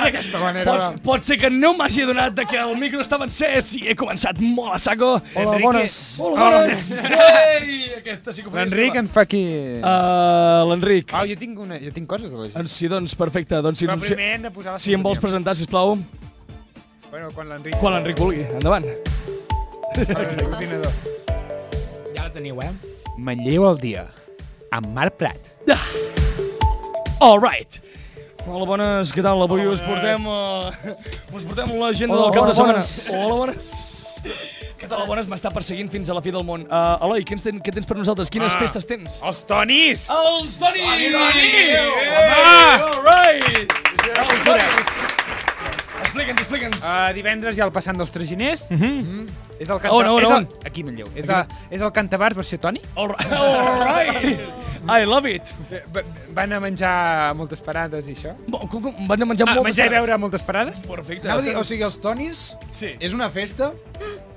Speaker 4: D'aquesta manera...
Speaker 1: Pot, pot ser que no m'hagi adonat de que el micro estava encès i he començat molt a saco.
Speaker 3: Hola, bones. Oh.
Speaker 1: Hola, bones. Ei, aquesta sí que ho faries.
Speaker 3: L'Enric ens fa aquí...
Speaker 1: Uh, L'Enric.
Speaker 3: Au, Ah, jo tinc, una, jo tinc coses de la gent.
Speaker 1: Ah, Sí, doncs, perfecte. Doncs, si,
Speaker 3: Però
Speaker 1: si,
Speaker 3: primer hem de posar la
Speaker 1: si em vols
Speaker 3: sintonia.
Speaker 1: presentar, sisplau,
Speaker 3: Bueno, quan l'Enric...
Speaker 1: quan l'Enric vulgui. Endavant.
Speaker 3: l'Enric...
Speaker 4: Ja la teniu, eh?
Speaker 3: Manlleu al dia, amb Marc Prat.
Speaker 1: All right. Hola, bones, què tal? Avui us portem, uh, us portem l'agenda
Speaker 3: Hola,
Speaker 1: del cap de setmana.
Speaker 3: hola, bones.
Speaker 1: Hola, bones. Què tal, bones? M'està perseguint fins a la fi del món. Uh, Eloi, què, ens ten, què tens per nosaltres? Quines
Speaker 3: Ah.
Speaker 1: festes tens?
Speaker 3: Els Tonis!
Speaker 1: Els Doni! Els
Speaker 3: Doni!
Speaker 1: Hey, all right! Els Donis! Explica'ns, explica'ns.
Speaker 3: Uh, divendres hi ha el Passant dels Traginers.
Speaker 4: Mhm.
Speaker 3: Mm -hmm. És el canta...
Speaker 1: On, on,
Speaker 3: és
Speaker 1: on?
Speaker 3: El... Aquí, a Manlleu. És, a, és el Cantabars versió Toni.
Speaker 1: All right. All right. I love it.
Speaker 3: Eh, va- Van a menjar a moltes parades i això.
Speaker 1: Bo, Com, com, van a menjar
Speaker 3: Ah,
Speaker 1: moltes
Speaker 3: menjar i
Speaker 1: coses.
Speaker 3: beure a moltes parades.
Speaker 1: Perfecte.
Speaker 4: Anava a dir, o sigui, els tonis
Speaker 1: Sí.
Speaker 4: és una festa,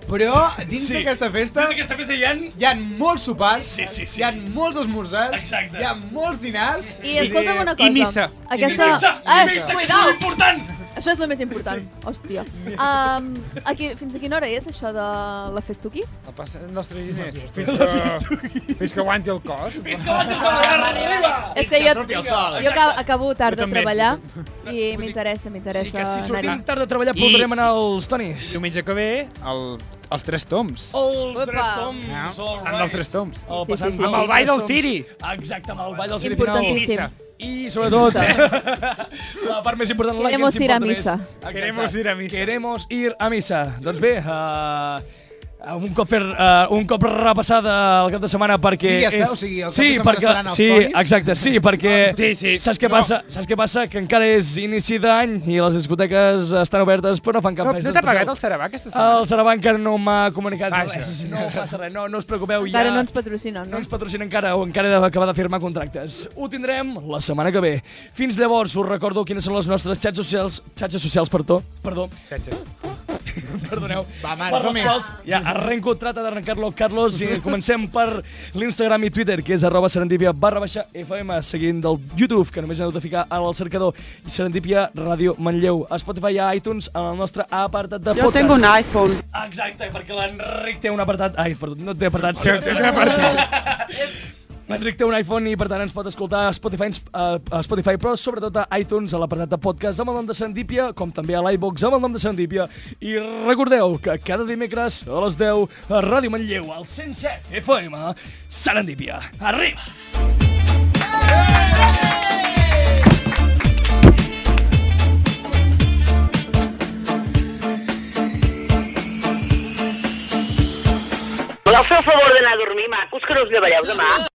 Speaker 4: però dins
Speaker 1: Sí.
Speaker 4: d'aquesta festa
Speaker 1: Dins d'aquesta festa hi ha...
Speaker 4: hi ha molts sopars,
Speaker 1: Sí, sí, sí.
Speaker 4: hi ha molts esmorzars,
Speaker 1: Exacte.
Speaker 4: hi ha molts dinars...
Speaker 5: I escolta'm una
Speaker 3: i
Speaker 5: cosa.
Speaker 3: missa.
Speaker 5: Aquesta...
Speaker 1: Missa,
Speaker 5: Ah,
Speaker 1: missa, que és
Speaker 5: cuidao.
Speaker 1: molt important!
Speaker 5: Això és el més important. Hòstia.
Speaker 1: [laughs]
Speaker 5: Um, aquí, fins a quina hora és això de la Festuki?
Speaker 3: El Passant dels Traginers. Fins que, fins que aguanti el cos.
Speaker 1: Fins que abans de la arriba!
Speaker 5: És que
Speaker 4: que
Speaker 5: jo,
Speaker 4: surti el sol, eh?
Speaker 5: jo acabo, acabo
Speaker 3: Jo
Speaker 5: tard de
Speaker 3: també.
Speaker 5: treballar i m'interessa, m'interessa anar-hi.
Speaker 1: tard de treballar
Speaker 3: I- podrem
Speaker 1: anar als tonis.
Speaker 3: Diumenge que ve, el, els Tres Toms.
Speaker 1: Els
Speaker 5: Opa.
Speaker 1: tres toms,
Speaker 3: No?
Speaker 1: all
Speaker 3: Passant
Speaker 1: right.
Speaker 3: dels Ah. Tres Toms.
Speaker 1: El
Speaker 5: Sí,
Speaker 1: passant
Speaker 5: sí,
Speaker 1: dels
Speaker 5: sí, Amb el
Speaker 1: tres
Speaker 3: ball del
Speaker 1: toms.
Speaker 3: Siri.
Speaker 1: Exacte, amb el ball del Siri final.
Speaker 5: Importantíssim.
Speaker 1: I sobretot, [laughs] la part més important, la que ens
Speaker 5: Queremos ir a
Speaker 1: importa
Speaker 5: missa.
Speaker 1: més. Exacte.
Speaker 3: Queremos ir a missa.
Speaker 1: Queremos ir a missa. Doncs bé, uh, un cop fer, uh, un cop repassada el cap de setmana perquè
Speaker 4: Sí, ja està,
Speaker 1: és...
Speaker 4: o sigui, el cap
Speaker 1: sí,
Speaker 4: de setmana
Speaker 1: perquè,
Speaker 4: seran els
Speaker 1: sí,
Speaker 4: tonis.
Speaker 1: exacte, sí, perquè
Speaker 3: Sí, sí.
Speaker 1: saps què
Speaker 3: No.
Speaker 1: passa? Saps què passa? Que encara és inici d'any i les discoteques estan obertes però no fan cap
Speaker 3: No,
Speaker 1: festa
Speaker 3: no t'ha
Speaker 1: especial.
Speaker 3: pagat el Sarabà aquesta setmana?
Speaker 1: El Sarabà encara no m'ha comunicat
Speaker 3: Vaja.
Speaker 1: res. No passa res, no, no us preocupeu.
Speaker 5: Encara
Speaker 1: ja...
Speaker 5: no ens patrocinen,
Speaker 1: No
Speaker 5: no?
Speaker 1: ens patrocina encara, o encara he d'acabar de firmar contractes. Ho tindrem la setmana que ve. Fins llavors, us recordo quines són les nostres xats socials, xatxes socials, perdó, perdó,
Speaker 3: Xatxa.
Speaker 1: perdoneu,
Speaker 4: Va, mans,
Speaker 1: per les
Speaker 4: home.
Speaker 1: quals ja arrenco, trata d'arrencar-lo, Carlos, i comencem per l'Instagram i Twitter, que és arroba serendipia barra baixa FM, seguint del YouTube, que només heu de ficar en el cercador, i serendipia Ràdio Manlleu, a Spotify i a iTunes, en el nostre apartat de podcast.
Speaker 6: iPhone.
Speaker 1: Exacte, perquè l'Enric té un apartat... Ai, perdó, no té apartat.
Speaker 3: Sí, té un
Speaker 1: apartat. L'Enric té un iPhone i, per tant, ens pot escoltar a Spotify, a a Spotify però sobretot a iTunes, a l'apartat de podcast amb el nom de Sandípia, com també a l'iVox amb el nom de Sandípia. I recordeu que cada dimecres a les 10 a Ràdio Manlleu, al 107 FM, Serendípia. Arriba!
Speaker 6: Podeu fer el favor d'anar a dormir, macos, que no us llevareu demà?